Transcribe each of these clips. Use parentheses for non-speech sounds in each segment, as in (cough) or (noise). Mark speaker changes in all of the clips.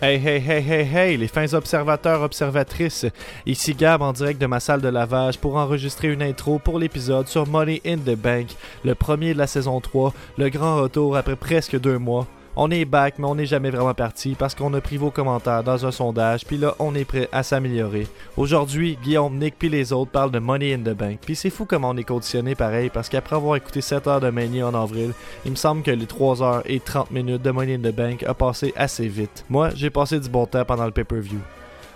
Speaker 1: Hey, hey, hey, hey, hey, les fins observateurs, observatrices. Ici Gab en direct de ma salle de lavage pour enregistrer une intro pour l'épisode sur Money in the Bank, le premier de la saison 3, le grand retour après presque deux mois. On est back, mais on n'est jamais vraiment parti parce qu'on a pris vos commentaires dans un sondage, puis là, on est prêt à s'améliorer. Aujourd'hui, Guillaume, Nick, puis les autres parlent de Money in the Bank. Puis c'est fou comment on est conditionné pareil parce qu'après avoir écouté 7 heures de Mania en avril, il me semble que les 3 heures et 30 minutes de Money in the Bank a passé assez vite. Moi, j'ai passé du bon temps pendant le pay-per-view.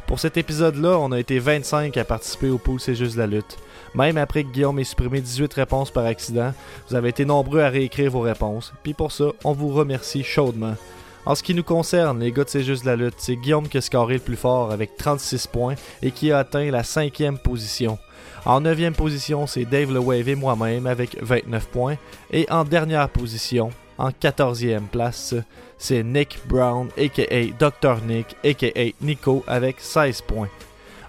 Speaker 1: Pour cet épisode-là, on a été 25 à participer au pool C'est juste la lutte. Même après que Guillaume ait supprimé 18 réponses par accident, vous avez été nombreux à réécrire vos réponses, puis pour ça, on vous remercie chaudement. En ce qui nous concerne, les gars de C'est juste la lutte, c'est Guillaume qui a scoré le plus fort avec 36 points et qui a atteint la cinquième position. En neuvième position, c'est Dave Le Wave et moi-même avec 29 points. Et en dernière position, en 14e place, c'est Nick Brown, aka Dr. Nick, aka Nico, avec 16 points.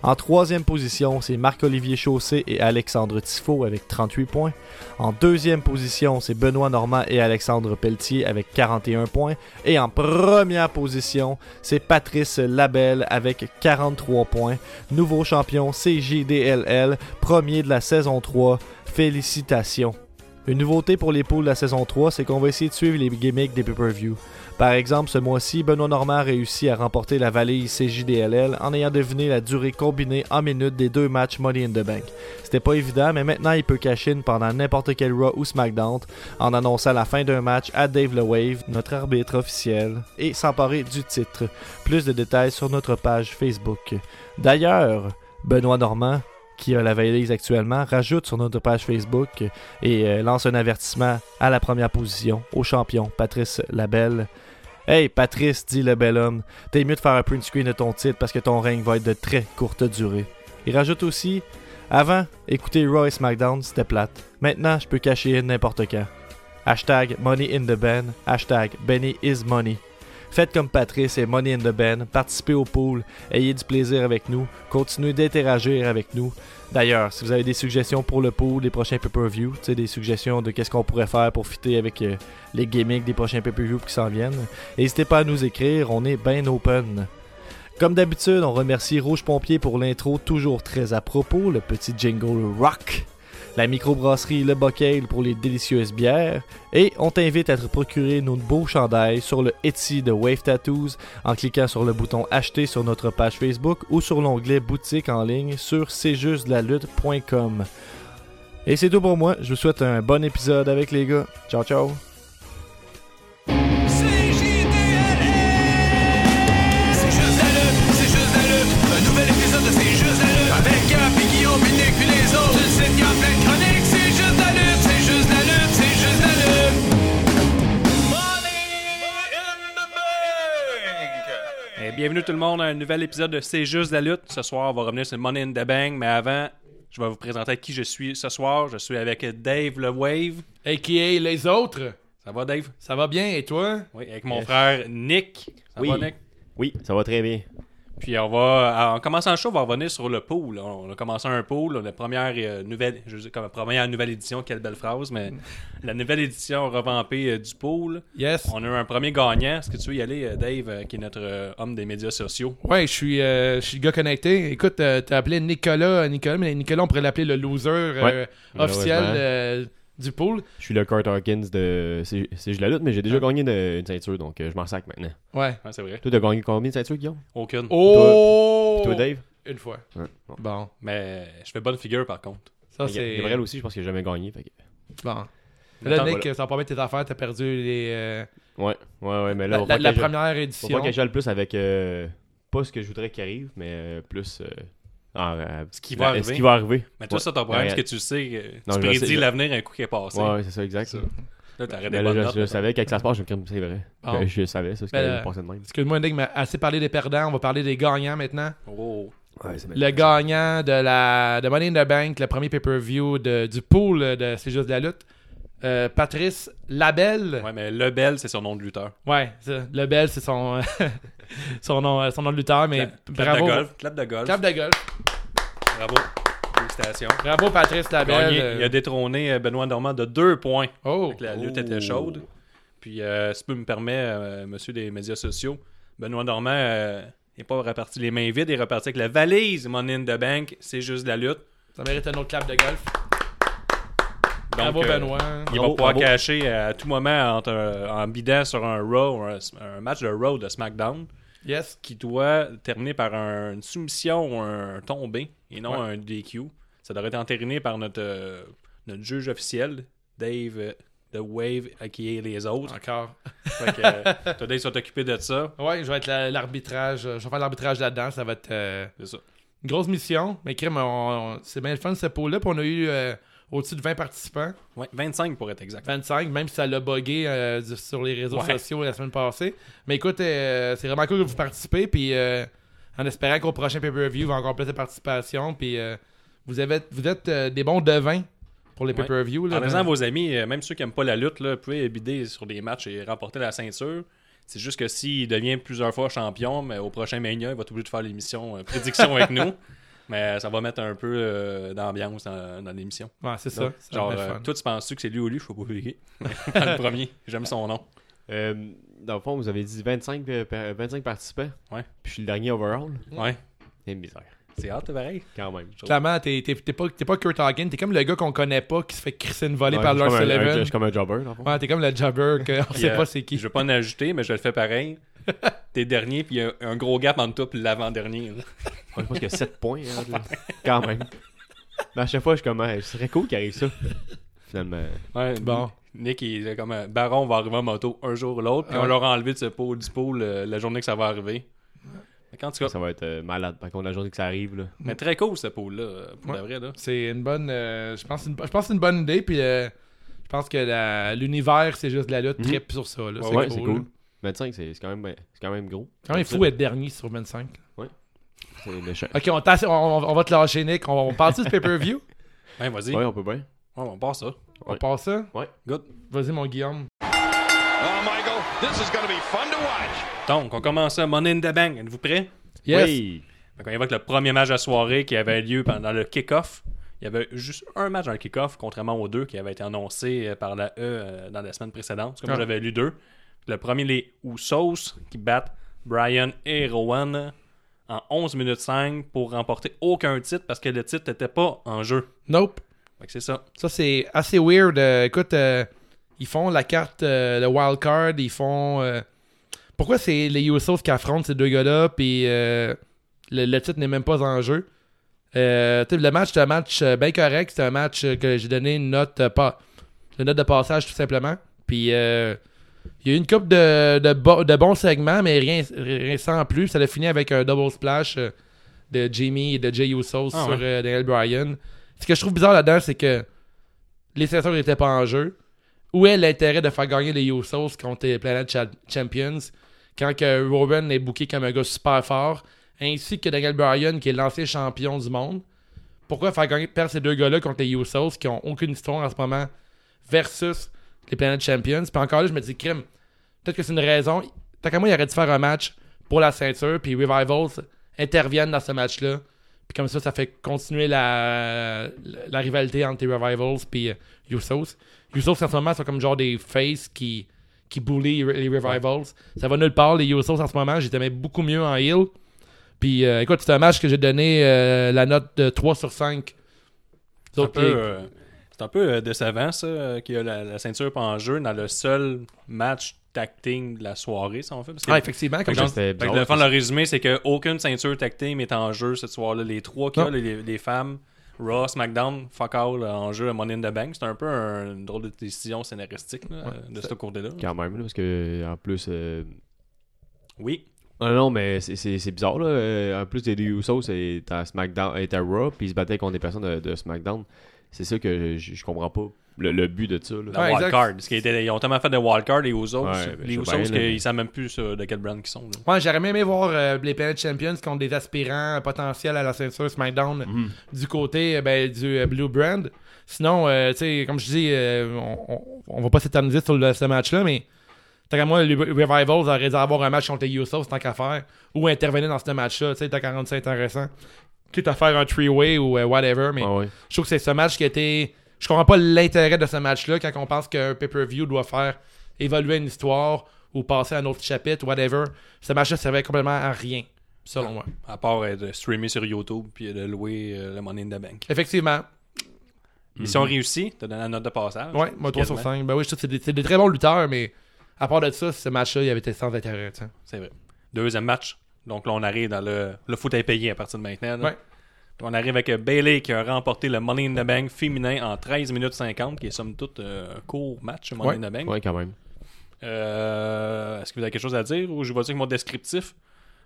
Speaker 1: En troisième position, c'est Marc-Olivier Chaussé et Alexandre Tifo avec 38 points. En deuxième position, c'est Benoît Normand et Alexandre Pelletier avec 41 points. Et en première position, c'est Patrice Labelle avec 43 points. Nouveau champion CJDLL, premier de la saison 3. Félicitations. Une nouveauté pour les poules de la saison 3, c'est qu'on va essayer de suivre les gimmicks des pay-per-view. Par exemple, ce mois-ci, Benoît Normand a réussi à remporter la valise CJDLL en ayant deviné la durée combinée en minutes des deux matchs Money in the Bank. C'était pas évident, mais maintenant il peut cash in pendant n'importe quel Raw ou SmackDown en annonçant la fin d'un match à Dave LeWave, notre arbitre officiel, et s'emparer du titre. Plus de détails sur notre page Facebook. D'ailleurs, Benoît Normand, qui a la valise actuellement, rajoute sur notre page Facebook et euh, lance un avertissement à la première position au champion Patrice Labelle. Hey Patrice, dit le bel homme, t'es mieux de faire un print screen de ton titre parce que ton règne va être de très courte durée. Il rajoute aussi Avant, écouter Raw et SmackDown, c'était plate. Maintenant, je peux cacher in n'importe quand. Hashtag Money in the Ben, hashtag Benny is Money. Faites comme Patrice et Money in the Ben, participez au pool, ayez du plaisir avec nous, continuez d'interagir avec nous. D'ailleurs, si vous avez des suggestions pour le pool des prochains pay-per-view, tu sais, des suggestions de qu'est-ce qu'on pourrait faire pour fitter avec euh, les gimmicks des prochains pay-per-view qui s'en viennent, n'hésitez pas à nous écrire, on est bien open. Comme d'habitude, on remercie Rouge Pompier pour l'intro toujours très à propos, le petit jingle rock, la microbrasserie Le Bockel pour les délicieuses bières, et on t'invite à te procurer nos beaux chandails sur le Etsy de Wave Tattoos en cliquant sur le bouton acheter sur notre page Facebook ou sur l'onglet boutique en ligne sur cjustdelalutte.com. Et c'est tout pour moi, je vous souhaite un bon épisode avec les gars. Ciao ciao.
Speaker 2: C'est juste la lutte, c'est juste la lutte. Un nouvel épisode de C'est juste la lutte. Avec Gap et Guillaume, puis Nick, puis les autres. Tu le sais, Gap, plein de chroniques. C'est juste la lutte, c'est juste la lutte, c'est juste la lutte.
Speaker 3: Eh, bienvenue tout le monde à un nouvel épisode de C'est juste la lutte. Ce soir, on va revenir sur Money in the Bank, mais avant, je vais vous présenter qui je suis ce soir. Je suis avec Dave le Wave.
Speaker 4: A.K.A. les autres.
Speaker 3: Ça va, Dave?
Speaker 4: Ça va bien et toi?
Speaker 3: Oui, avec mon frère Nick. Ça
Speaker 5: Oui.
Speaker 3: va, Nick?
Speaker 5: Oui, ça va très bien.
Speaker 3: Puis on va, euh, en commençant le show, on va revenir sur le pool. On a commencé un pool, la première euh, nouvelle, je veux dire, comme la première nouvelle édition, quelle belle phrase,
Speaker 5: (laughs)
Speaker 3: mais la nouvelle édition revampée euh, du pool.
Speaker 4: Yes.
Speaker 3: On a eu un premier gagnant. Est-ce que tu veux y aller, euh, Dave, euh, qui est notre euh, homme des médias sociaux?
Speaker 4: Ouais, je suis, euh, je suis le gars connecté. Écoute, euh, t'as appelé Nicolas, euh, Nicolas, mais Nicolas, on pourrait l'appeler le loser euh,
Speaker 5: Ouais,
Speaker 4: officiel
Speaker 5: malheureusement.
Speaker 4: euh, du pool.
Speaker 5: Je suis le Kurt Hawkins de. C'est c'est juste la lutte, mais j'ai déjà gagné de- une ceinture, donc euh, je m'en sac maintenant.
Speaker 4: Ouais.
Speaker 3: Ouais, Hein, c'est vrai.
Speaker 5: Toi, t'as gagné combien de ceintures, Guillaume
Speaker 3: Aucune.
Speaker 4: Oh!
Speaker 5: Toi, Dave
Speaker 4: Une fois.
Speaker 5: Ouais, bon.
Speaker 4: Bon,
Speaker 3: Mais je fais bonne figure par contre.
Speaker 4: ça
Speaker 5: Ga-
Speaker 4: c'est...
Speaker 5: Gabriel aussi, je pense que j'ai jamais gagné. fait que-
Speaker 4: Bon. Là,
Speaker 5: Attends,
Speaker 4: Nick,
Speaker 5: voilà.
Speaker 4: ça va pas mettre tes affaires, t'as perdu les, euh,
Speaker 5: Ouais, ouais, ouais, mais là,
Speaker 4: la,
Speaker 5: on
Speaker 4: la-
Speaker 5: va
Speaker 4: la
Speaker 5: que je-
Speaker 4: première
Speaker 5: faut
Speaker 4: édition.
Speaker 5: pas que j'aille plus avec. euh, pas ce que je voudrais qu'il arrive, mais euh, plus. euh, en, euh,
Speaker 3: Ce qui va
Speaker 5: la- Ce
Speaker 3: arriver.
Speaker 5: qui va arriver.
Speaker 3: Mais toi,
Speaker 5: Ouais.
Speaker 3: ça, ton problème,
Speaker 5: Ouais,
Speaker 3: c'est que tu sais, que
Speaker 5: Non,
Speaker 3: tu
Speaker 5: je le sais,
Speaker 3: prédis
Speaker 5: je-
Speaker 3: l'avenir un coup qui est passé.
Speaker 5: Ouais, ouais, c'est ça, exact.
Speaker 3: Là, t'aurais des
Speaker 5: Mais là,
Speaker 3: bonnes
Speaker 5: je,
Speaker 3: notes.
Speaker 5: je savais qu'avec ça se passe, je me crime, c'est vrai.
Speaker 4: Bon.
Speaker 5: Ben, je savais, ça, ce qui
Speaker 4: Ben,
Speaker 5: allait
Speaker 4: euh,
Speaker 5: me passer de même.
Speaker 4: Excuse-moi, Nick, mais assez parlé des perdants, on va parler des gagnants maintenant.
Speaker 3: Oh.
Speaker 5: Ouais, c'est
Speaker 4: Le gagnant de la de Money in the Bank, le premier pay-per-view de- du pool de C'est juste de la lutte, euh, Patrice Labelle.
Speaker 3: Ouais, mais Lebel, c'est son nom de lutteur.
Speaker 4: Ouais, ça, Lebel, c'est son, (laughs) son, nom, euh, son nom de lutteur, mais
Speaker 3: Clap- clap
Speaker 4: bravo.
Speaker 3: de golf. Clap de golf.
Speaker 4: Clap de golf.
Speaker 3: Bravo. Félicitations.
Speaker 4: Bravo, Patrice Labelle.
Speaker 3: Gagné.
Speaker 4: Euh,
Speaker 3: Il a euh, détrôné euh, Benoît Normand de deux points.
Speaker 4: Oh,
Speaker 3: Fait que La lutte était chaude. Puis, euh, si tu peux me permettre, euh, monsieur des médias sociaux, Benoît Normand euh, n'est pas reparti les mains vides, il est reparti avec la valise Money in the Bank, c'est juste de la lutte.
Speaker 4: Ça mérite un autre clap de golf.
Speaker 3: Donc,
Speaker 4: Bravo,
Speaker 3: euh,
Speaker 4: Benoît.
Speaker 3: Il va
Speaker 5: Bravo,
Speaker 3: pouvoir
Speaker 5: bravo.
Speaker 3: cacher euh, à tout moment entre un- en bidant sur un Raw, ou un, un match de Raw de SmackDown,
Speaker 4: Yes.
Speaker 3: qui doit terminer par un- une soumission ou un tombé, et non un DQ. Ça devrait être entériné par notre, euh, notre juge officiel, Dave euh, The Wave, qui est les autres.
Speaker 4: Encore.
Speaker 3: Fait que,
Speaker 5: (laughs)
Speaker 3: euh, Today, ils sont occupés de ça.
Speaker 4: Ouais, je vais être la- l'arbitrage. euh, Je vais faire l'arbitrage là-dedans. Ça va être euh,
Speaker 3: C'est ça.
Speaker 4: une grosse mission. Mais crime, on- on- c'est bien le fun ce pot-là. Puis on a eu euh, au-dessus de 20 participants.
Speaker 3: Ouais, 25 pour être exact.
Speaker 4: 25, même si ça l'a bugué euh, du- sur les réseaux
Speaker 3: Ouais.
Speaker 4: sociaux la semaine passée. Mais écoute, euh, c'est vraiment cool que vous participez. Puis euh, en espérant qu'au prochain pay-per-view, il va encore plus de participation. Puis euh, vous, avez, vous êtes euh, des bons devins pour les
Speaker 3: Ouais.
Speaker 4: pay-per-views. là.
Speaker 3: Parlez-en à vos amis, euh, même ceux qui n'aiment pas la lutte, là, vous pouvez bider sur des matchs et remporter la ceinture. C'est juste que s'il devient plusieurs fois champion, mais au prochain Mania, il va être obligé de faire l'émission euh, prédiction avec
Speaker 4: (laughs)
Speaker 3: nous. Mais ça va mettre un peu euh, d'ambiance dans, dans l'émission.
Speaker 4: Ouais, c'est ça. Ça
Speaker 3: Genre,
Speaker 4: va être
Speaker 3: euh,
Speaker 4: fun.
Speaker 3: toi, tu penses-tu que c'est lui ou lui Je ne pas
Speaker 4: (laughs)
Speaker 3: publier. dans le premier, j'aime son nom.
Speaker 5: Euh, dans le fond, vous avez dit 25, euh, par- 25 participants.
Speaker 3: Ouais.
Speaker 5: Puis je suis le dernier overall.
Speaker 3: Ouais,
Speaker 5: C'est une misère,
Speaker 3: c'est hâte, pareil.
Speaker 5: quand même.
Speaker 4: Clairement, t'es, t'es, t'es pas, t'es pas Kurt Hagen, t'es comme le gars qu'on connaît pas qui se fait crisser une volée
Speaker 5: Ouais,
Speaker 4: par
Speaker 5: je suis
Speaker 4: Lars
Speaker 5: comme un- un-
Speaker 4: Sullivan.
Speaker 5: Je suis comme un jobber, dans le fond.
Speaker 4: Ouais, t'es comme le jobber que on
Speaker 3: Puis,
Speaker 4: sait
Speaker 3: euh,
Speaker 4: pas c'est qui.
Speaker 3: Je veux pas en ajouter, mais je le fais
Speaker 4: (laughs)
Speaker 3: pareil. T'es dernier, puis il y a un gros gap entre toi et l'avant-dernier. là.
Speaker 5: Ouais, je pense qu'il y a 7 points. (laughs) hein, je- quand même. Mais à chaque fois, je suis comme, ah, ce serait cool qu'il arrive ça. Finalement.
Speaker 3: Ouais,
Speaker 4: Bon.
Speaker 3: Nick, il est comme un Baron va arriver en moto un jour ou l'autre, puis
Speaker 4: Ouais.
Speaker 3: on leur enlevé de ce pot, du pot le- la journée que ça va arriver. Mais quand tu
Speaker 5: Ça va être euh, malade. Par contre, la journée que ça arrive, là.
Speaker 3: Mais très cool ce pot là pour
Speaker 4: Ouais.
Speaker 3: de vrai. Là.
Speaker 4: C'est une bonne. euh, je, pense une, je pense que c'est une bonne idée, puis euh, je pense que la- l'univers, c'est juste de la lutte
Speaker 5: Mhm.
Speaker 4: trip sur ça. Là,
Speaker 5: Ouais, ouais, c'est cool. 25, c'est c'est quand, même- c'est quand même gros.
Speaker 4: Quand même fou être dernier sur 25.
Speaker 5: C'est méchant.
Speaker 4: Ok, on, tasse- on, on va te lâcher, Nick. On, on parle de ce pay-per-view.
Speaker 3: Ouais, Ben, vas-y.
Speaker 5: Ouais, on peut
Speaker 3: Ouais,
Speaker 5: bien.
Speaker 3: on part ça.
Speaker 5: (laughs)
Speaker 4: On
Speaker 5: Ouais.
Speaker 4: passe ça.
Speaker 3: Good.
Speaker 4: Vas-y, mon Guillaume.
Speaker 2: Oh, Michael, this is going to be fun to watch.
Speaker 3: Donc, on commence ça. Money in the Bank. Êtes-vous prêts?
Speaker 4: Yes.
Speaker 5: Oui.
Speaker 3: Fait qu'on évoque le premier match de la soirée qui avait lieu pendant le kick-off. Il y avait juste un match dans le kick-off, contrairement aux deux qui avaient été annoncés euh, par la E euh, dans la semaine précédente. Comme
Speaker 4: Ah.
Speaker 3: j'avais lu deux. Le premier, les Usos qui battent Brian et Rowan en 11 minutes 5 pour remporter aucun titre parce que le titre n'était pas en jeu.
Speaker 4: Nope.
Speaker 3: Fait que c'est ça.
Speaker 4: Ça, c'est assez weird. Euh, écoute, euh, ils font la carte, euh, le wild card, ils font... euh, Pourquoi c'est les Usos qui affrontent ces deux gars-là, puis euh, le, le titre n'est même pas en jeu? Euh, tu sais, le match, c'est un match euh, bien correct. C'est un match euh, que j'ai donné une note, euh, pas, une note de passage, tout simplement. Puis, euh, il y a eu une coupe de, de, bo- de bons segments, mais rien, rien sans plus. Ça a fini avec un double splash euh, de Jimmy et de Jay Usos
Speaker 3: Ah
Speaker 4: sur
Speaker 3: ouais.
Speaker 4: euh, Daniel Bryan. Ce que je trouve bizarre là-dedans, c'est que les ceintures n'étaient pas en jeu. Où est l'intérêt de faire gagner les Usos contre les Planet Cha- Champions quand que Rowan est booké comme un gars super fort, ainsi que Daniel Bryan qui est l'ancien champion du monde? Pourquoi faire gagner, perdre ces deux gars-là contre les Usos qui ont aucune histoire en ce moment versus les Planet Champions? Puis encore là, je me dis, crime, peut-être que c'est une raison. Tant qu'à moi, il aurait dû faire un match pour la ceinture, puis Revivals interviennent dans ce match-là. Puis comme ça, ça fait continuer la, la, la rivalité entre les Revivals puis euh, Usos. Usos, en ce moment, sont comme genre des faces qui, qui bully les Revivals. Ça va nulle part, les Usos, en ce moment. J'étais même beaucoup mieux en heel. Puis euh, écoute, c'est un match que j'ai donné euh, la note de 3 sur 5.
Speaker 3: C'est un peu, euh, c'est un peu euh, décevant, ça, euh, qu'il y a la, la ceinture pas en jeu dans le seul match tacting de la soirée, si on fait. Parce que-
Speaker 4: Ah, effectivement, comme
Speaker 5: Fait que
Speaker 4: genre-
Speaker 5: c'était
Speaker 3: Fait que
Speaker 5: bizarre,
Speaker 3: le fond,
Speaker 5: ça.
Speaker 3: le résumé, c'est qu'aucune ceinture tag team est en jeu cette soir-là. Les trois qu'il y a,
Speaker 4: Non.
Speaker 3: les, les femmes, Raw, SmackDown, fuck all, euh, en jeu à Money in the Bank. C'est un peu un- une drôle de décision scénaristique là, euh, de ce côté-là.
Speaker 5: Quand même, là, parce que en plus. euh,
Speaker 3: Oui.
Speaker 5: Non, non, mais c'est- c'est c'est bizarre, là. Euh, En plus, les deux Usos étaient à SmackDown, étaient à Raw, puis ils se battaient contre des personnes de, de SmackDown. C'est ça que je, je comprends pas. Le, le but de ça, là.
Speaker 3: La
Speaker 4: Ouais, exact.
Speaker 3: wildcard. Parce qu'ils étaient- ils ont tellement fait de wildcard, les Usos.
Speaker 5: Ouais, ben,
Speaker 3: les
Speaker 5: je
Speaker 3: Usos,
Speaker 5: sais bien, là.
Speaker 3: qu'ils savent même plus euh, de quelle brand qu'ils sont. là.
Speaker 4: Ouais, j'aurais même aimé voir euh, les Planet Champions qui ont des aspirants euh, potentiels à la ceinture SmackDown du côté euh, ben, du euh, Blue Brand. Sinon, euh, tu sais, comme je dis, euh, on, on- on va pas s'éterniser sur le- ce match-là, mais tant qu'à moi, les Re- Revivals auraient dû avoir un match contre les Usos tant qu'à faire, ou intervenir dans ce match-là, tu sais, tant qu'à rendre ça intéressant. Quitte à faire un three-way ou euh, whatever, mais
Speaker 5: Ah ouais.
Speaker 4: je trouve que c'est ce match qui a été. Je comprends pas l'intérêt de ce match-là quand on pense qu'un pay-per-view doit faire évoluer une histoire ou passer à un autre chapitre, whatever. Ce match-là servait complètement à rien, selon moi.
Speaker 3: À part euh, de streamer sur YouTube puis de louer euh, le Money in the Bank.
Speaker 4: Effectivement.
Speaker 5: Mm-hmm.
Speaker 3: Ils sont réussis, t'as donné la note de passage.
Speaker 4: Ouais, moi 3 sur
Speaker 3: Quasiment.
Speaker 4: 5. Ben oui, je trouve que c'est des, c'est des très bons lutteurs, mais à part de ça, ce match-là, il avait été sans intérêt. tu sais.
Speaker 3: C'est vrai. Deuxième match. Donc là, on arrive dans le, le foot à payer à partir de maintenant. là.
Speaker 4: Ouais.
Speaker 3: Puis On arrive avec Bailey qui a remporté le Money in the Bank féminin en 13 minutes 50, qui est somme toute euh, un court match, Money
Speaker 4: Ouais.
Speaker 3: in the Bank.
Speaker 5: Ouais, quand même.
Speaker 3: Euh, Est-ce que vous avez quelque chose à dire ou je vois ça avec mon descriptif?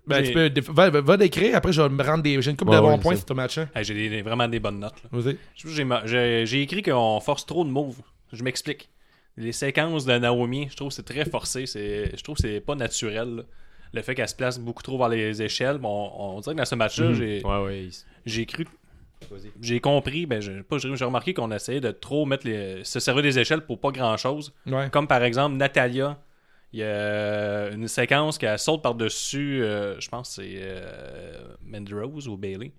Speaker 4: Ben,
Speaker 3: J'ai-
Speaker 4: tu peux, dé- va, va- va décrire, après je vais me rendre des. J'ai une couple
Speaker 5: Ouais,
Speaker 4: de bons
Speaker 5: ouais,
Speaker 4: points
Speaker 5: c'est-
Speaker 4: sur ton match-là.
Speaker 3: Hey, J'ai des- vraiment des bonnes notes. là.
Speaker 4: Vas-y.
Speaker 3: Je- j'ai ma- J'ai j'ai écrit qu'on force trop de moves. Je m'explique. Les séquences de Naomi, je trouve que c'est très forcé. c'est- Je trouve que c'est pas naturel. là. Le fait qu'elle se place beaucoup trop vers les échelles. Bon, on, on dirait que dans ce match-là, j'ai-
Speaker 5: Mhm. Ouais, ouais. il s-
Speaker 3: j'ai cru. J'ai compris, ben, j'ai pas- j'ai j'ai remarqué qu'on essayait de trop mettre les, se servir des échelles pour pas grand chose.
Speaker 4: Ouais.
Speaker 3: Comme par exemple Natalia, il y a une séquence qu'elle saute par-dessus, euh, je pense que c'est euh, Mendrose ou Bailey.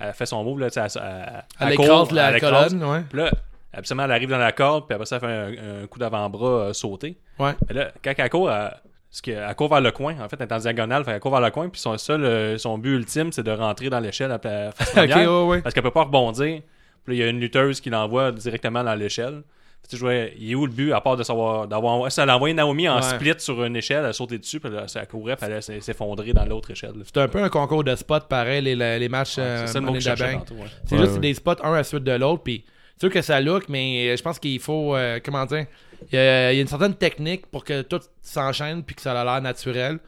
Speaker 3: Elle fait son move, là, tu sais, elle, elle,
Speaker 4: Elle
Speaker 3: elle court,
Speaker 4: écrase la
Speaker 3: elle écrase.
Speaker 4: colonne, ouais.
Speaker 3: Puis là, absolument, elle arrive dans la corde, puis après ça, elle fait un, un coup d'avant-bras euh, sauté.
Speaker 4: Ouais.
Speaker 3: Mais là, quand elle court, elle, ce que- elle court vers le coin, en fait, elle est en diagonale, fait, elle court vers le coin, puis son seul, euh, son but ultime, c'est de rentrer dans l'échelle à la
Speaker 4: (laughs)
Speaker 3: face
Speaker 4: Ok, oh.
Speaker 3: première.
Speaker 4: ouais, ouais.
Speaker 3: Parce qu'elle peut pas rebondir. Puis là, il y a une lutteuse qui l'envoie directement dans l'échelle. Puis Tu sais, je voyais, il est où le but à part de savoir d'avoir ça l'a envoyé Naomi en
Speaker 4: Ouais.
Speaker 3: split sur une échelle, elle sautait dessus, puis là, ça courait, puis elle allait s'effondrer dans l'autre échelle. là.
Speaker 4: C'est un peu un concours de spots, pareil, les, les, les matchs. euh,
Speaker 3: C'est ça le mot
Speaker 4: Money
Speaker 3: que je
Speaker 4: in the
Speaker 3: cherchais
Speaker 4: Bank.
Speaker 3: tantôt. ouais.
Speaker 4: C'est
Speaker 5: Ouais,
Speaker 4: juste
Speaker 5: ouais.
Speaker 4: des spots un à la suite de l'autre. Puis c'est sûr que ça look, mais euh, je pense qu'il faut. euh, comment dire Il y, a il y a une certaine technique pour que tout s'enchaîne puis que ça a l'air naturel.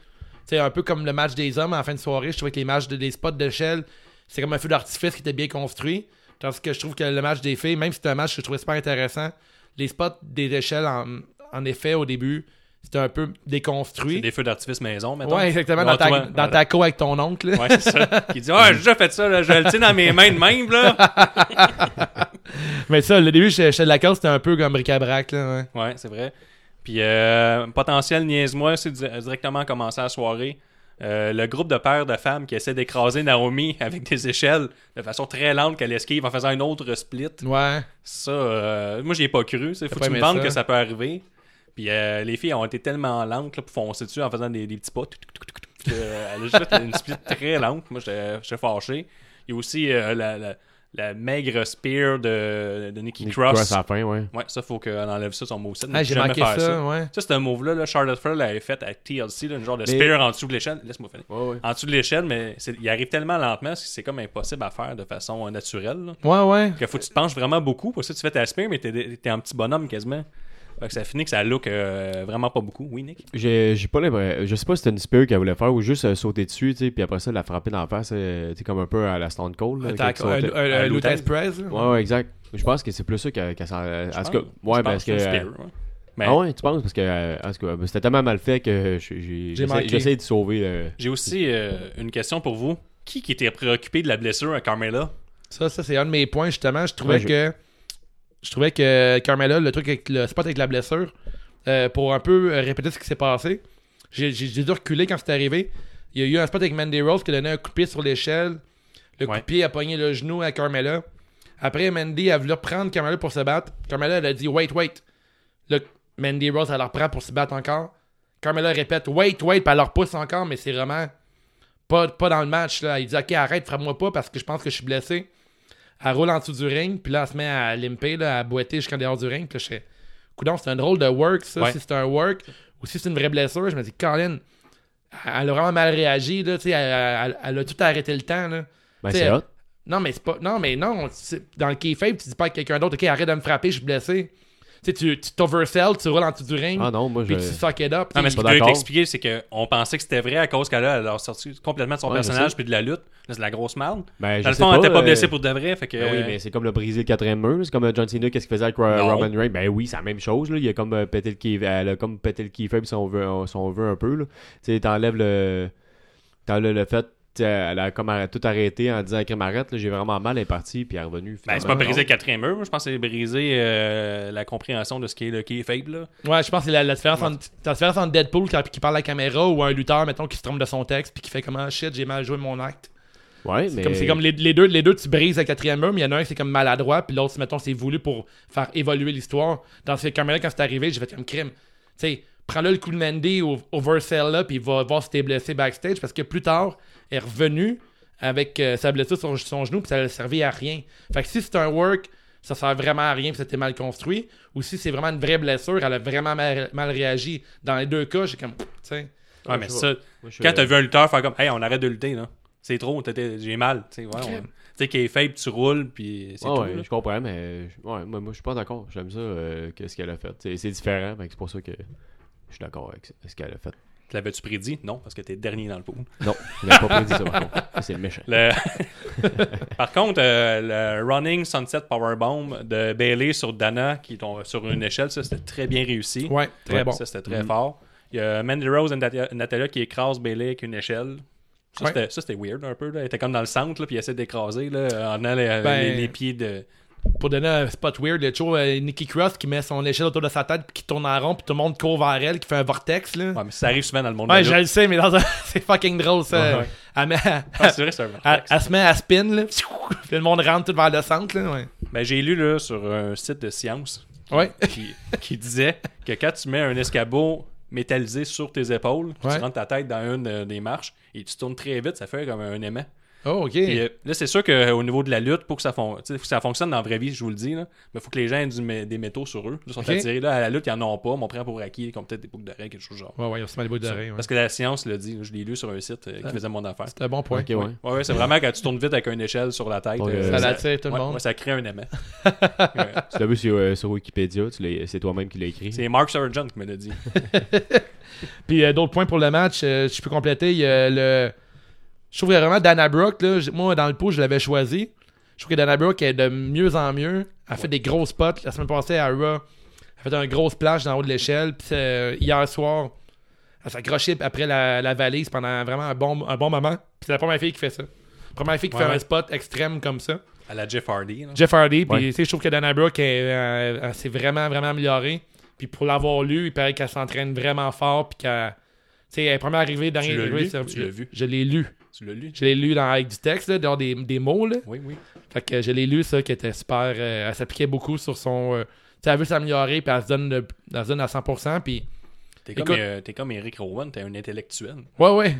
Speaker 4: C'est un peu comme le match des hommes en fin de soirée. Je trouvais que les matchs de- des spots d'échelle, c'est comme un feu d'artifice qui était bien construit. Tandis que je trouve que le match des filles, même si c'était un match que je trouvais super intéressant, les spots des échelles, en, en effet, au début, c'était un peu
Speaker 3: C'est
Speaker 4: déconstruit.
Speaker 3: des feux d'artifice maison, maintenant.
Speaker 4: Ouais, exactement, dans ta, dans ta co avec ton oncle. là.
Speaker 3: Ouais, c'est ça. Qui dit Ah, j'ai déjà fait ça, là, je le tiens dans mes mains de même, là.
Speaker 4: (laughs) Mais ça, le début, chez, chez Lacoste, c'était un peu comme bric-à-brac. là, ouais.
Speaker 3: Ouais, c'est vrai. Puis, euh, potentiel, niaise-moi, c'est di- directement commencer la soirée. Euh, le groupe de pères de femmes qui essaie d'écraser Naomi avec des échelles de façon très lente qu'elle esquive en faisant une autre split.
Speaker 4: ouais.
Speaker 3: Ça, euh, moi, j'y ai pas cru. C'est faut que
Speaker 4: pas
Speaker 3: tu me
Speaker 4: aimé
Speaker 3: demandes
Speaker 4: ça?
Speaker 3: que ça peut arriver. Puis euh, les filles ont été tellement lentes là, pour foncer dessus en faisant des, des petits pas. Tout, tout, tout, tout, tout. Euh, elle a juste fait une split très lente. Moi, j'étais j'étais fâché. Il y a aussi euh, la, la- la maigre spear de, de Nikki
Speaker 5: Nick
Speaker 3: Cross.
Speaker 5: à la fin, ouais.
Speaker 3: Ouais, ça, faut qu'elle enlève ça, son move set.
Speaker 4: Ah, j'ai manqué ça, ouais.
Speaker 3: Ça, c'est un move-là. là, Charlotte Flair l'avait fait à TLC, là, une genre de
Speaker 5: Mais-
Speaker 3: spear en dessous de l'échelle. Laisse-moi finir.
Speaker 5: Ouais, ouais.
Speaker 3: En dessous de l'échelle, mais c'est- il arrive tellement lentement parce que c'est comme impossible à faire de façon euh, naturelle. là.
Speaker 4: Ouais, ouais.
Speaker 3: Que faut que tu te penches vraiment beaucoup. Pour ça, tu fais ta spear, mais t'es t'es un petit bonhomme quasiment. Fait que ça finit que ça look euh, vraiment pas beaucoup. Oui, Nick.
Speaker 5: J'ai j'ai pas l'impression. Je sais pas si c'était une spear qu'elle voulait faire ou juste euh, sauter dessus, tu sais, puis après ça, la frapper dans la face, euh, tu sais, comme un peu à la Stone Cold. là,
Speaker 4: T'as
Speaker 5: quand tu sautais.
Speaker 4: un- un- un
Speaker 3: à
Speaker 4: Luther
Speaker 3: l'hôtel.
Speaker 4: Express, là.
Speaker 5: Ouais, ouais, exact. Je pense que c'est plus ça qu'elle qu'elle s'en.
Speaker 3: Je
Speaker 5: En tout
Speaker 3: pense.
Speaker 5: cas, ouais,
Speaker 3: Je pense
Speaker 5: parce que.
Speaker 3: c'est une
Speaker 5: euh,
Speaker 3: spear, ouais. Mais
Speaker 5: Ah ouais, tu penses? Parce que, euh, en tout cas, ben, c'était tellement mal fait que je- j'ai-
Speaker 4: manqué.
Speaker 5: j'essaie j'essaie de sauver le.
Speaker 3: j'ai aussi euh, une question pour vous. Qui qui était préoccupé de la blessure à Carmela
Speaker 4: Ça, ça c'est un de mes points, justement. Je trouvais
Speaker 5: Ouais, je-
Speaker 4: que. Je trouvais que Carmela, le truc avec le spot avec la blessure, euh, pour un peu euh, répéter ce qui s'est passé, j'ai j'ai- j'ai dû reculer quand c'est arrivé. Il y a eu un spot avec Mandy Rose qui a donné un coup de pied sur l'échelle. Le coup
Speaker 3: Ouais.
Speaker 4: de pied a pogné le genou à Carmela. Après, Mandy a voulu reprendre Carmela pour se battre. Carmela, elle a dit Wait, wait. Là, Mandy Rose, elle la reprend pour se battre encore. Carmela répète Wait, wait, puis elle leur pousse encore, mais c'est vraiment pas, pas dans le match. Là. Il dit Ok, arrête, frappe-moi pas parce que je pense que je suis blessé. Elle roule en dessous du ring, puis là, elle se met à limper, là, à boiter jusqu'en dehors du ring. Puis là, je fais Coudon, c'est un drôle de work, ça,
Speaker 3: Ouais.
Speaker 4: si c'est un work. Ou si c'est une vraie blessure, je me dis Colin, elle a vraiment mal réagi, là, tu sais, elle, elle- elle a tout arrêté le temps. Là.
Speaker 5: Ben,
Speaker 4: Tu sais,
Speaker 5: c'est hot.
Speaker 3: euh,
Speaker 4: Non, mais c'est pas. Non, mais non. c'est- Dans le kayfabe, tu dis pas à quelqu'un d'autre, OK, arrête de me frapper, je suis blessé. Tu sais, tu tu t'oversell, tu roules en dessous du ring.
Speaker 5: Ah non, moi, je.
Speaker 4: Puis tu suck it up.
Speaker 3: Non, mais ce
Speaker 4: tu
Speaker 3: que je
Speaker 5: pas
Speaker 4: sais.
Speaker 3: voulais
Speaker 5: d'accord.
Speaker 3: t'expliquer, c'est qu'on pensait que c'était vrai à cause qu'elle a, elle a sorti complètement de son
Speaker 5: Ouais, je
Speaker 3: personnage
Speaker 5: sais.
Speaker 3: puis de la lutte. Là, c'est de la grosse merde.
Speaker 5: Ben, je
Speaker 3: Dans le
Speaker 5: sais
Speaker 3: fond, elle était pas
Speaker 5: euh,
Speaker 3: blessée pour de vrai. Fait que,
Speaker 5: Ben oui, mais c'est comme le briser le quatrième mur. C'est comme euh, John Cena, qu'est-ce qu'il faisait avec euh,
Speaker 3: Euh, Non.
Speaker 5: Roman Reigns. Ben oui, c'est la même chose. Là. Il a comme euh, pété le key, elle a comme pété le keyfab si on veut, on- si on veut un peu. là. Tu sais, t'enlèves le, t'enlèves le fait. tu sais, Elle a comme arrêt- tout arrêté en disant Crème arrête, là, j'ai vraiment mal, elle est partie, puis elle est revenue.
Speaker 3: Ben, c'est pas
Speaker 5: finalement.
Speaker 3: briser le quatrième mur. moi, Je pense que c'est briser euh, la compréhension de ce qu'est le qui est faible. Là.
Speaker 4: Ouais, je pense que c'est la, la différence entre, la différence entre Deadpool qui, qui parle à la caméra ou un lutteur, mettons, qui se trompe de son texte puis qui fait comme Ah, shit, j'ai mal joué mon acte.
Speaker 5: Ouais, mais.
Speaker 4: C'est comme, c'est comme les, les deux, les deux, tu brises la quatrième mur, mais il y en a un qui c'est comme maladroit, puis l'autre, mettons, c'est voulu pour faire évoluer l'histoire. Dans ce caméra, quand c'est arrivé, j'ai fait comme crime. Tu sais, prends-le le coup de Mandy au oversell là, puis va voir si t'es blessé backstage, parce que plus tard, elle est revenue avec euh, sa blessure sur son genou, puis ça ne servi à rien. Fait que si c'est un work, ça sert vraiment à rien, puis c'était mal construit, ou si c'est vraiment une vraie blessure, elle a vraiment mal, mal réagi. Dans les deux cas, j'ai comme, tu sais.
Speaker 3: Ouais, mais ça,
Speaker 5: Moi, je-
Speaker 3: quand t'as vu un lutteur faire comme, hey, on arrête de lutter, là. C'est trop, t'étais- j'ai mal. Tu sais, ouais, on- tu sais, qu'il est faible, tu roules, puis c'est
Speaker 5: Ouais,
Speaker 3: tout.
Speaker 5: ouais,
Speaker 3: là.
Speaker 5: je comprends, mais je- ouais, moi, moi, je suis pas d'accord. J'aime ça, euh, que ce qu'elle a fait. C'est c'est différent, mais c'est pour ça que je suis d'accord avec ce- ce qu'elle a fait.
Speaker 3: Tu L'avais-tu prédit? Non, parce que t'es dernier dans le pool.
Speaker 5: Non, je n'ai pas prédit ça, par contre. Ça, C'est méchant.
Speaker 3: Le- (laughs) Par contre, euh, le Running Sunset Powerbomb de Bailey sur Dana, qui tombe sur une échelle, ça c'était très bien réussi.
Speaker 4: Ouais, très bon. Mm-hmm.
Speaker 3: Ça c'était très fort. Il y a Mandy Rose et Nat- Natalia qui écrasent Bailey avec une échelle. Ça
Speaker 4: Ouais.
Speaker 3: c'était- ça, c'était weird un peu. Là. Elle était comme dans le centre, là, puis elle essaie d'écraser là, en allant les,
Speaker 4: Ben-
Speaker 3: les- les pieds de.
Speaker 4: Pour donner un spot weird, le show, euh, Nikki Cross qui met son échelle autour de sa tête, puis qui tourne en rond, puis tout le monde court vers elle, qui fait un vortex, là. Ouais,
Speaker 3: Ouais, mais ça arrive souvent dans le monde. de
Speaker 4: je
Speaker 3: la lutte.
Speaker 4: le sais, mais dans un... (laughs) c'est fucking drôle, ça.
Speaker 3: Ouais, ouais.
Speaker 4: (laughs) Elle, met-
Speaker 3: Ah, c'est vrai, c'est un
Speaker 4: elle-
Speaker 3: vortex.
Speaker 4: elle se met à spin, là. (laughs) Puis le monde rentre tout vers le centre, là. Ouais.
Speaker 3: Ben, J'ai lu là, sur un site de science
Speaker 4: Ouais. (laughs)
Speaker 3: qui, qui disait que quand tu mets un escabeau métallisé sur tes épaules,
Speaker 4: Ouais.
Speaker 3: tu rentres ta tête dans une euh, des marches et tu tournes très vite, ça fait comme un aimant.
Speaker 4: Oh, ok.
Speaker 3: Et, euh, là, c'est sûr qu'au niveau de la lutte, pour que ça, fon- tu sais, faut que ça fonctionne dans la vraie vie, je vous le dis, là, mais faut que les gens aient du mé- des métaux sur eux. Ils sont
Speaker 4: Ok.
Speaker 3: attirés. Là, à la lutte, ils n'en ont pas, mais on prend pour acquis, comme peut-être des boucles d'oreilles, quelque chose du genre.
Speaker 4: Ouais, ouais, on se met les bouts d'oreilles. Ouais. Ah.
Speaker 3: Parce que la science le dit, je l'ai lu sur un site euh, qui faisait mon affaire.
Speaker 4: C'est un bon point.
Speaker 5: Ok, ouais.
Speaker 3: Ouais, ouais, c'est vraiment quand tu tournes vite avec une échelle sur la tête.
Speaker 5: Donc, euh,
Speaker 4: Ça l'attire tout le
Speaker 3: ouais,
Speaker 4: monde.
Speaker 3: ouais, ça crée un
Speaker 4: (laughs)
Speaker 3: aimant. Ouais.
Speaker 5: Tu l'as vu sur, euh, sur Wikipédia, tu l'as- c'est toi-même qui l'as écrit.
Speaker 3: C'est Mark Sargent qui me l'a dit.
Speaker 4: Puis euh, d'autres points pour le match, euh, je peux compléter. Il y a le... Je trouve que vraiment Dana Brooke, là, j- moi dans le pot, je l'avais choisi. Je trouve que Dana Brooke est de mieux en mieux. Elle fait des gros spots. La semaine passée à Raw, elle fait un gros splash dans le haut de l'échelle. Puis euh, hier soir, elle s'accrochait après la, la valise pendant vraiment un bon, un bon moment. Puis c'est la première fille qui fait ça. Première fille qui
Speaker 3: Ouais,
Speaker 4: fait un
Speaker 3: ouais.
Speaker 4: spot extrême comme ça.
Speaker 3: À la Jeff Hardy. là.
Speaker 4: Jeff Hardy, puis
Speaker 5: Ouais.
Speaker 4: tu sais, je trouve que Dana Brooke elle, elle- elle euh, s'est vraiment, vraiment améliorée. Puis pour l'avoir lu, il paraît qu'elle s'entraîne vraiment fort, puis qu'elle. Tu sais, elle est première arrivée, dernière
Speaker 3: l'as
Speaker 4: arrivée.
Speaker 3: lu?
Speaker 4: c'est-
Speaker 3: Tu l'as vu?
Speaker 4: Je l'ai lu.
Speaker 3: Tu l'as lu?
Speaker 4: Je l'ai lu dans, avec du texte, là, dans des, des mots, là.
Speaker 3: Oui, oui.
Speaker 4: Fait que je l'ai lu, ça, qui était super. euh, elle s'appliquait beaucoup sur son. euh, tu sais, elle veut s'améliorer, puis elle se donne, le- elle se donne à 100%, puis.
Speaker 3: T'es comme,
Speaker 4: Écoute-
Speaker 3: euh, t'es comme Eric Rowan, t'es un intellectuel.
Speaker 4: Ouais,
Speaker 3: (laughs)
Speaker 4: ouais.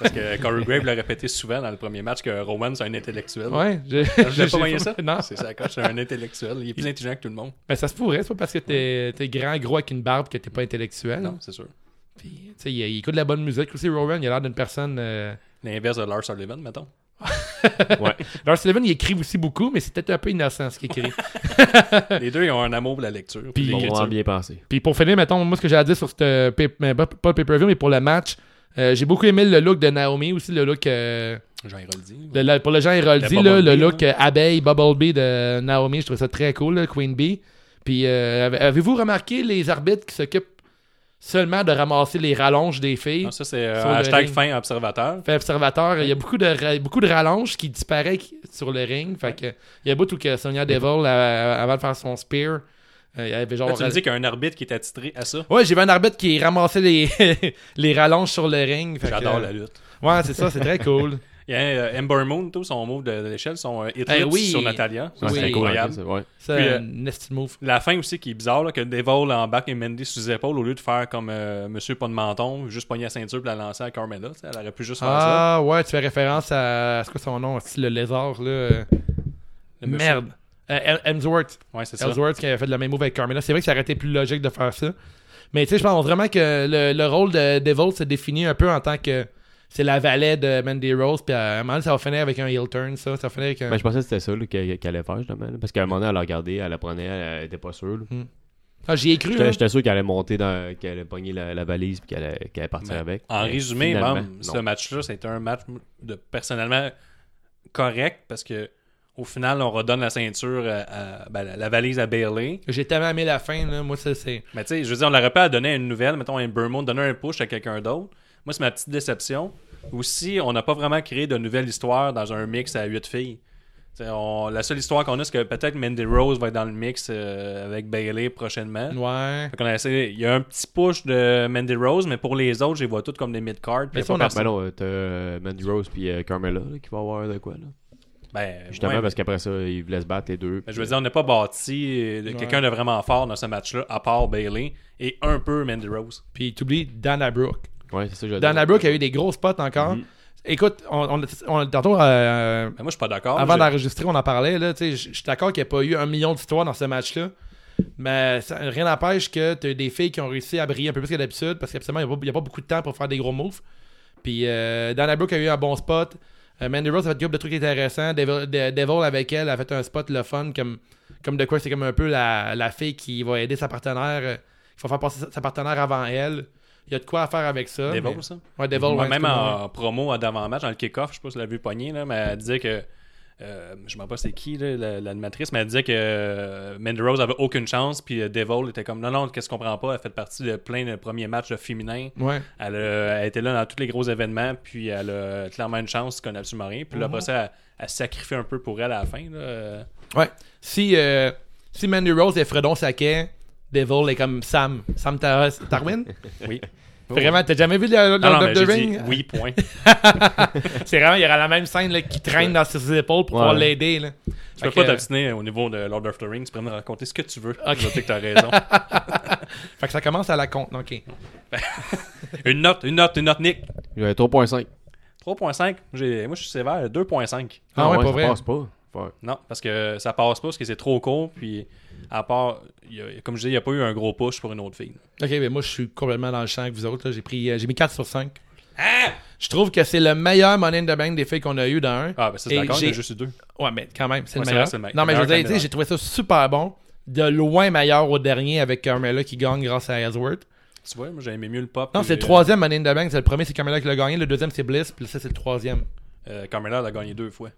Speaker 3: Parce que Corey Grave l'a répété souvent dans le premier match que Rowan, c'est un intellectuel.
Speaker 4: ouais. Je,
Speaker 3: Je pas moyen ça?
Speaker 4: Non.
Speaker 3: C'est ça, coche, c'est un intellectuel. Il est plus intelligent que tout le monde.
Speaker 4: Mais ça se pourrait, c'est pas parce que t'es t'es grand, gros, avec une barbe que t'es pas intellectuel.
Speaker 3: Non, c'est sûr.
Speaker 4: Puis, tu sais, il, il écoute de la bonne musique aussi, Rowan. Il a l'air d'une personne. euh,
Speaker 3: L'inverse de Lars Sullivan, mettons.
Speaker 4: Lars Sullivan, il écrit aussi beaucoup, mais c'est peut-être un peu innocent ce qu'il
Speaker 3: (laughs)
Speaker 4: écrit.
Speaker 3: Les deux, ils ont un amour pour la lecture.
Speaker 4: Puis-
Speaker 3: Puis
Speaker 5: Bon,
Speaker 3: l'écriture.
Speaker 5: vraiment bien pensé.
Speaker 4: Puis pour finir, mettons, moi, ce que j'ai à dire sur ce. Pas pas le pay-per-view, mais pour le match, euh, j'ai beaucoup aimé le look de Naomi aussi, le look. euh,
Speaker 3: Jean Héroldi.
Speaker 4: de la- pour le genre Héroldi,
Speaker 3: Le
Speaker 4: là,
Speaker 3: Bubble
Speaker 4: le
Speaker 3: Bee,
Speaker 4: look
Speaker 3: là.
Speaker 4: euh, abeille, Bubble Bee de Naomi, je trouve ça très cool, là, Queen Bee. Puis euh, avez- avez-vous remarqué les arbitres qui s'occupent seulement de ramasser les rallonges des filles?
Speaker 3: Non, ça, c'est euh,
Speaker 4: Sur le
Speaker 3: hashtag
Speaker 4: ring.
Speaker 3: fin observateur.
Speaker 4: Fait observateur, il y a beaucoup de, ra- beaucoup de rallonges qui disparaissent qui- sur le ring. Fait que, il y a beaucoup que Sonia Devil, euh, avant de faire son spear, euh, il y avait genre.
Speaker 3: Là, tu me dis qu'il y a un arbitre qui est attitré à ça.
Speaker 4: Ouais, j'ai vu un arbitre qui ramassait les, (laughs) les rallonges sur le ring. Fait que- euh,
Speaker 3: J'adore la lutte.
Speaker 4: Ouais, c'est ça, c'est très cool.
Speaker 3: (laughs) Il y a euh, Ember Moon, tout, son move de de l'échelle, son euh, hit
Speaker 4: Eh
Speaker 3: rip
Speaker 4: oui.
Speaker 3: sur Natalia. Ça,
Speaker 5: Ouais,
Speaker 4: Oui.
Speaker 5: c'est
Speaker 3: C'est
Speaker 5: cool, hein,
Speaker 3: incroyable.
Speaker 5: ça, ouais.
Speaker 4: C'est
Speaker 3: Puis,
Speaker 4: un
Speaker 3: euh,
Speaker 4: nasty move.
Speaker 3: La fin aussi qui est bizarre, là, que Devil embarque et Mendy sous les épaules au lieu de faire comme euh, Monsieur pas de menton, juste pogner la ceinture et la lancer à Carmella. tu sais, Elle aurait pu juste faire ça.
Speaker 4: Ah, ouais, tu fais référence à. C'est quoi son nom C'est le lézard, là. euh,
Speaker 3: Le monsieur-
Speaker 4: Merde. Euh, El- Hemsworth.
Speaker 3: Ouais, c'est ça.
Speaker 4: Ellsworth qui avait fait le même move avec Carmella. C'est vrai que ça aurait été plus logique de faire ça. Mais tu sais, je pense vraiment que le, le rôle de Devil se définit un peu en tant que c'est la valet de Mandy Rose. Puis euh, à un moment, donné, ça va finir avec un heel turn, ça. Ça va finir avec un.
Speaker 5: Ben, je pensais que c'était ça là, qu'elle qu'elle allait faire, justement. là, parce qu'à un moment donné, elle la regardait, elle la prenait, elle était pas sûre. là.
Speaker 4: Ah, j'y ai cru.
Speaker 5: J'étais
Speaker 4: hein.
Speaker 5: j'étais sûr qu'elle allait monter, dans, qu'elle allait pogner la, la valise puis qu'elle allait, qu'elle allait partir
Speaker 3: Mais
Speaker 5: avec.
Speaker 3: Ben, En
Speaker 5: Mais
Speaker 3: résumé,
Speaker 5: finalement,
Speaker 3: même,
Speaker 5: non. Ben,
Speaker 3: ce match-là, c'était un match de personnellement correct parce que au final, on redonne la ceinture, à, à- ben, la, la valise à Bailey.
Speaker 4: J'ai tellement aimé la fin, là. Moi, ça, c'est.
Speaker 3: Mais tu sais, je veux dire, on l'aurait pas à donner à une nouvelle, mettons un Burmont, donner un push à quelqu'un d'autre. Moi, c'est ma petite déception. Aussi, on n'a pas vraiment créé de nouvelle histoire dans un mix à huit filles. Tu sais, on- la seule histoire qu'on a, c'est que peut-être Mandy Rose va être dans le mix euh, avec Bailey prochainement.
Speaker 4: Ouais.
Speaker 3: Fait qu'on a essayé- il y a un petit push de Mandy Rose, mais pour les autres, je les vois toutes comme des mid-cards. puis
Speaker 4: Mais
Speaker 3: y a
Speaker 4: ça,
Speaker 3: pas
Speaker 4: on a-
Speaker 5: Ben non, euh, t'as euh, Mandy Rose puis euh, Carmella là, qui va avoir de quoi là.
Speaker 3: Ben,
Speaker 5: Justement,
Speaker 3: ouais,
Speaker 5: parce qu'après ça, ils voulaient se battre les deux.
Speaker 3: mais je veux dire, on n'a pas bâti euh, de- quelqu'un de vraiment fort dans ce match-là, à part Bailey et un peu Mandy Rose.
Speaker 4: Puis t'oublies Dana Brooke.
Speaker 5: Ouais, c'est ça que je veux dire.
Speaker 4: Dana Brooke a eu des gros spots encore. Écoute, on, on, on- tantôt, euh,
Speaker 3: Mais Ah, moi, je suis pas d'accord.
Speaker 4: avant
Speaker 3: Je-
Speaker 4: d'enregistrer, on en parlait. là, tu sais, Je je suis d'accord qu'il n'y a pas eu un million d'histoires dans ce match-là. Mais ça- rien n'empêche que tu as des filles qui ont réussi à briller un peu plus que d'habitude parce qu'absolument, il n'y a, pas- il y a pas beaucoup de temps pour faire des gros moves. Puis euh, Dana Brooke a eu un bon spot. Euh, Mandy Rose a fait une couple de trucs intéressants. Devil, De- Devil, avec elle a fait un spot le fun comme, comme de quoi c'est comme un peu la, la fille qui va aider sa partenaire. euh, qui va faire passer sa- sa partenaire avant elle. Il y a de quoi à faire avec ça.
Speaker 3: Devil,
Speaker 4: mais-
Speaker 3: ça?
Speaker 4: Ouais, Devil,
Speaker 3: Ouais,
Speaker 4: ouais,
Speaker 3: même
Speaker 4: excuse-moi.
Speaker 3: en promo d'avant-match, dans le kick-off, je sais pas si vous l'avez pogné, là, mais elle disait que. euh, je ne sais pas c'est qui là, la- l'animatrice, mais elle disait que euh, Mandy Rose avait aucune chance, puis euh, Devil était comme non, non, qu'est-ce qu'on comprend pas, elle fait partie de plein de premiers matchs de féminins.
Speaker 4: Ouais.
Speaker 3: Elle, a- elle était là dans tous les gros événements, puis elle a clairement une chance qu'on a absolument rien. Puis là,
Speaker 4: Mhm.
Speaker 3: après ça, elle, elle se sacrifie un peu pour elle à la fin. là. Euh,
Speaker 4: Ouais. Si, euh, si Mandy Rose et Fredon Saquet, Devil est comme Sam. Sam Tar- Tarwin.
Speaker 3: (laughs) Oui. Ah
Speaker 4: Vraiment, t'as jamais vu le,
Speaker 3: Non,
Speaker 4: le
Speaker 3: non,
Speaker 4: Lord
Speaker 3: mais
Speaker 4: of
Speaker 3: j'ai
Speaker 4: the
Speaker 3: dit
Speaker 4: Ring?
Speaker 3: oui,
Speaker 4: (laughs)
Speaker 3: point.
Speaker 4: C'est vraiment, il y aura la même scène là, qui traîne dans ses épaules pour pouvoir
Speaker 5: Ouais.
Speaker 4: l'aider. là.
Speaker 3: Tu
Speaker 4: Fait
Speaker 3: peux pas
Speaker 4: que- euh,
Speaker 3: t'obstiner au niveau de Lord of the Rings, tu peux me raconter ce que tu veux. Je sais que t'as
Speaker 4: (laughs)
Speaker 3: raison.
Speaker 4: Fait que ça commence à la compte. OK.
Speaker 5: Ah
Speaker 3: Une note, une note, une note, Nick.
Speaker 5: J'avais 3.5.
Speaker 3: 3.5, j'ai- moi je suis sévère, 2.5.
Speaker 4: Ah, ouais, pas
Speaker 5: ça
Speaker 4: vrai.
Speaker 5: passe pas. Fuck.
Speaker 3: Non, parce que ça passe pas, parce que c'est trop court, puis à part, il y a- comme je dis, il n'y a pas eu un gros push pour une autre fille.
Speaker 4: OK, mais moi, je suis complètement dans le champ avec vous autres. là. J'ai pris, euh, j'ai mis 4 sur 5. Je trouve que c'est le meilleur Money in the Bank des filles qu'on a eu dans un.
Speaker 3: Ah, ben ça, c'est
Speaker 4: Et
Speaker 3: d'accord, il y en
Speaker 4: j'ai-
Speaker 3: a juste eu deux.
Speaker 4: Ouais, mais quand même, c'est
Speaker 3: Ouais,
Speaker 4: le
Speaker 3: c'est
Speaker 4: meilleur.
Speaker 3: vrai, c'est le me-
Speaker 4: non, mais je
Speaker 3: meilleur
Speaker 4: veux dire,
Speaker 3: que
Speaker 4: tu
Speaker 3: le
Speaker 4: sais, j'ai trouvé ça super bon. De loin meilleur au dernier avec Carmella qui gagne grâce à Ellsworth.
Speaker 3: Tu vois, moi j'ai aimé mieux le pop.
Speaker 4: Non,
Speaker 3: puis,
Speaker 4: c'est le
Speaker 3: euh,
Speaker 4: troisième Money in the Bank. C'est le premier, c'est Carmella qui l'a gagné. Le deuxième, c'est Bliss. Puis ça, c'est le troisième.
Speaker 3: Euh, Carmella l'a gagné deux fois.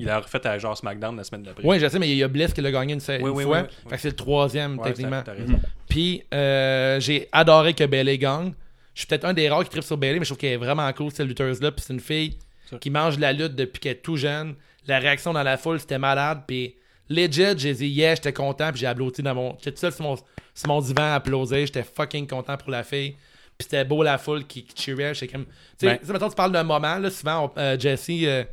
Speaker 3: Il l'a refait à genre SmackDown la semaine d'après.
Speaker 4: Oui, je sais, mais il y a Bliss qui l'a gagné une, se-
Speaker 3: Oui,
Speaker 4: une
Speaker 3: oui,
Speaker 4: fois.
Speaker 3: oui, oui, oui.
Speaker 4: Fait que c'est le troisième,
Speaker 3: Ouais,
Speaker 4: techniquement.
Speaker 3: t'as- t'as raison.
Speaker 4: Puis euh, j'ai adoré que Bailey gagne. Je suis peut-être un des rares qui tripe sur Bailey, mais je trouve qu'elle est vraiment cool, cette lutteuse-là. Puis c'est une fille
Speaker 3: Sûr.
Speaker 4: qui mange de la lutte depuis qu'elle est tout jeune. La réaction dans la foule, c'était malade. Puis legit, j'ai dit yeah, j'étais content. Puis j'ai applaudi dans mon. J'étais tout seul sur mon, sur mon divan à applaudir. J'étais fucking content pour la fille. Puis c'était beau la foule qui, qui cheerait. J'étais comme. Tu sais,
Speaker 3: Ben-
Speaker 4: tu sais, mettons, tu parles d'un moment, là, souvent, on- euh, Jesse. euh,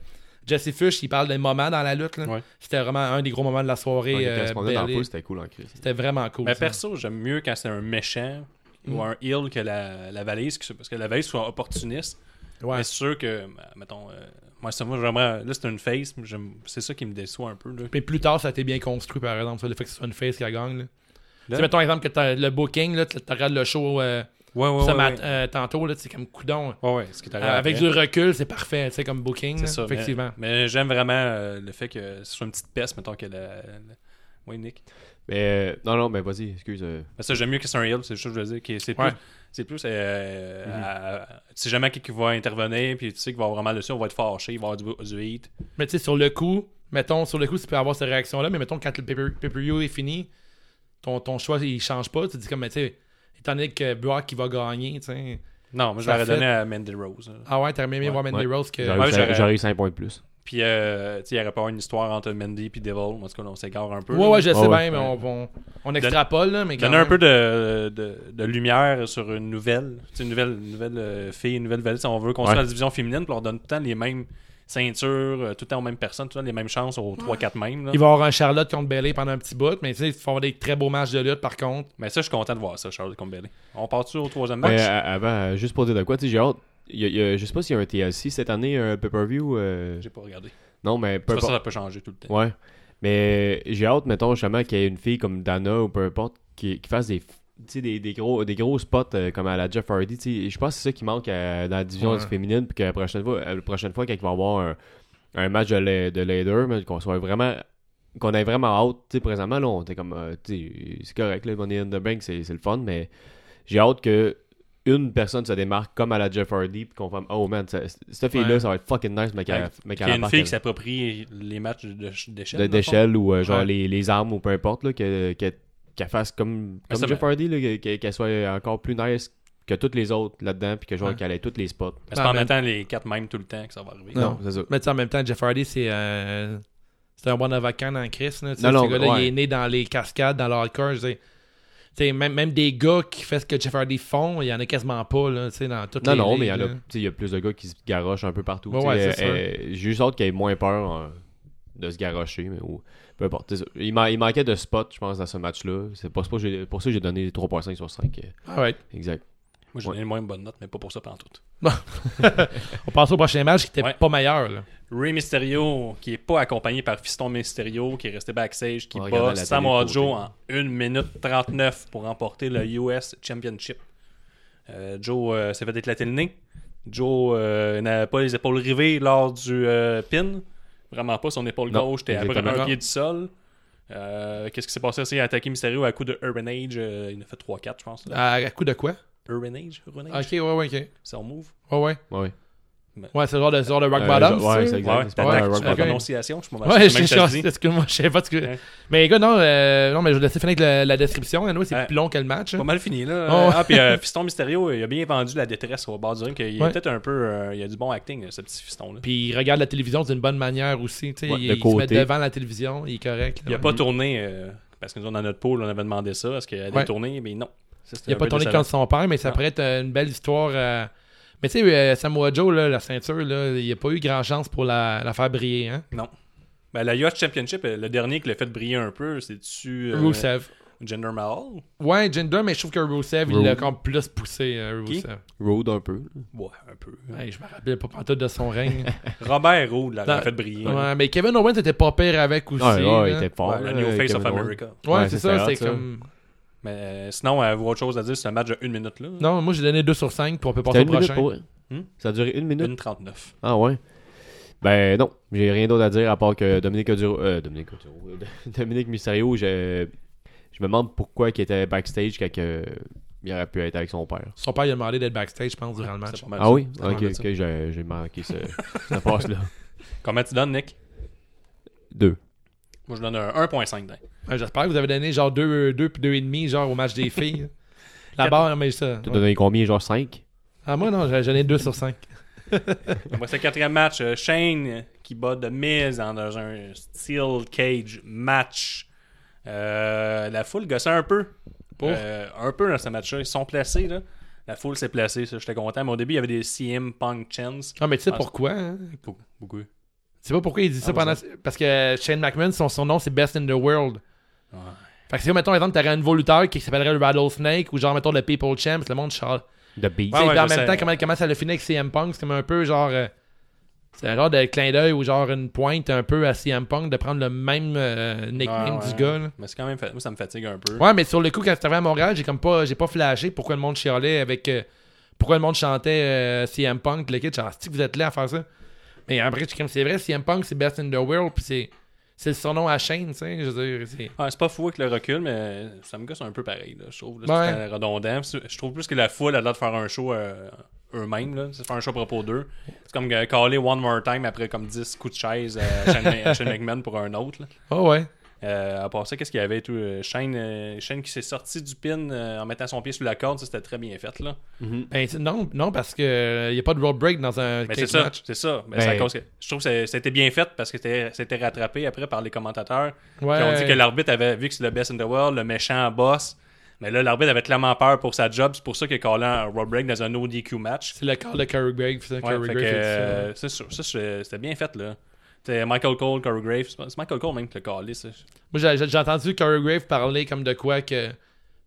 Speaker 4: Jesse Fuchs, il parle d'un moment dans la lutte. là.
Speaker 3: Ouais.
Speaker 4: C'était vraiment un des gros moments de la soirée.
Speaker 5: Ouais, les
Speaker 4: euh,
Speaker 5: correspondants dans
Speaker 4: Bailey.
Speaker 5: le peu, c'était cool en crise.
Speaker 4: C'était vraiment cool.
Speaker 3: Mais
Speaker 4: ça.
Speaker 3: Ben, perso, j'aime mieux quand c'est un méchant ou un heel que la, la valise, qui se- parce que la valise soit opportuniste.
Speaker 4: Ouais.
Speaker 3: Mais c'est sûr que, mettons, euh, moi, c'est moi, vraiment, là, c'est une face, mais j'aime- c'est ça qui me déçoit un peu. Là.
Speaker 4: Mais plus tard, ça a été bien construit, par exemple, ça, le fait que ce soit une face qui la gagne. Là. Tu sais,
Speaker 3: Là-
Speaker 4: mettons exemple que t'as le booking, là, tu tu regardes le show euh,
Speaker 3: Ouais, ouais,
Speaker 4: ce
Speaker 3: ouais,
Speaker 4: mat-
Speaker 3: ouais.
Speaker 4: euh, tantôt, là, c'est comme coudon.
Speaker 3: Ouais, ouais, ce qui t'arrive
Speaker 4: Euh, avec
Speaker 3: après.
Speaker 4: du recul, c'est parfait, tu sais, comme booking.
Speaker 3: C'est
Speaker 4: là,
Speaker 3: ça, mais-
Speaker 4: effectivement.
Speaker 3: Mais, j'aime vraiment euh, le fait que ce soit une petite peste, mettons, que la. la- Oui, Nick.
Speaker 5: Mais euh, non, non, mais vas-y, excuse. euh,
Speaker 3: Mais ça, j'aime mieux que c'est un heel, c'est juste que je veux dire. que C'est plus.
Speaker 4: Ouais.
Speaker 3: C'est plus. euh, à- si jamais quelqu'un va intervenir, puis tu sais qu'il va avoir vraiment dessus, on va être fâché, il va y avoir du, du hate.
Speaker 4: Mais tu sais, sur le coup, mettons, sur le coup, tu peux avoir cette réaction-là, mais mettons, quand le pay-per- pay-per-view est fini, ton, ton choix, il change pas. Tu te dis comme, mais tu sais, étant donné que Brock, il va gagner, tu sais.
Speaker 3: Non, moi, je
Speaker 4: Ça
Speaker 3: l'aurais
Speaker 4: fait-
Speaker 3: donné à Mandy Rose. hein.
Speaker 4: Ah ouais, t'aurais aimé
Speaker 3: Ouais,
Speaker 4: voir Mandy
Speaker 5: ouais.
Speaker 4: Rose que.
Speaker 5: J'aurais
Speaker 3: Ouais,
Speaker 5: eu
Speaker 3: j'aurais-
Speaker 5: cinq- j'aurais eu 5 points de plus.
Speaker 3: Puis, euh, tu sais, il y aurait pas eu une histoire entre Mandy et Devil. En tout cas, là, on s'égare un peu. Ah
Speaker 4: Ouais, ouais, je sais
Speaker 5: Ouais, ouais.
Speaker 4: bien, mais on, on, on extrapole, là, mais quand
Speaker 3: Donner un
Speaker 4: même.
Speaker 3: peu de, de, de lumière sur une nouvelle, tu sais, une nouvelle, une nouvelle euh, fille, une nouvelle valise. Si on veut construire
Speaker 5: Ouais.
Speaker 3: la division féminine, puis on leur donne tout le temps les mêmes ceintures, euh, tout le temps aux mêmes personnes, tout le temps les mêmes chances aux 3-4 mêmes. là.
Speaker 4: Il va y avoir un Charlotte contre Bailey pendant un petit bout, mais tu sais, ils font des très beaux matchs de lutte par contre.
Speaker 3: Mais ça, je suis content de voir ça, Charles Combelé. On part-tu au troisième
Speaker 5: Mais
Speaker 3: match?
Speaker 5: euh, avant, euh, juste pour dire de quoi, tu sais, j'ai hâte. il y a- il y a- je sais pas s'il y a un TLC cette année, un pay-per-view. euh,
Speaker 3: J'ai pas regardé.
Speaker 5: Non, mais peu
Speaker 3: Ça, ça,
Speaker 5: importe.
Speaker 3: ça peut changer tout le temps.
Speaker 5: Ouais. Mais j'ai hâte, mettons, justement, qu'il y ait une fille comme Dana ou peu importe qui, qui fasse des, f- tu sais, des, des gros, des gros spots euh, comme à la Jeff Hardy. tu sais. Je pense que c'est ça qui manque à- dans la division
Speaker 4: Ouais.
Speaker 5: du féminine. Puis que la prochaine fois, euh, la prochaine fois quand il va y avoir un, un match de, la- de ladder, mais qu'on soit vraiment. Qu'on ait vraiment hâte, tu sais, présentement, là, on était comme. euh, tu sais, c'est correct, le Money in the Bank, c'est c'est le fun, mais j'ai hâte que une personne se démarque comme à la Jeff Hardy, puis qu'on fasse Oh man, ça- cette fille-là,
Speaker 4: Ouais.
Speaker 5: ça va être fucking nice, mais qu'elle
Speaker 3: Ouais.
Speaker 5: mais
Speaker 3: Il
Speaker 5: qu'elle
Speaker 3: y a une
Speaker 5: embarque
Speaker 3: fille
Speaker 5: elle-
Speaker 3: qui s'approprie les matchs de- d'échelle.
Speaker 5: de-
Speaker 3: dans le fond.
Speaker 5: d'échelle ou euh, genre
Speaker 4: Ouais.
Speaker 5: les, les armes ou peu importe, là, que- que- qu'elle fasse comme,
Speaker 3: Mais ça
Speaker 5: comme Jeff
Speaker 3: va.
Speaker 5: Hardy, là, que- que- qu'elle soit encore plus nice que toutes les autres là-dedans, puis que genre
Speaker 4: Ouais.
Speaker 5: qu'elle ait tous les spots.
Speaker 3: Mais c'est pas en
Speaker 4: Ah,
Speaker 3: mettant les 4 mêmes tout le temps que ça va arriver.
Speaker 4: Non.
Speaker 5: c'est ça.
Speaker 4: Mais tu sais, en même temps, Jeff Hardy, c'est euh, c'est un bon avocat en Chris. Là, tu sais,
Speaker 5: Non, non,
Speaker 4: ce gars-là, il
Speaker 5: ouais.
Speaker 4: est né dans les cascades, dans l'hardcore. je veux dire. Tu sais, Même, même des gars qui font ce que Jeff Hardy font, il y en a quasiment pas là, tu sais, dans toutes
Speaker 5: Non,
Speaker 4: les
Speaker 5: non,
Speaker 4: ligues,
Speaker 5: mais il y, en a,
Speaker 4: là.
Speaker 5: tu sais, il y a plus de gars qui se garochent un peu partout.
Speaker 4: Ouais,
Speaker 5: tu sais,
Speaker 4: ouais, c'est
Speaker 5: euh, euh, J'ai juste hâte qu'elle ait moins peur. hein. de se garrocher, mais ou- peu importe. c'est ça. Il, ma- il manquait de spots, je pense, dans ce match-là. C'est pas- c'est pas que j'ai- pour ça que j'ai donné 3.5 sur 5. euh,
Speaker 4: Ah ouais.
Speaker 5: Exact.
Speaker 3: Moi, j'ai
Speaker 5: Ouais.
Speaker 3: donné le moins de bonnes notes, mais pas pour ça, pendant tout.
Speaker 4: On passe au prochain match qui était
Speaker 3: Ouais.
Speaker 4: pas meilleur. Là.
Speaker 3: Ray Mysterio, qui est pas accompagné par Fiston Mysterio, qui est resté backstage, qui
Speaker 5: On regardait
Speaker 3: bat
Speaker 5: la télé
Speaker 3: Samoa
Speaker 5: de côté.
Speaker 3: Joe en 1 minute 39 pour remporter le US Championship. Euh, Joe euh, s'est fait éclater le nez. Joe euh, n'avait pas les épaules rivées lors du euh, pin. Vraiment pas. Son épaule
Speaker 5: Non,
Speaker 3: gauche était à peu
Speaker 5: exactement.
Speaker 3: près un
Speaker 4: Non.
Speaker 3: pied du sol. Euh, Qu'est-ce qui s'est passé? Il a attaqué Mysterio à coup de Urban Age. euh, il en a fait 3-4, je
Speaker 5: Ah.
Speaker 3: pense. là.
Speaker 4: À, à coup de quoi
Speaker 3: Urban Age? Urban Age?
Speaker 4: Ok, ouais, ouais, ok.
Speaker 3: C'est son move?
Speaker 4: Ouais, ouais.
Speaker 5: Ouais, Ouais.
Speaker 4: Ouais, c'est le genre de, ce genre de rock
Speaker 5: Euh,
Speaker 4: bottom.
Speaker 5: genre- ouais,
Speaker 4: c'est ça?
Speaker 5: c'est exact.
Speaker 3: Ouais,
Speaker 5: pas mal
Speaker 3: t'attaques
Speaker 5: un rock
Speaker 3: sur la
Speaker 5: bottom.
Speaker 3: prononciation, je suis pas mal
Speaker 4: Ouais,
Speaker 3: sûr
Speaker 4: je
Speaker 3: que ça se
Speaker 4: suis
Speaker 3: dit.
Speaker 4: Excuse-moi, je sais pas ce que.
Speaker 3: Ouais.
Speaker 4: Mais les gars, non, euh, non, mais je vais laisser finir avec la, la description. Anyway, c'est
Speaker 3: Ouais.
Speaker 4: plus long que le match. hein.
Speaker 3: Pas mal fini, là.
Speaker 4: (laughs) Oh.
Speaker 3: Ah, puis euh, Fiston Mysterio, il a bien vendu la détresse au bord du ring. Il
Speaker 4: Ouais.
Speaker 3: est peut-être un peu. euh, il a du bon acting, ce petit fiston-là.
Speaker 4: Puis il regarde la télévision d'une bonne manière aussi. tu sais
Speaker 5: Ouais,
Speaker 4: il
Speaker 5: de
Speaker 4: il se met
Speaker 5: côté.
Speaker 4: devant la télévision, il est correct. là.
Speaker 3: Il a pas tourné, euh, parce que nous, dans notre pool, on avait demandé ça. Est-ce qu'il allait
Speaker 4: Ouais.
Speaker 3: tourner Mais non. Ça, c'était
Speaker 4: Il a
Speaker 3: un
Speaker 4: pas
Speaker 3: peu
Speaker 4: tourné
Speaker 3: décevant.
Speaker 4: contre son père, mais ça
Speaker 3: Non.
Speaker 4: pourrait être une belle histoire. euh, Mais tu sais, euh, Samoa Joe, là, la ceinture, là, il a pas eu grand chance pour la, la faire briller. Hein?
Speaker 3: Non. Ben, la Yacht Championship, euh, le dernier qui l'a fait briller un peu, c'est-tu. euh,
Speaker 4: Rusev.
Speaker 3: Jinder Mahal
Speaker 4: Ouais, Jinder, mais je trouve que Rusev, il
Speaker 5: Ru-
Speaker 4: l'a encore plus poussé, euh,
Speaker 3: Qui?
Speaker 4: Rusev.
Speaker 5: Road un peu.
Speaker 3: Ouais, un peu.
Speaker 4: Hey, je me rappelle pas pantoute de son
Speaker 3: (laughs)
Speaker 4: règne.
Speaker 3: Robert Roode l'a
Speaker 4: Dans-
Speaker 3: fait briller.
Speaker 4: ouais, mais Kevin Owens était pas pire avec aussi.
Speaker 5: Ouais, ouais, il
Speaker 4: là.
Speaker 5: était fort.
Speaker 3: Ouais, le
Speaker 5: là,
Speaker 3: New
Speaker 4: euh,
Speaker 3: Face of
Speaker 5: Kevin Owens.
Speaker 3: America.
Speaker 4: Ouais,
Speaker 5: Ouais,
Speaker 4: c'est
Speaker 5: c'est
Speaker 4: ça,
Speaker 5: hot,
Speaker 4: c'est
Speaker 5: ça.
Speaker 4: comme...
Speaker 3: Mais euh, sinon, avez-vous autre chose à dire sur le match de 1 minute, là
Speaker 4: Non, moi j'ai donné 2 sur 5, puis on peut passer
Speaker 5: C'était
Speaker 4: au
Speaker 5: une minute
Speaker 4: prochain.
Speaker 5: pour
Speaker 3: Hmm?
Speaker 5: Ça a duré une minute.
Speaker 3: 1 39.
Speaker 5: Ah ouais? Ben non, j'ai rien d'autre à dire à part
Speaker 3: Hmm.
Speaker 5: que Dominique Oduro, euh, Dominique Oduro, (laughs) Dominique Mysterio, je, je me demande pourquoi il était backstage quand que il aurait pu être avec son père.
Speaker 4: Son père il a demandé d'être backstage, je pense, durant le match.
Speaker 3: C'est pas mal
Speaker 5: Ah
Speaker 3: ça.
Speaker 5: oui?
Speaker 3: C'est pas
Speaker 5: Ok,
Speaker 3: mal ça.
Speaker 5: ok, j'ai j'ai
Speaker 3: (laughs)
Speaker 5: manqué ce, cette passe-là.
Speaker 3: Comment tu donnes, Nick
Speaker 5: Deux.
Speaker 3: Moi, je donne un 1.5 d'un.
Speaker 4: Ouais, J'espère que vous avez donné genre 2 deux, puis 2,5 genre au (laughs) match des filles. hein. la barre, mais ça.
Speaker 5: T'as donné combien? Genre cinq?
Speaker 4: Ah, moi non, j'en ai 2 sur 5.
Speaker 3: Moi, c'est le quatrième match. Euh, Shane qui bat de mise dans un steel cage match. Euh, la foule gossait un peu.
Speaker 4: Pour?
Speaker 3: Euh, un peu dans ce match-là. Ils sont placés. Là. La foule s'est placée. ça, J'étais content. Mais au début, il y avait des CM Punk Chance.
Speaker 4: Ah, mais tu sais
Speaker 3: Ah,
Speaker 4: pourquoi? hein?
Speaker 3: Beaucoup.
Speaker 4: Tu sais pas pourquoi il dit ça pendant. Parce que Shane McMahon, son, son nom, c'est Best in the World. Fait que si, mettons, par exemple, t'aurais un nouveau lutteur qui s'appellerait le Rattlesnake ou genre, mettons, le People Champ, le monde charle.
Speaker 5: The Beast.
Speaker 3: Ouais,
Speaker 4: Tu sais, puis en
Speaker 3: je
Speaker 4: même
Speaker 3: sais.
Speaker 4: temps, comment, comment ça le finit avec CM Punk, c'est comme un peu genre. euh, c'est un genre de clin d'œil ou genre une pointe un peu à CM Punk de prendre le même euh, nickname
Speaker 3: Ouais, ouais.
Speaker 4: du gars. là.
Speaker 3: Mais c'est quand même. fa- Moi, ça me fatigue un peu.
Speaker 4: Ouais, mais sur le coup, quand c'était arrivé à Montréal, j'ai comme pas, j'ai pas flashé pourquoi le monde chialait avec. euh, pourquoi le monde chantait euh, CM Punk, le kid. Genre, si vous êtes là à faire ça. Mais après, je suis comme, c'est vrai, CM Punk, c'est Best in the World, puis c'est. C'est le surnom à Shane, tu sais. Je veux dire, c'est.
Speaker 3: Ah, c'est pas fou avec le recul, mais ça me gosse un peu pareil. là, je trouve là,
Speaker 4: Ouais.
Speaker 3: c'est très redondant. Je trouve plus que la foule a l'air de faire un show euh, eux-mêmes. là. C'est faire un show à propos d'eux. C'est comme euh, caller One More Time après comme 10 coups de chaise à Shane, à Shane McMahon pour un autre. là.
Speaker 4: Oh ouais.
Speaker 3: Euh, à part ça, qu'est-ce qu'il y avait tout euh, Shane, euh, Shane qui s'est sorti du pin euh, en mettant son pied sur la corde, ça c'était très bien fait. là.
Speaker 4: Ben, c'est- non, non, parce que il n'y a pas de road break dans un
Speaker 3: Mais
Speaker 4: cage
Speaker 3: c'est ça,
Speaker 4: match.
Speaker 3: c'est ça. Mais
Speaker 5: Ben-
Speaker 3: c'est à cause que- je trouve que c'est- c'était bien fait parce que c'était c'était rattrapé après par les commentateurs.
Speaker 4: Ouais.
Speaker 3: Qui ont dit que l'arbitre avait vu que c'est le best in the world, le méchant boss. Mais là, l'arbitre avait clairement peur pour sa job. C'est pour ça qu'il a callé un road break dans un ODQ match.
Speaker 4: C'est le corps de Curry Break, ça.
Speaker 3: Ouais,
Speaker 4: Curry
Speaker 3: fait que,
Speaker 4: Break,
Speaker 3: euh, c'est sûr, ça, c'est- c'était bien fait, là. C'était Michael Cole, Corey Graves. C'est pas- c'est Michael Cole même qui l'a callé, ça.
Speaker 4: Moi, j'ai- j'ai j'ai entendu Corey Grave parler comme de quoi que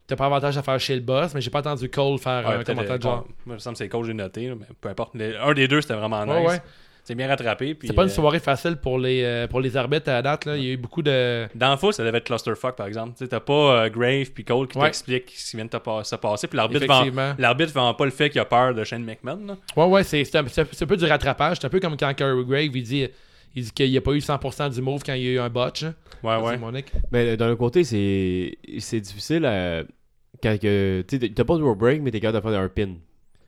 Speaker 4: t'as pas avantage à faire chez le boss, mais j'ai pas entendu Cole faire
Speaker 3: Ouais,
Speaker 4: un
Speaker 3: peut-être,
Speaker 4: commentaire
Speaker 3: euh,
Speaker 4: de genre.
Speaker 3: Cole. Moi, il me semble que c'est Cole, j'ai noté, là, mais peu importe. Les- un des deux, c'était vraiment
Speaker 4: Ouais,
Speaker 3: nice.
Speaker 4: ouais.
Speaker 3: C'est bien rattrapé. Puis,
Speaker 4: C'est pas une
Speaker 3: euh,
Speaker 4: soirée facile pour les, euh, pour les arbitres à date. Là. Il y a eu beaucoup de.
Speaker 3: Dans le fou, ça devait être Clusterfuck, par exemple. Tu sais, T'as pas euh, Grave puis Cole qui
Speaker 4: Ouais.
Speaker 3: t'explique ce qui vient de te pas- se passer. Puis l'arbitre
Speaker 4: Effectivement.
Speaker 3: vend, l'arbitre vend pas le fait qu'il a peur de Shane McMahon. là.
Speaker 4: Ouais, ouais, c'est c'est un, c'est- c'est un peu du rattrapage. C'est un peu comme quand Curry Grave, il dit. Il dit qu'il n'y a pas eu 100% du move quand il y a eu un botch. hein.
Speaker 3: Ouais, Ah ouais.
Speaker 4: C'est mon nick.
Speaker 5: Mais euh, d'un autre côté, c'est c'est difficile à... Quand que... tu sais, T'as pas de road break, mais t'es capable de faire un pin.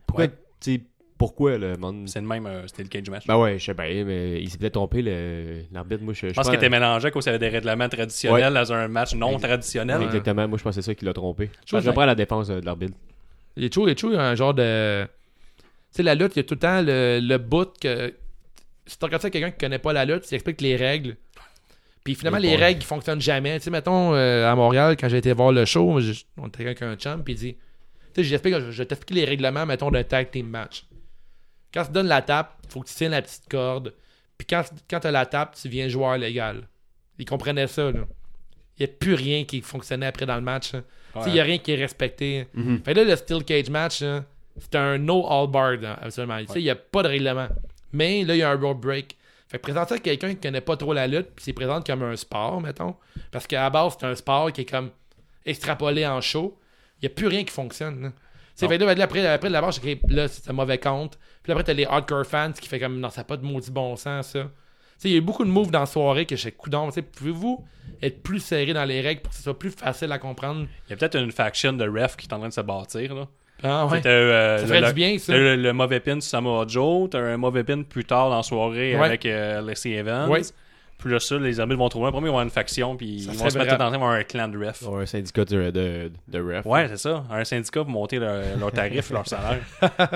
Speaker 5: Pourquoi,
Speaker 3: Ouais.
Speaker 5: tu sais, pourquoi, là? man?
Speaker 3: C'est le même, euh, c'était le cage match.
Speaker 5: Ben ouais, je sais pas, mais il s'est peut-être trompé, le- l'arbitre, moi, je
Speaker 3: Je pense qu'il était mélangé parce qu'il y avait des règlements traditionnels dans un match non
Speaker 4: hein.
Speaker 3: traditionnel.
Speaker 5: Exactement, moi je pense que c'est ça qui l'a trompé. Bah, Je,
Speaker 4: Chose-
Speaker 5: prends la défense euh, de l'arbitre.
Speaker 4: Il est toujours, il est toujours un genre de. Tu sais, la lutte, il y a tout le temps le, le bout que. Si tu regardes ça à quelqu'un qui connaît pas la lutte, tu lui expliques les règles. Puis finalement,
Speaker 5: Mais
Speaker 4: les
Speaker 5: bon.
Speaker 4: règles, ils fonctionnent jamais. Tu sais, mettons, euh, à Montréal, quand j'ai été voir le show, moi, j'ai- on était avec un chum, puis il dit. Tu sais, j'explique, je, je t'explique les règlements, mettons, d'un tag team match. Quand tu donnes la tape, faut que tu tiennes la petite corde. Puis quand, quand t'as la tape, tu viens joueur légal. Ils comprenaient ça, là. Il n'y a plus rien qui fonctionnait après dans le match. là. Tu sais, Il n'y a rien qui est respecté. Fait que là, le Steel Cage match, là, c'est un no all barred, là, absolument. Tu sais, Il n'y a pas de règlement. Mais là, il y a un road break. Fait que présenter ça à quelqu'un qui connaît pas trop la lutte, puis s'y présente comme un sport, mettons. Parce qu'à la base, c'est un sport qui est comme extrapolé en show. Il n'y a plus rien qui fonctionne. là. Tu sais, fait que là, après, après la barre, c'est que là, c'est un mauvais compte. Puis après, t'as les hardcore fans qui fait comme, non, ça n'a pas de maudit bon sens, ça. Tu sais, il y a eu beaucoup de moves dans la soirée que j'ai coudon. Tu sais, pouvez-vous être plus serré dans les règles pour que ce soit plus facile à comprendre?
Speaker 3: Il y a peut-être une faction de ref qui est en train de se bâtir. Là.
Speaker 4: Ah ouais.
Speaker 3: T'as, euh,
Speaker 4: Ça
Speaker 3: le-
Speaker 4: ferait
Speaker 3: le,
Speaker 4: du bien, ça.
Speaker 3: t'as Le, le mauvais pin sur Samoa Joe, t'as un mauvais pin plus tard dans la soirée
Speaker 4: Ouais.
Speaker 3: avec euh, Lacey Evans.
Speaker 4: Ouais.
Speaker 3: Puis là, ça, les amis vont trouver un premier, ils vont avoir une faction, puis
Speaker 4: Ça
Speaker 3: ils
Speaker 4: serait
Speaker 3: vont se mettre
Speaker 4: vrai.
Speaker 3: tous ensemble à un clan de ref.
Speaker 5: Ou un syndicat de, de, de ref.
Speaker 3: Ouais, c'est ça. Un syndicat pour monter leur, leur tarif, leur
Speaker 4: (laughs)
Speaker 3: salaire.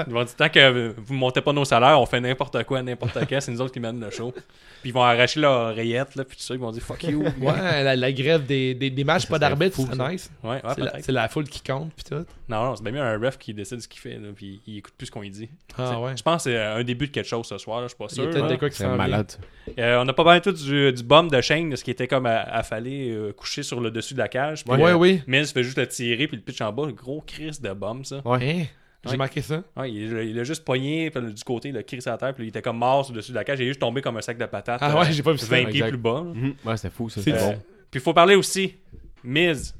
Speaker 3: Ils vont dire tant que vous montez pas nos salaires, on fait n'importe quoi, n'importe quand, c'est nous autres qui mènent le show. Puis ils vont arracher leur oreillette, là, puis tout ça, ils vont dire fuck you.
Speaker 4: Ouais, la, la grève des, des, des matchs, pas d'arbitre, c'est nice.
Speaker 3: Ouais, ouais,
Speaker 5: Ah,
Speaker 4: C'est la-
Speaker 3: peut-être.
Speaker 4: c'est la foule qui compte, pis tout.
Speaker 3: Non, non, c'est bien mieux un ref qui décide ce qu'il fait, là, puis il écoute plus ce qu'on lui dit.
Speaker 4: Ah ouais.
Speaker 3: Je pense que c'est euh, un début de quelque chose ce soir, là, je suis pas
Speaker 4: Il y a
Speaker 3: sûr.
Speaker 4: peut-être
Speaker 3: là.
Speaker 4: de quoi qui
Speaker 5: C'est
Speaker 4: s'en vient.
Speaker 5: malade.
Speaker 3: Euh, on a pas parlé tout du, du bomb de Shane, de ce qui était comme a- affalé, euh, couché sur le dessus de la cage. Puis,
Speaker 4: Ouais,
Speaker 3: euh,
Speaker 4: oui.
Speaker 3: Miz fait juste le tirer, puis le pitch en bas, le gros Chris de bomb, ça.
Speaker 5: Ouais.
Speaker 4: Hein? J'ai
Speaker 3: Ouais.
Speaker 4: marqué ça.
Speaker 3: Ouais, il, il a juste pogné puis du côté, il a crié sa terre, puis il était comme mort sur le dessus de la cage. Il est juste tombé comme un sac de patates.
Speaker 4: Ah
Speaker 3: euh,
Speaker 4: ouais, j'ai pas vu ça.
Speaker 3: 20 pieds
Speaker 5: exact.
Speaker 3: plus bas. là.
Speaker 5: Mhm. Ouais, c'est fou, ça.
Speaker 4: C'est
Speaker 5: C'est
Speaker 3: Euh,
Speaker 5: bon.
Speaker 3: Puis il faut parler aussi. Miz.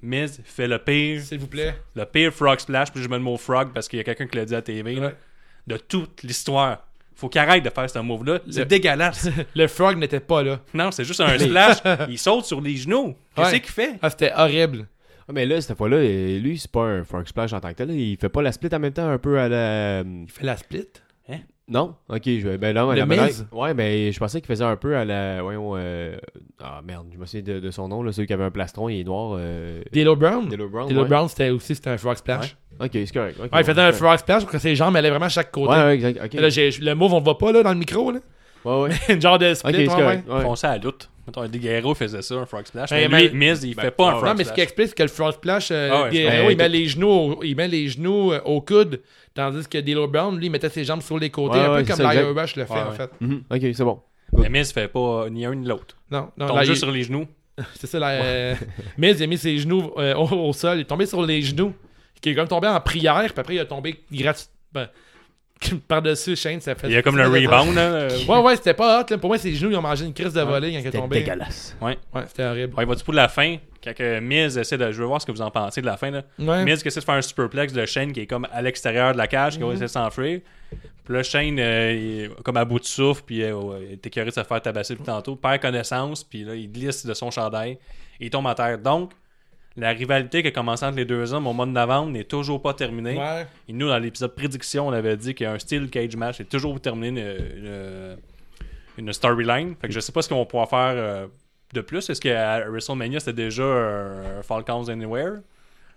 Speaker 3: Miz fait le pire,
Speaker 4: S'il vous plaît.
Speaker 3: le pire frog splash. Puis je mets le mot frog parce qu'il y a quelqu'un qui l'a dit à TV. là,
Speaker 4: Ouais.
Speaker 3: de toute l'histoire. Faut qu'il arrête de faire ce move-là. C'est
Speaker 4: Le-
Speaker 5: (laughs)
Speaker 3: dégueulasse.
Speaker 4: Le frog n'était pas là.
Speaker 3: non, c'est
Speaker 4: (laughs)
Speaker 3: juste un splash. Il saute sur les genoux. Qu'est-ce
Speaker 4: Ouais.
Speaker 3: qu'il fait?
Speaker 4: Ah, c'était horrible.
Speaker 5: Ah, mais là, cette fois-là, euh, lui, c'est pas un Fork Splash en tant que tel. Il fait pas la split en même temps, un peu à la.
Speaker 4: Il fait la split.
Speaker 5: Non? Ok, je... ben non, à
Speaker 4: Le
Speaker 5: la manière-
Speaker 4: Miz?
Speaker 5: Ouais, ben je pensais qu'il faisait un peu à la. Voyons. euh, Ah merde, je me souviens de, de son nom, là, celui qui avait un plastron, il est noir. Euh...
Speaker 4: Dilo Brown.
Speaker 5: Delo Brown.
Speaker 4: Dilo
Speaker 5: ouais.
Speaker 4: Hmm. Brown, c'était aussi c'était un frog splash.
Speaker 5: Ok, c'est correct. ok,
Speaker 4: Ouais, il faisait
Speaker 5: ouais,
Speaker 4: un
Speaker 5: c'est
Speaker 4: frog splash pour que ses jambes allaient vraiment à chaque côté.
Speaker 5: correct. Ouais, ouais, exact. ok.
Speaker 4: Et Là, j'ai- le move, on le voit pas là, dans le micro. Là. (laughs)
Speaker 5: Ouais, ouais.
Speaker 4: Une genre de
Speaker 5: Ok,
Speaker 4: split.
Speaker 5: c'est
Speaker 4: ouais, ouais.
Speaker 5: correct. ouais.
Speaker 3: Fonçait à la lutte. Mettons, Eddie Guerrero faisait ça, un frog splash.
Speaker 4: Ben,
Speaker 3: mais lui,
Speaker 4: mais-
Speaker 3: Miz, il fait pas un
Speaker 5: non,
Speaker 3: frog
Speaker 4: non, mais ce
Speaker 3: splash.
Speaker 4: qui explique, c'est que le frog splash, euh,
Speaker 3: Ah ouais,
Speaker 4: Guerrero,
Speaker 5: ouais,
Speaker 4: il, met
Speaker 5: ouais.
Speaker 4: les genoux au, il met les genoux euh, au coude, tandis que Dilo Brown, lui, il mettait ses jambes sur les côtés,
Speaker 5: Ouais,
Speaker 4: un
Speaker 5: ouais,
Speaker 4: peu
Speaker 5: c'est
Speaker 4: comme
Speaker 5: ça, exact.
Speaker 4: l'Iron Rush le fait,
Speaker 3: Ouais,
Speaker 4: en
Speaker 3: ouais.
Speaker 4: fait.
Speaker 5: Mhm, Ok, c'est bon.
Speaker 3: Mais Miz fait pas ni un ni l'autre.
Speaker 4: Non, non,
Speaker 3: Tombe
Speaker 4: là,
Speaker 3: juste
Speaker 4: il-
Speaker 3: sur les genoux.
Speaker 4: c'est ça, là, euh, (laughs) Miz, il a mis ses genoux euh, au, au sol, il est tombé sur les genoux, qui est comme tombé en prière, puis après, il a tombé gratuit. ben, (laughs) par-dessus Shane, ça fait.
Speaker 3: Il y a comme le
Speaker 4: ça fait-
Speaker 3: rebound. là, euh,
Speaker 4: Ouais, ouais, c'était pas hot, là. Pour moi, ses genoux, ils ont mangé une crise de volée quand il est
Speaker 5: C'était
Speaker 4: tombé.
Speaker 5: dégueulasse.
Speaker 4: Ouais, c'était horrible.
Speaker 3: Ouais, il va-tu pour la fin? Quand que Miz essaie de. Je veux voir ce que vous en pensez de la fin. Là.
Speaker 4: Ouais.
Speaker 3: Miz qui essaie de faire un superplex de Shane qui est comme à l'extérieur de la cage, qui va essayer de s'enfuir. Puis là, Shane, euh, il est comme à bout de souffle, puis euh, ouais, il est écœuré de se faire tabasser depuis tantôt. Perd connaissance, puis là, il glisse de son chandail. Et il tombe à terre. Donc, la rivalité qui a commencé entre les deux hommes au mois de novembre n'est toujours pas terminée.
Speaker 4: Ouais.
Speaker 3: Et nous, dans l'épisode prédiction, on avait dit qu'un style cage match est toujours terminé une, une- une storyline. Fait que je sais pas ce qu'on va pouvoir faire euh, de plus. Est-ce qu'à WrestleMania, c'était déjà euh, Falcons Anywhere?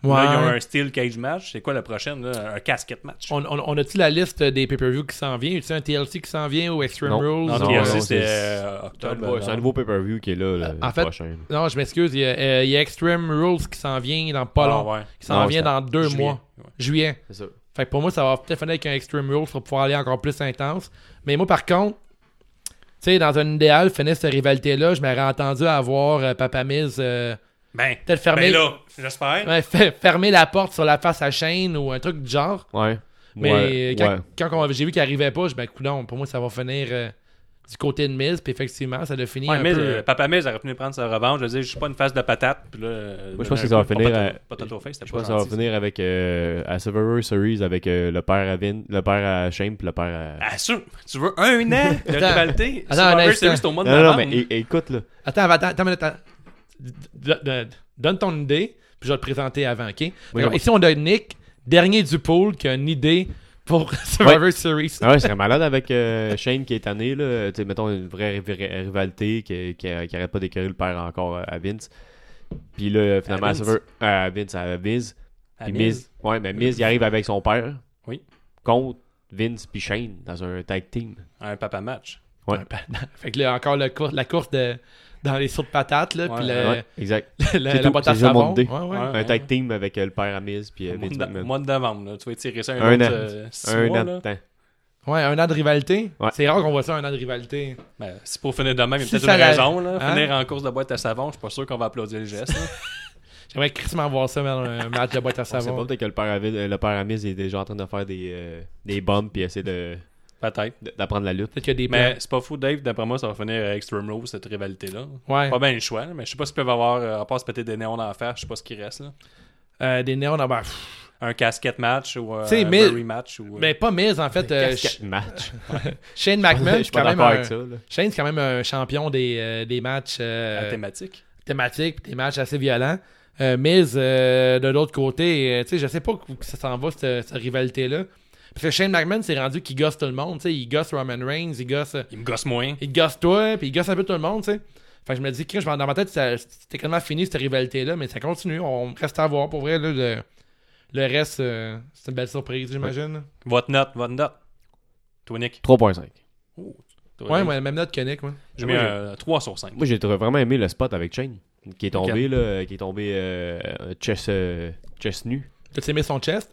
Speaker 3: Là, il y a un steel cage match. C'est quoi la prochaine? là? Un casket match.
Speaker 4: On, on- on a-tu la liste des pay-per-view qui s'en vient? Y a un TLC qui s'en vient ou Extreme
Speaker 5: Non.
Speaker 4: Rules?
Speaker 3: Non,
Speaker 5: Non,
Speaker 3: TLC,
Speaker 5: non,
Speaker 3: c'était
Speaker 5: c'est-
Speaker 3: euh,
Speaker 5: C'est un
Speaker 3: octobre.
Speaker 5: nouveau-
Speaker 3: non.
Speaker 5: c'est un nouveau pay-per-view qui est là, là,
Speaker 4: en
Speaker 5: le
Speaker 4: fait,
Speaker 5: prochain.
Speaker 4: Non, je m'excuse. Il y, a, euh, il y a Extreme Rules qui s'en vient dans pas
Speaker 3: Ah,
Speaker 4: long.
Speaker 3: ouais.
Speaker 4: Qui s'en
Speaker 5: Non,
Speaker 4: vient
Speaker 5: c'est
Speaker 4: dans deux
Speaker 3: Juillet,
Speaker 4: mois.
Speaker 3: ouais.
Speaker 4: Juillet.
Speaker 5: C'est ça.
Speaker 4: Fait que pour moi, ça va peut-être finir avec un Extreme Rules pour pouvoir aller encore plus intense. Mais moi, par contre, tu sais, dans un idéal, finir cette rivalité-là, je m'aurais entendu avoir euh, Papa Miz euh,
Speaker 3: Ben,
Speaker 4: peut-être fermer,
Speaker 3: ben là, j'espère.
Speaker 4: ouais, (laughs) fe- fermer la porte sur la face à chaîne ou un truc du genre.
Speaker 5: Ouais.
Speaker 4: Mais euh,
Speaker 5: Ouais,
Speaker 4: quand,
Speaker 5: ouais.
Speaker 4: quand on- j'ai vu qu'il arrivait pas, je me dis, coudon, pour moi, ça va finir euh, du côté de Miz. Puis effectivement, ça l'a fini
Speaker 3: Ouais,
Speaker 4: un
Speaker 3: Miz,
Speaker 4: peu.
Speaker 3: euh, Papa Miz aurait venu prendre sa revanche. Je veux dire, je suis pas une face de patate. Puis là,
Speaker 5: Moi, je pense que ça va finir à-
Speaker 3: Pas face, c'était
Speaker 5: Je
Speaker 3: pas
Speaker 5: pense que ça va
Speaker 3: gentil,
Speaker 5: finir avec euh, à Survivor Series avec euh, le père à Vin, le père à Shane puis le père à.
Speaker 3: Ah, sûr. Tu veux
Speaker 4: (laughs)
Speaker 3: un an de
Speaker 4: Attends.
Speaker 3: rivalité?
Speaker 4: Attends, un
Speaker 3: Survivor
Speaker 4: instant.
Speaker 3: Series, c'est au mois de
Speaker 5: Non, Ah, non,
Speaker 3: novembre.
Speaker 5: mais é- écoute là.
Speaker 4: Attends, attends, attends, une minute, attends. D- d- d- Donne ton idée, puis je vais le présenter avant, OK? Alors,
Speaker 5: oui.
Speaker 4: ici, on a Nick, dernier du pool, qui a une idée pour (laughs) Survivor Series.
Speaker 5: Ah ouais, c'est malade avec euh, Shane qui est tanné là. Tu sais, mettons une vraie riv- rivalité qui, qui, qui arrête pas d'écœurer le père encore à Vince. Puis là, finalement,
Speaker 3: À
Speaker 5: à
Speaker 3: Vince.
Speaker 5: Survivor- à Vince, à Miz.
Speaker 3: À
Speaker 5: Puis
Speaker 3: Miz.
Speaker 5: Miz. Ouais, mais Miz, il arrive avec son père.
Speaker 3: Oui.
Speaker 5: Contre Vince puis Shane dans un tag team.
Speaker 3: Un papa match.
Speaker 5: Ouais.
Speaker 4: Fait que là, encore le cour- la course de, dans les sauts de patates, là,
Speaker 3: Ouais,
Speaker 4: puis le,
Speaker 5: Ouais, exact.
Speaker 4: (laughs) le- la,
Speaker 5: tout,
Speaker 4: boîte à
Speaker 5: c'est ça mon
Speaker 4: savon.
Speaker 5: idée.
Speaker 4: Ouais, ouais.
Speaker 3: Ouais.
Speaker 5: Un tag team avec euh, le père à Miz puis euh,
Speaker 3: Au mois
Speaker 5: Vince
Speaker 3: de-
Speaker 5: McMahon.
Speaker 3: mois de novembre, là. tu vas tirer ça un,
Speaker 5: Un
Speaker 3: autre,
Speaker 5: an.
Speaker 3: euh, six
Speaker 5: Un
Speaker 3: mois,
Speaker 5: an
Speaker 3: là.
Speaker 5: de temps.
Speaker 4: Ouais, un an de rivalité.
Speaker 5: Ouais.
Speaker 4: C'est rare qu'on voit ça, un an de rivalité.
Speaker 3: Ben, si pour finir de même, il y a
Speaker 4: Si
Speaker 3: peut-être
Speaker 4: ça
Speaker 3: une
Speaker 4: la-
Speaker 3: raison. Là.
Speaker 4: Hein?
Speaker 3: Finir en course de boîte à savon, je suis pas sûr qu'on va applaudir le geste.
Speaker 4: (laughs)
Speaker 3: là.
Speaker 4: J'aimerais crissement voir ça, man, un match de boîte à
Speaker 5: On sait pas,
Speaker 4: savon.
Speaker 5: peut-être que le père, Avis- euh, le père Amis est déjà en train de faire des, euh, des bombes puis essayer de-
Speaker 3: Peut-être.
Speaker 5: de- d'apprendre la lutte.
Speaker 4: Peut-être qu'il y a des
Speaker 3: Mais c'est pas fou, Dave. D'après moi, ça va finir à Extreme Rules, cette rivalité-là.
Speaker 4: plans. Ouais.
Speaker 3: Pas bien le choix, là, mais je sais pas s'ils peuvent avoir, euh, à part se péter des néons d'en face, je sais pas ce qui reste. Là.
Speaker 4: Euh, des néons dans ben, pff,
Speaker 3: Un casquette match ou euh,
Speaker 4: Tu sais,
Speaker 3: un
Speaker 4: mais-
Speaker 3: Murray match. Ou, euh,
Speaker 4: Ben, pas Miz, en
Speaker 5: (laughs)
Speaker 4: fait. euh,
Speaker 5: Casquette
Speaker 4: Sh-
Speaker 5: match.
Speaker 4: Shane McMahon,
Speaker 5: (laughs) Je
Speaker 4: c'est
Speaker 5: suis
Speaker 4: quand
Speaker 5: pas
Speaker 4: même
Speaker 5: d'accord
Speaker 4: un...
Speaker 5: avec ça. là.
Speaker 4: Shane, c'est quand même un champion des, euh, des matchs euh,
Speaker 5: Ah,
Speaker 3: la thématique.
Speaker 4: thématiques, pis des matchs assez violents. Euh, Miz, euh, de l'autre côté, euh, tu sais, je sais pas où ça s'en va, cette, cette rivalité-là. Parce que Shane McMahon s'est rendu qu'il gosse tout le monde, tu sais. Il gosse Roman Reigns, il gosse... euh,
Speaker 3: Il me gosse moins.
Speaker 4: il gosse toi, puis il gosse un peu tout le monde, tu sais. Fait que je me dis, Chris, je- dans ma tête, ça- c'était quasiment fini cette rivalité-là, mais ça continue. On reste à voir. Pour vrai, là, le, le reste, euh, c'est une belle surprise, j'imagine.
Speaker 3: Votre note, votre note. Toi, Nick.
Speaker 5: 3.5.
Speaker 3: Toi,
Speaker 4: Ouais,
Speaker 3: Dave.
Speaker 4: ouais, même note que Nick, moi.
Speaker 3: J'ai mis
Speaker 5: Moi,
Speaker 3: un 3 euh, sur 5.
Speaker 5: Moi, j'ai trouvé- vraiment aimé le spot avec Chain, qui est tombé,
Speaker 3: Ok.
Speaker 5: là, qui est tombé euh, euh, chest, euh, chest nu.
Speaker 4: T'as-tu aimé son chest?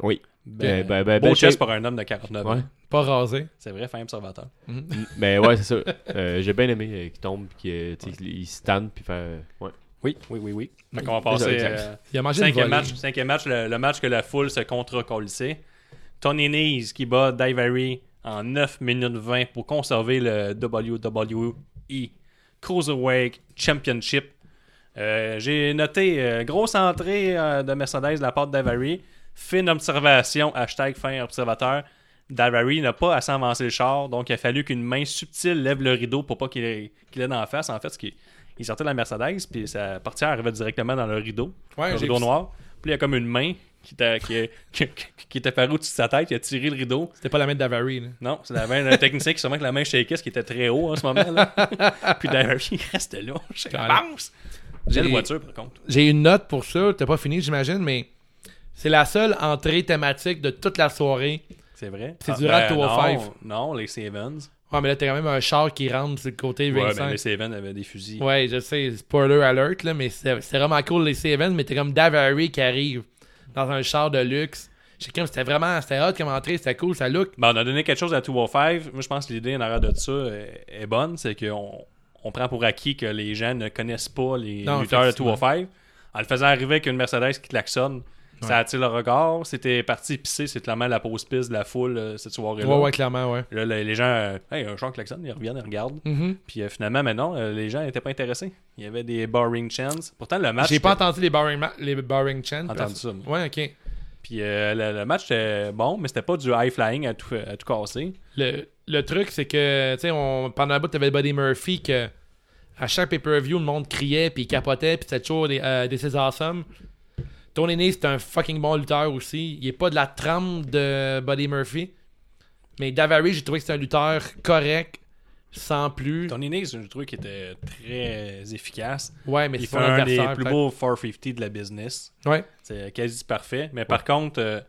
Speaker 5: Oui.
Speaker 3: Ben,
Speaker 5: Ben, ben, ben,
Speaker 3: beau
Speaker 5: ben,
Speaker 3: chest
Speaker 5: shape.
Speaker 3: pour un homme de 49
Speaker 5: Ouais.
Speaker 3: ans.
Speaker 4: Pas rasé.
Speaker 3: C'est vrai, fin observateur.
Speaker 5: Mais Ben, ouais, c'est ça. Euh, j'ai bien aimé euh, qu'il tombe, puis qu'il tu sais, il se tanne, puis faire. Ouais.
Speaker 3: Oui, oui, oui, oui. Fait qu'on va
Speaker 5: C'est ça,
Speaker 3: passer
Speaker 5: exact.
Speaker 3: euh,
Speaker 4: Il a mangé une
Speaker 3: cinquième
Speaker 4: volée.
Speaker 3: match, cinquième match le, le match que la foule se contre-colissait. Tony Nese qui bat Divery en 9 minutes 20 pour conserver le E. WWE Cruiserweight Championship. Euh, J'ai noté euh, grosse entrée euh, de merchandise de la part de Divery. Fine observation, hashtag fin observateur. Divery n'a pas à s'avancer le char, donc il a fallu qu'une main subtile lève le rideau pour pas qu'il ait, qu'il ait dans la face. En fait, ce qui il sortait de la Mercedes, puis sa portière arrivait directement dans le rideau,
Speaker 4: Ouais,
Speaker 3: le
Speaker 4: j'ai
Speaker 3: rideau
Speaker 4: vu ça.
Speaker 3: noir. Puis il y a comme une main qui t'a- qui, qui, qui est (laughs) apparue au-dessus de sa tête, qui a tiré le rideau.
Speaker 4: C'était pas la main d'Avary, là.
Speaker 3: Non, c'est la main d'un technicien qui sûrement que la main chez ce qui était très haut en ce moment.
Speaker 4: (laughs)
Speaker 3: là. puis d'ailleurs, il reste là. Je
Speaker 4: Carrément.
Speaker 3: pense. J'ai
Speaker 4: J'ai-
Speaker 3: une voiture, par contre.
Speaker 4: J'ai une note pour ça. T'as pas fini, j'imagine, mais c'est la seule entrée thématique de toute la soirée.
Speaker 3: C'est vrai.
Speaker 4: C'est du rat
Speaker 3: non,
Speaker 4: 205.
Speaker 3: Non, les Sevens.
Speaker 4: Ouais, mais là, t'as quand même un char qui rentre sur le côté
Speaker 3: Ouais,
Speaker 4: ringside.
Speaker 3: ben, les Sevens avaient des fusils.
Speaker 4: Ouais, je sais, spoiler alert, là, mais c'est c'est vraiment cool les Sevens, mais t'es comme Davary qui arrive dans un char de luxe. J'ai comme c'était vraiment, c'était hot comme entrée, c'était cool, ça look.
Speaker 3: Ben, on a donné quelque chose à 205. Moi, je pense que l'idée en arrière de ça est, est bonne. C'est qu'on on prend pour acquis que les gens ne connaissent pas les
Speaker 4: Non,
Speaker 3: lutteurs de
Speaker 4: effectivement.
Speaker 3: 205. En le faisant arriver avec une Mercedes qui klaxonne, ça attire le regard. C'était parti pisser, c'est clairement la pause piste de la foule euh, cette
Speaker 4: Ouais,
Speaker 3: soirée-là.
Speaker 4: ouais, clairement, ouais. Mm-hmm.
Speaker 3: Là, les, les gens, euh, hey, un chant klaxonne, ils reviennent, ils regardent. Puis euh, finalement, maintenant, les gens n'étaient pas intéressés. Il y avait des boring chants. Pourtant, le match.
Speaker 4: J'ai pas
Speaker 3: était-
Speaker 4: entendu les barring, ma- les barring chants.
Speaker 3: Ah, Entendu
Speaker 4: parce-
Speaker 3: ça, moi.
Speaker 4: Ouais, ok.
Speaker 3: Puis euh, le, le match était bon, mais c'était pas du high flying à tout, à tout casser.
Speaker 4: Le, le truc, c'est que, tu sais, on- pendant la bout, t'avais Buddy Murphy que à chaque pay-per-view, le monde criait, puis il capotait, puis c'était toujours des, euh, des César Somme. Tony Nese, c'est un fucking bon lutteur aussi. Il est pas de la trame de Buddy Murphy. Mais Davary, j'ai trouvé que c'est un lutteur correct, sans plus.
Speaker 3: Tony Nese, je trouve qu'il était très efficace.
Speaker 4: Ouais, mais
Speaker 3: Il fait
Speaker 4: c'est son
Speaker 3: un des
Speaker 4: adversaire.
Speaker 3: plus
Speaker 4: peut-être.
Speaker 3: beaux 450 de la business.
Speaker 4: Ouais.
Speaker 3: C'est quasi parfait. Mais par contre, euh,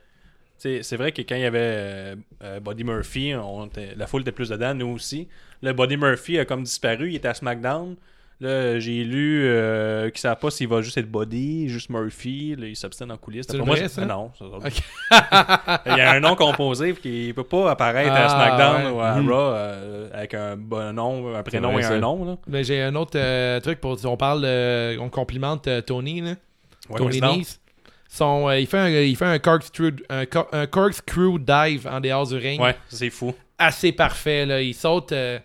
Speaker 3: t'sais, c'est vrai que quand il y avait euh, euh, Buddy Murphy, on était- la foule était plus dedans, nous aussi. Le Buddy Murphy a comme disparu, il était à SmackDown. Là, j'ai lu euh, qu'ils ne savent pas s'il va juste être Buddy, juste Murphy. Là, il s'obstine en coulisses.
Speaker 4: C'est
Speaker 3: D'après
Speaker 4: vrai, ça?
Speaker 3: Ah Non. c'est drôle. (laughs) il y a un nom composé qui ne peut pas apparaître à
Speaker 4: Ah,
Speaker 3: SmackDown
Speaker 4: ouais.
Speaker 3: ou à Raw euh, avec un, bon nom, un prénom
Speaker 5: vrai,
Speaker 3: et un
Speaker 5: ça.
Speaker 3: nom. Là.
Speaker 4: Mais j'ai un autre euh, truc pour on parle euh, on complimente euh, Tony là. Tony
Speaker 3: sinon-
Speaker 4: Nese. Son, euh, il fait un il fait un corkscrew un, cor- un corkscrew dive en dehors du ring.
Speaker 3: Ouais, c'est fou.
Speaker 4: Assez parfait là, il saute euh,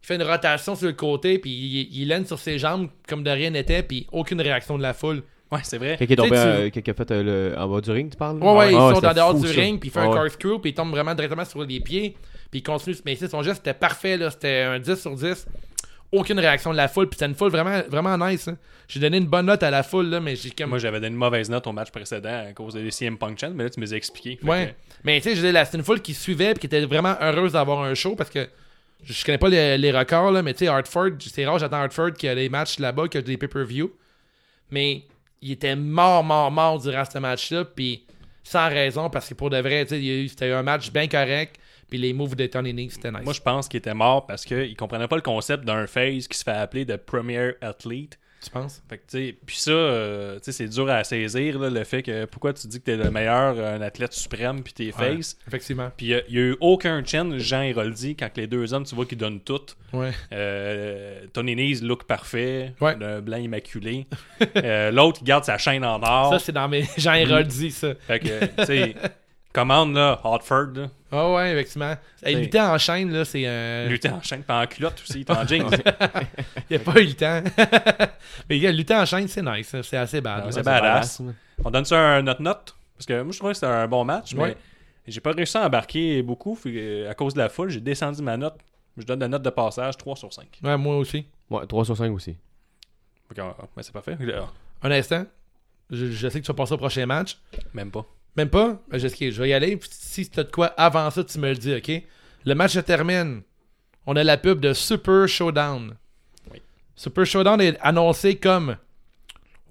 Speaker 4: il fait une rotation sur le côté puis il, il laine sur ses jambes comme de rien n'était puis aucune réaction de la foule.
Speaker 3: Ouais, c'est vrai.
Speaker 5: Quelqu'un est tombé,
Speaker 4: Tu sais, tu-
Speaker 5: euh, quelqu'un a fait euh, le, en bas du ring, tu parles là?
Speaker 4: Ouais, ouais,
Speaker 5: Ah
Speaker 4: il
Speaker 5: ah,
Speaker 4: saute
Speaker 5: c'était
Speaker 4: en dehors
Speaker 5: fou,
Speaker 4: du
Speaker 5: ça.
Speaker 4: ring, puis il fait
Speaker 5: Ah
Speaker 4: un
Speaker 5: ouais.
Speaker 4: corkscrew, puis il tombe vraiment directement sur les pieds, puis il continue. Mais c'est son geste, c'était parfait, là. C'était un 10 sur 10. Aucune réaction de la foule, puis c'était une foule vraiment, vraiment nice. hein. J'ai donné une bonne note à la foule, là, mais j'ai comme.
Speaker 3: Moi, j'avais donné une mauvaise note au match précédent à cause des CM Punk Chant, mais là, tu me les as expliqué. Fait
Speaker 4: ouais. Mais tu sais, je dis, là, c'était une foule qui suivait, puis qui était vraiment heureuse d'avoir un show, parce que je connais pas les, les records, là, mais tu sais, Hartford, c'est rare, j'attends Hartford qu'il y a des matchs là-bas, qu'il y a des pay-per-view. Mais il était mort, mort, mort durant ce match-là, puis sans raison, parce que pour de vrai, tu sais, il y a eu- c'était un match bien correct, puis les moves de Tony Nese, c'était
Speaker 3: que
Speaker 4: nice.
Speaker 3: moi, je pense qu'il était mort parce qu'il comprenait pas le concept d'un phase qui se fait appeler de Premier Athlete.
Speaker 4: tu penses?
Speaker 3: Fait que, tu sais, puis ça, euh, tu sais, c'est dur à saisir, là, le fait que pourquoi tu dis que t'es le meilleur, euh, un athlète suprême, puis t'es
Speaker 4: Ouais.
Speaker 3: face.
Speaker 4: Effectivement.
Speaker 3: Puis euh, il n'y a eu aucun challenge, Jean Héroldi, quand que les deux hommes, tu vois qu'ils donnent tout.
Speaker 4: Ouais.
Speaker 3: Euh, Tony Nese, look parfait,
Speaker 4: Ouais.
Speaker 3: le blanc immaculé. Euh, L'autre, il garde sa chaîne en or.
Speaker 4: Ça, c'est dans mes. (laughs) Jean Héroldi, ça.
Speaker 3: fait que, tu sais, commande, là, Hartford, là,
Speaker 4: Ah ouais, effectivement.
Speaker 3: C'est-
Speaker 4: Hey, lutter en chaîne, là, c'est. euh,
Speaker 3: luttait en chaîne, puis en culotte aussi, puis en jeans.
Speaker 4: Il a pas eu le temps. (laughs) Mais gars, lutter en chaîne, c'est nice. hein. C'est assez
Speaker 3: (laughs)
Speaker 4: bad.
Speaker 3: Ah,
Speaker 4: là.
Speaker 3: c'est badass. On donne ça un note-note, parce que moi, je trouvais que c'était un bon match, mais
Speaker 4: Ouais.
Speaker 3: j'ai pas réussi à embarquer beaucoup. fait que, euh, à cause de la foule, j'ai descendu ma note. Je donne la note de passage 3 sur 5.
Speaker 4: Ouais, moi aussi.
Speaker 5: Ouais, 3 sur 5 aussi.
Speaker 3: Fait que, ah, ben, c'est parfait. Ah,
Speaker 4: Un instant. Je, je sais que tu vas passer au prochain match.
Speaker 3: Même pas.
Speaker 4: Même pas. Ben, Je, je vais y aller. Puis si t'as de quoi avant ça, tu me le dis, OK? Le match se termine. On a la pub de Super Showdown.
Speaker 3: Oui.
Speaker 4: Super Showdown est annoncé comme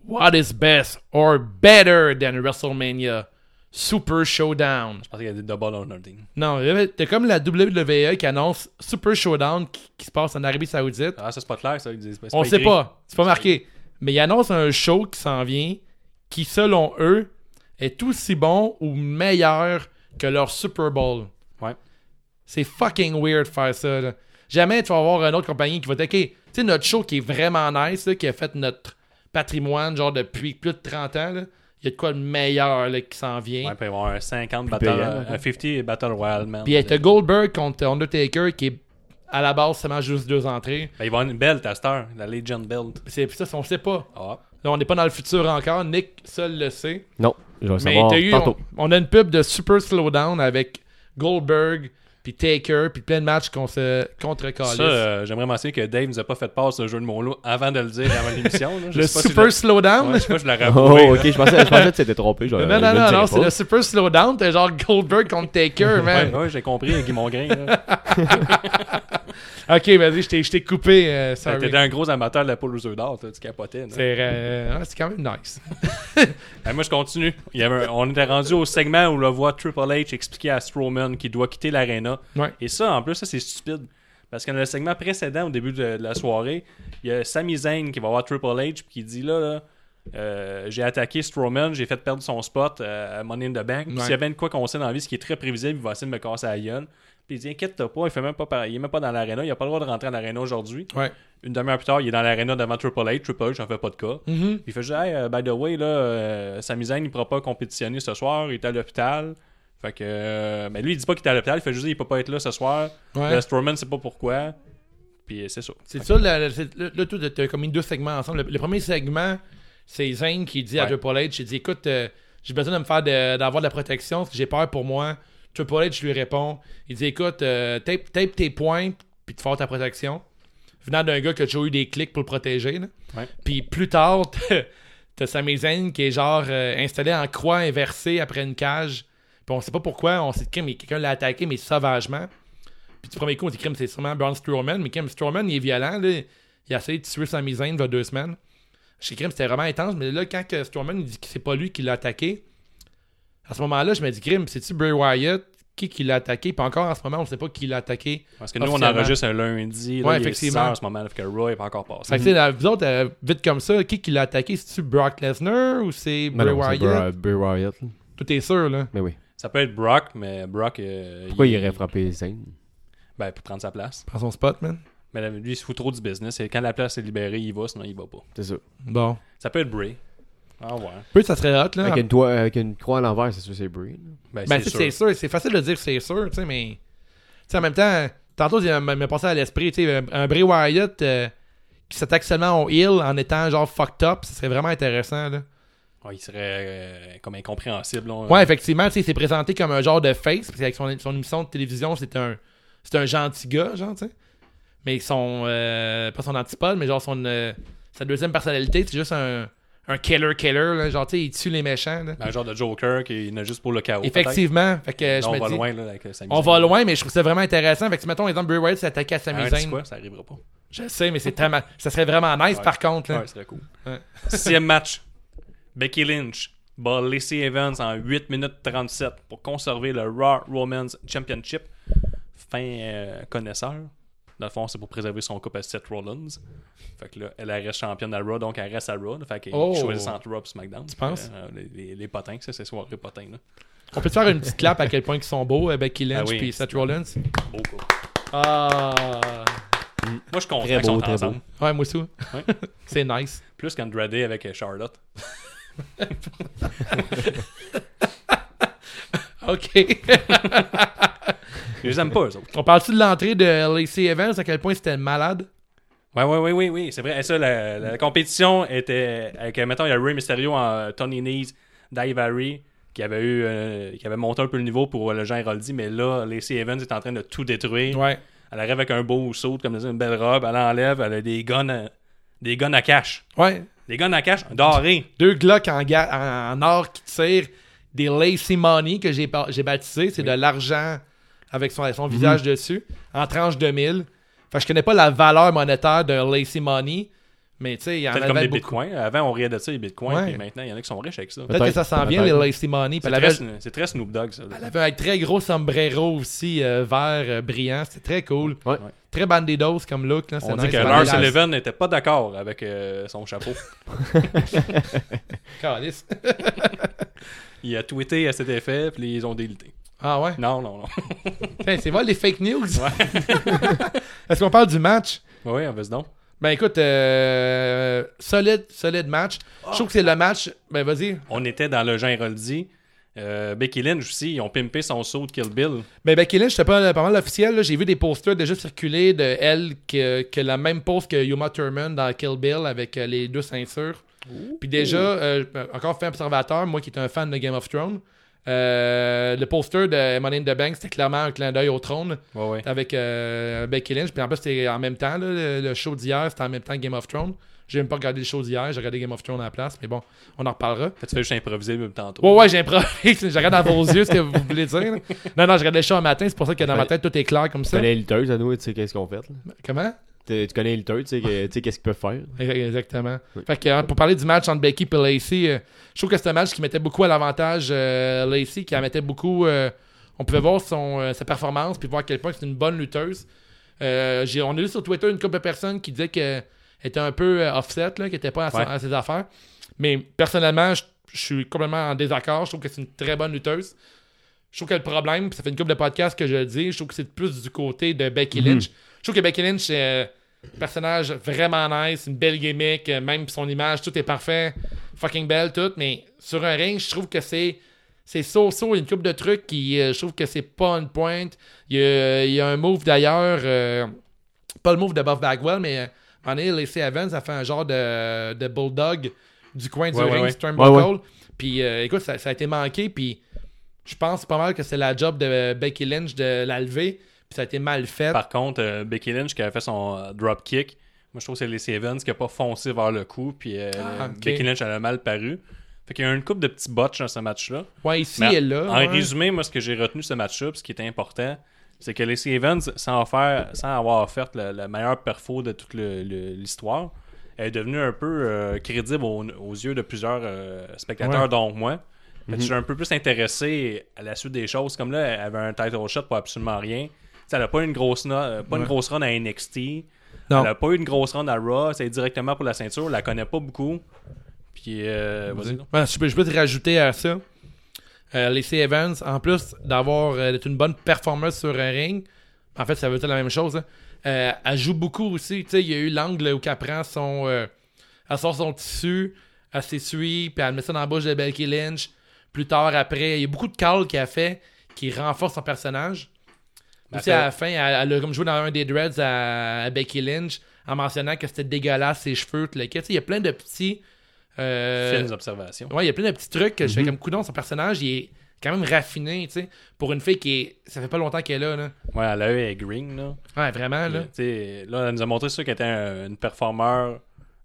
Speaker 4: What is best or better than WrestleMania? Super Showdown.
Speaker 3: Je pensais qu'il y a Ah, des double or nothing.
Speaker 4: Non, t'as comme la WWE qui annonce Super Showdown qui, qui se passe en Arabie Saoudite.
Speaker 3: Ah, ça, c'est pas clair, ça. ils disent- c'est
Speaker 4: On sait
Speaker 3: écrit.
Speaker 4: pas, c'est pas marqué. Mais ils annoncent un show qui s'en vient qui, selon eux, est aussi bon ou meilleur que leur Super Bowl.
Speaker 3: Ouais.
Speaker 4: C'est fucking weird de faire ça. là. Jamais tu vas avoir une autre compagnie qui va te dire, OK, tu sais, notre show qui est vraiment nice, là, qui a fait notre patrimoine, genre depuis plus de 30 ans, là, il y a de quoi de meilleur là, qui s'en vient.
Speaker 3: Ouais, puis il va y avoir un 50 battle,
Speaker 5: payant, là.
Speaker 3: un 50 battle royal, man.
Speaker 4: Puis t'as Goldberg contre Undertaker qui est à la base seulement juste deux entrées.
Speaker 3: Ben, il va y avoir une belt à cette heure, la Legend Belt.
Speaker 4: C'est puis ça, on sait pas.
Speaker 3: Ah,
Speaker 4: Là, on n'est pas dans le futur encore. Nick seul le sait.
Speaker 5: Non, je vais
Speaker 4: Mais
Speaker 5: savoir
Speaker 4: t'as eu, on,
Speaker 5: tantôt.
Speaker 4: on a une pub de Super Slowdown avec Goldberg, puis Taker, puis plein de matchs qu'on se contre
Speaker 3: ça, euh, j'aimerais mentionner que Dave nous a pas fait part ce jeu de mots-là avant de le dire avant l'émission.
Speaker 4: (laughs)
Speaker 3: là. Je
Speaker 4: Le
Speaker 3: sais pas si
Speaker 4: Super
Speaker 3: je l'ai-
Speaker 4: Slowdown? (laughs)
Speaker 3: Ouais, Euh, je sais pas, je (laughs) l'aurais
Speaker 5: (laughs) Oh,
Speaker 3: approuvé,
Speaker 5: ok, je pensais, je pensais que tu t'étais trompé. genre, euh,
Speaker 4: non,
Speaker 5: je
Speaker 4: non,
Speaker 5: le
Speaker 4: non,
Speaker 5: dirai
Speaker 4: non,
Speaker 5: pas.
Speaker 4: c'est le Super Slowdown. T'es genre Goldberg contre Taker,
Speaker 3: là.
Speaker 4: man.
Speaker 3: (laughs) Ouais, ouais, j'ai compris, avec mon grain.
Speaker 4: (laughs)
Speaker 3: là.
Speaker 4: ok, vas-y, je t'ai- je t'ai coupé. euh, sorry.
Speaker 3: T'étais un gros amateur de la poule aux œufs d'or, toi, tu capotais. là.
Speaker 4: C'est euh, ah, c'est quand même nice.
Speaker 3: Ben, moi, je continue. Il y avait un- on était rendu au segment où le voit Triple H expliquer à Strowman qu'il doit quitter l'arena.
Speaker 4: Ouais.
Speaker 3: Et ça, en plus, ça, c'est stupide. Parce que dans le segment précédent, au début de, de la soirée, il y a Sami Zayn qui va voir Triple H puis qui dit là, là, euh, j'ai attaqué Strowman, j'ai fait perdre son spot euh, à Money in the Bank. Puis
Speaker 4: Ouais.
Speaker 3: S'il y avait de quoi qu'on sait dans la vie, ce qui est très prévisible, il va essayer de me casser la gueule. Puis il dit inquiète-toi pas, il fait même pas pareil. il est même pas dans l'arena, il a pas le droit de rentrer à l'arena aujourd'hui.
Speaker 4: Ouais.
Speaker 3: Une demi-heure plus tard, il est dans l'arena devant Triple H. Triple H, j'en fais pas de cas.
Speaker 4: Mm-hmm.
Speaker 3: Puis Il fait juste, hey, euh, by the way, là, euh, Sami Zayn, il pourra pas compétitionner ce soir, il est à l'hôpital. Fait que, euh, ben lui, il dit pas qu'il est à l'hôpital, il fait juste, dire, il peut pas être là ce soir.
Speaker 4: Ouais.
Speaker 3: Le Strowman, c'est pas pourquoi. Puis euh, c'est ça.
Speaker 4: C'est ça, là, là, c'est- là, là, tout, t'as comme mis deux segments ensemble. Le, le premier segment, c'est Zane qui dit à
Speaker 3: Ouais.
Speaker 4: Triple H, il dit, écoute, euh, j'ai besoin de me faire de- d'avoir de, la protection, parce que j'ai peur pour moi. Triple H lui répond, il dit, écoute, euh, tape, tape tes points, puis te faire ta protection. Venant d'un gars qui a toujours eu des clics pour le protéger. là.
Speaker 3: Ouais.
Speaker 4: Puis plus tard, (laughs) t'as- t'as Sami Zayn qui est genre euh, installé en croix inversée après une cage. Puis on sait pas pourquoi, on sait que mais quelqu'un l'a attaqué, mais sauvagement. Puis du premier coup, on dit crime, c'est sûrement Braun Strowman. Mais crime, Strowman, il est violent. Là. Il a essayé de tuer Sami Zayn il y a deux semaines. Chez crime, c'était vraiment intense. Mais là, quand que Strowman il dit que c'est pas lui qui l'a attaqué, à ce moment-là, je me dis crime, c'est-tu Bray Wyatt qui, qui l'a attaqué? Puis encore en ce moment, on sait pas qui l'a attaqué.
Speaker 3: Parce que nous, on
Speaker 4: Officiellement.
Speaker 3: enregistre un lundi, là,
Speaker 4: Ouais,
Speaker 3: il est
Speaker 4: effectivement.
Speaker 3: 6 heures en ce moment, fait que Raw est pas encore passé.
Speaker 4: Fait que, tu sais, là, vous autres, euh, vite comme ça, qui qui l'a attaqué? C'est-tu Brock Lesnar ou c'est
Speaker 5: Mais
Speaker 4: Bray
Speaker 5: non, c'est
Speaker 4: Wyatt?
Speaker 5: Bray- Bray Wyatt. là.
Speaker 4: Tout est sûr, là.
Speaker 5: Mais oui.
Speaker 3: Ça peut être Brock, mais Brock, euh,
Speaker 5: Pourquoi il irait frapper Zayn
Speaker 3: Ben, pour prendre sa place.
Speaker 4: Prends son spot, man.
Speaker 3: Mais là, lui, il se fout trop du business. Et quand la place est libérée, il va, sinon il va pas.
Speaker 5: C'est ça.
Speaker 4: Bon.
Speaker 3: Ça peut être Bray. Ah ouais.
Speaker 4: Peu, ça serait hot, là.
Speaker 5: Avec une, toit- avec une croix à l'envers, c'est sûr c'est Bray. là.
Speaker 3: Ben, c'est
Speaker 4: Ben, tu
Speaker 3: sûr.
Speaker 4: sais, c'est sûr. C'est facile de dire que c'est sûr, tu sais, mais. Tu sais, en même temps, tantôt, il me me passait à l'esprit, tu sais, un Bray Wyatt euh, qui s'attaque seulement au heel en étant genre fucked up, ce serait vraiment intéressant, là.
Speaker 3: Ouais, il serait euh, comme incompréhensible. là.
Speaker 4: Ouais, effectivement, tu sais, il s'est présenté comme un genre de face, parce qu'avec son, son émission de télévision, c'est un, c'est un gentil gars, genre, tu sais. Mais son. euh, pas son antipode, mais genre son. euh, sa deuxième personnalité, c'est juste un, un killer killer, là, genre, tu sais, il tue les méchants, là.
Speaker 3: Ben, un genre de Joker qui n'est juste pour le chaos.
Speaker 4: Effectivement, fait que
Speaker 3: peut-être. Là,
Speaker 4: euh,
Speaker 3: on
Speaker 4: je me
Speaker 3: va
Speaker 4: dis.
Speaker 3: loin, là, avec euh, Sami
Speaker 4: On
Speaker 3: Zayn.
Speaker 4: va loin, mais je trouve ça vraiment intéressant. Fait que si, mettons, exemple, Bray Wyatt s'est attaqué à
Speaker 3: Ah,
Speaker 4: Sami
Speaker 3: tu sais
Speaker 4: Zayn.
Speaker 3: quoi, ça arrivera pas.
Speaker 4: Je sais, mais c'est tellement. Ça serait vraiment nice,
Speaker 3: Ouais.
Speaker 4: par contre, là.
Speaker 3: Ouais, ce serait cool.
Speaker 4: Ouais.
Speaker 3: (laughs) Sixième match. Becky Lynch bat Lacey Evans en 8 minutes 37 pour conserver le Raw Romans Championship. Fin euh, connaisseur. Dans le fond, c'est pour préserver son couple à Seth Rollins. Fait que là, elle elle reste championne à Raw, donc elle reste à Raw. Fait qu'elle
Speaker 4: Oh!
Speaker 3: choisit entre Raw et SmackDown. Tu
Speaker 4: penses?
Speaker 3: les, les- les potins, ça, c'est soirée potins. Là.
Speaker 4: On peut te faire une petite clap à quel point ils sont beaux, euh, Becky
Speaker 3: Ah
Speaker 4: Lynch
Speaker 3: oui.
Speaker 4: puis Seth Rollins.
Speaker 3: Beau, quoi.
Speaker 4: Ah.
Speaker 3: Moi, je suis content
Speaker 5: Très
Speaker 3: qu'ils sont
Speaker 5: beau, très
Speaker 3: ensemble.
Speaker 4: Ouais, moi aussi.
Speaker 3: Ouais.
Speaker 4: (laughs) C'est nice.
Speaker 3: Plus qu'Andrade avec euh, Charlotte.
Speaker 4: OK.
Speaker 3: Je les aime pas, eux autres.
Speaker 4: On parle-tu de l'entrée de Lacey Evans, à quel point c'était malade?
Speaker 3: Ouais, ouais, ouais, oui, oui, c'est vrai. Et ça, la, la compétition était avec, euh, mettons, il y a Ray Mysterio en euh, Tony Nese, Daivari, qui avait eu, euh, qui avait monté un peu le niveau pour euh, le Jean Héroldi, mais là, Lacey Evans est en train de tout détruire.
Speaker 4: Ouais.
Speaker 3: Elle arrive avec un beau saut, comme je disais, une belle robe, elle enlève, elle a des guns, à- des guns à cash.
Speaker 4: Ouais.
Speaker 3: Des guns à cash dorés.
Speaker 4: Deux Glock en, ga- en- en or qui tirent des Lacey Money que j'ai par- j'ai baptisé. C'est de l'argent avec son,
Speaker 3: Mhm.
Speaker 4: son visage dessus, en tranche 2000. Fait que je connais pas la valeur monétaire d'un Lacey Money, mais tu sais, il y en
Speaker 3: Peut-être comme des
Speaker 4: avait beaucoup.
Speaker 3: bitcoins. Avant, on riait de ça, les bitcoins,
Speaker 4: Ouais.
Speaker 3: puis maintenant, il y en a qui sont riches avec ça.
Speaker 4: Peut-être que ça s'en vient, les
Speaker 5: Peut-être.
Speaker 4: Lacey Money. Puis
Speaker 3: C'est
Speaker 4: elle avait-
Speaker 3: très, Sno- c'est très Snoop Dogg, ça. là.
Speaker 4: Elle avait un très gros sombrero aussi, euh, vert, euh, brillant. C'était très cool.
Speaker 5: Ouais.
Speaker 4: Très bandidos comme look. Là, c'est
Speaker 3: On dit
Speaker 4: nice.
Speaker 3: que
Speaker 4: Bandidos.
Speaker 3: Lars Sullivan n'était pas d'accord avec euh, son chapeau.
Speaker 4: Calisse.
Speaker 3: Il a tweeté à cet effet, puis ils ont délité.
Speaker 4: Ah ouais?
Speaker 3: Non, non, non. (laughs)
Speaker 4: Putain, c'est vrai, les fake news. (laughs) Est-ce qu'on parle du match?
Speaker 3: Oui, on va se donc.
Speaker 4: Ben écoute, euh, solide, solide match. Je trouve que c'est le match. Ben vas-y.
Speaker 3: On était dans le Jean Héroldi. Euh, Becky Lynch aussi, ils ont pimpé son saut de Kill Bill.
Speaker 4: Ben Becky Lynch, c'était pas, pas mal officiel. là. J'ai vu des posters déjà circuler de elle que, que la même pose que Yuma Thurman dans Kill Bill avec euh, les deux ceintures. Puis déjà, euh, encore fait observateur, moi qui est un fan de Game of Thrones, euh, le poster de Money in the Bank, c'était clairement un clin d'œil au trône
Speaker 3: Ouais, ouais.
Speaker 4: avec euh, Becky Lynch. Puis en plus, c'était en même temps, là, le, le show d'hier, c'était en même temps que Game of Thrones. J'ai même pas regardé le show d'hier, j'ai regardé Game of Thrones à la place, mais bon, on en reparlera.
Speaker 3: Fait, tu fais juste improviser même tantôt.
Speaker 4: Ouais, ouais, j'ai improvisé. (laughs) je regarde dans vos yeux ce que vous voulez dire. là. Non, non, je regarde le show un matin, c'est pour ça que dans ma tête, tout est clair comme
Speaker 5: Tu
Speaker 4: ça.
Speaker 5: connais les lutteuses, à nous, tu sais qu'est-ce qu'on fait. là.
Speaker 4: Comment
Speaker 5: Tu tu connais les lutteuses, tu sais que- tu sais qu'est-ce qu'ils peuvent faire.
Speaker 4: Exactement.
Speaker 5: Oui.
Speaker 4: Fait que, euh, pour parler du match entre Becky et Lacey, euh, je trouve que c'est un match qui mettait beaucoup à l'avantage euh, Lacey, qui en mettait beaucoup. euh, on pouvait voir son, euh, sa performance puis voir à quel point c'est une bonne lutteuse. Euh, j'ai- on a vu sur Twitter une couple de personnes qui disaient qu'elle était un peu euh, offset, là, qu'elle n'était pas à, son-
Speaker 3: Ouais.
Speaker 4: à ses affaires. Mais personnellement, je je suis complètement en désaccord. Je trouve que c'est une très bonne lutteuse. Je trouve que le problème, puis ça fait une couple de podcasts que je le dis, je trouve que c'est plus du côté de Becky
Speaker 3: Mhm.
Speaker 4: Lynch. Je trouve que Becky Lynch, c'est euh, un personnage vraiment nice, une belle gimmick, euh, même son image, tout est parfait, fucking belle, tout, mais sur un ring, je trouve que c'est. C'est so-so, il y a une couple de trucs qui. euh, je trouve que c'est pas une pointe. Il y a, il y a un move d'ailleurs, euh, pas le move de Buff Bagwell, mais euh, à un moment donné, Lacey Evans a fait un genre de, de bulldog du coin du
Speaker 3: Ouais, ouais,
Speaker 4: ring,
Speaker 3: ouais.
Speaker 4: c'est un
Speaker 5: Ouais, ouais.
Speaker 4: buckle. Puis euh, écoute, ça, ça a été manqué, puis je pense pas mal que c'est la job de Becky Lynch de la lever, puis ça a été mal fait.
Speaker 3: Par contre, euh, Becky Lynch qui avait fait son euh, drop kick, moi je trouve que c'est les Evans qui n'a pas foncé vers le coup, puis euh,
Speaker 4: Ah,
Speaker 3: le-
Speaker 4: ok.
Speaker 3: Becky Lynch elle a mal paru. Fait qu'il y a eu une coupe de petits botches dans ce match-là.
Speaker 4: Ouais, ici
Speaker 3: Mais
Speaker 4: et là.
Speaker 3: En
Speaker 4: Euh, ouais.
Speaker 3: résumé, moi, ce que j'ai retenu de ce match-up, ce qui était important, c'est que Lacey Evans, sans, faire, sans avoir offert la, la meilleure perfo de toute le- le- l'histoire, est devenue un peu euh, crédible au- aux yeux de plusieurs euh, spectateurs,
Speaker 4: Ouais. Mhm.
Speaker 3: dont moi. Mais je suis un peu plus intéressé à la suite des choses. Comme là, elle avait un title shot pour absolument rien. T'sais, elle n'a pas, une grosse, no- euh, pas une grosse run à NXT.
Speaker 4: Non.
Speaker 3: Elle n'a pas eu une grosse run à Raw. C'est directement pour la ceinture. On la connaît pas beaucoup. Puis, euh, vas-y. là.
Speaker 4: Ouais, je, peux, je peux te rajouter à ça. Euh, Lacey Evans, en plus d'avoir euh, d'être une bonne performance sur un ring, en fait, ça veut dire la même chose. hein. Euh, elle joue beaucoup aussi. Tu sais, il y a eu l'angle où elle prend son. euh, elle sort son tissu, elle s'essuie, puis elle met ça dans la bouche de Becky Lynch. Plus tard, après, il y a beaucoup de calls qu'elle fait qui renforcent son personnage.
Speaker 3: Ben,
Speaker 4: Aussi, à la fin, elle, elle a comme joué dans un des dreads à, à Becky Lynch en mentionnant que c'était dégueulasse ses cheveux, tout le kit. Tu sais, Il y a plein de petits. euh,
Speaker 3: Fines observations.
Speaker 4: Ouais, il y a plein de petits trucs que je
Speaker 3: Mhm.
Speaker 4: fais comme coudon. Son personnage, il est quand même raffiné, tu sais. Pour une fille qui est. Ça fait pas longtemps qu'elle est là, là.
Speaker 3: Ouais, elle a eu elle est green, là.
Speaker 4: Ouais, vraiment, là.
Speaker 3: Tu sais, là, elle nous a montré ça qu'elle était un- une performeur,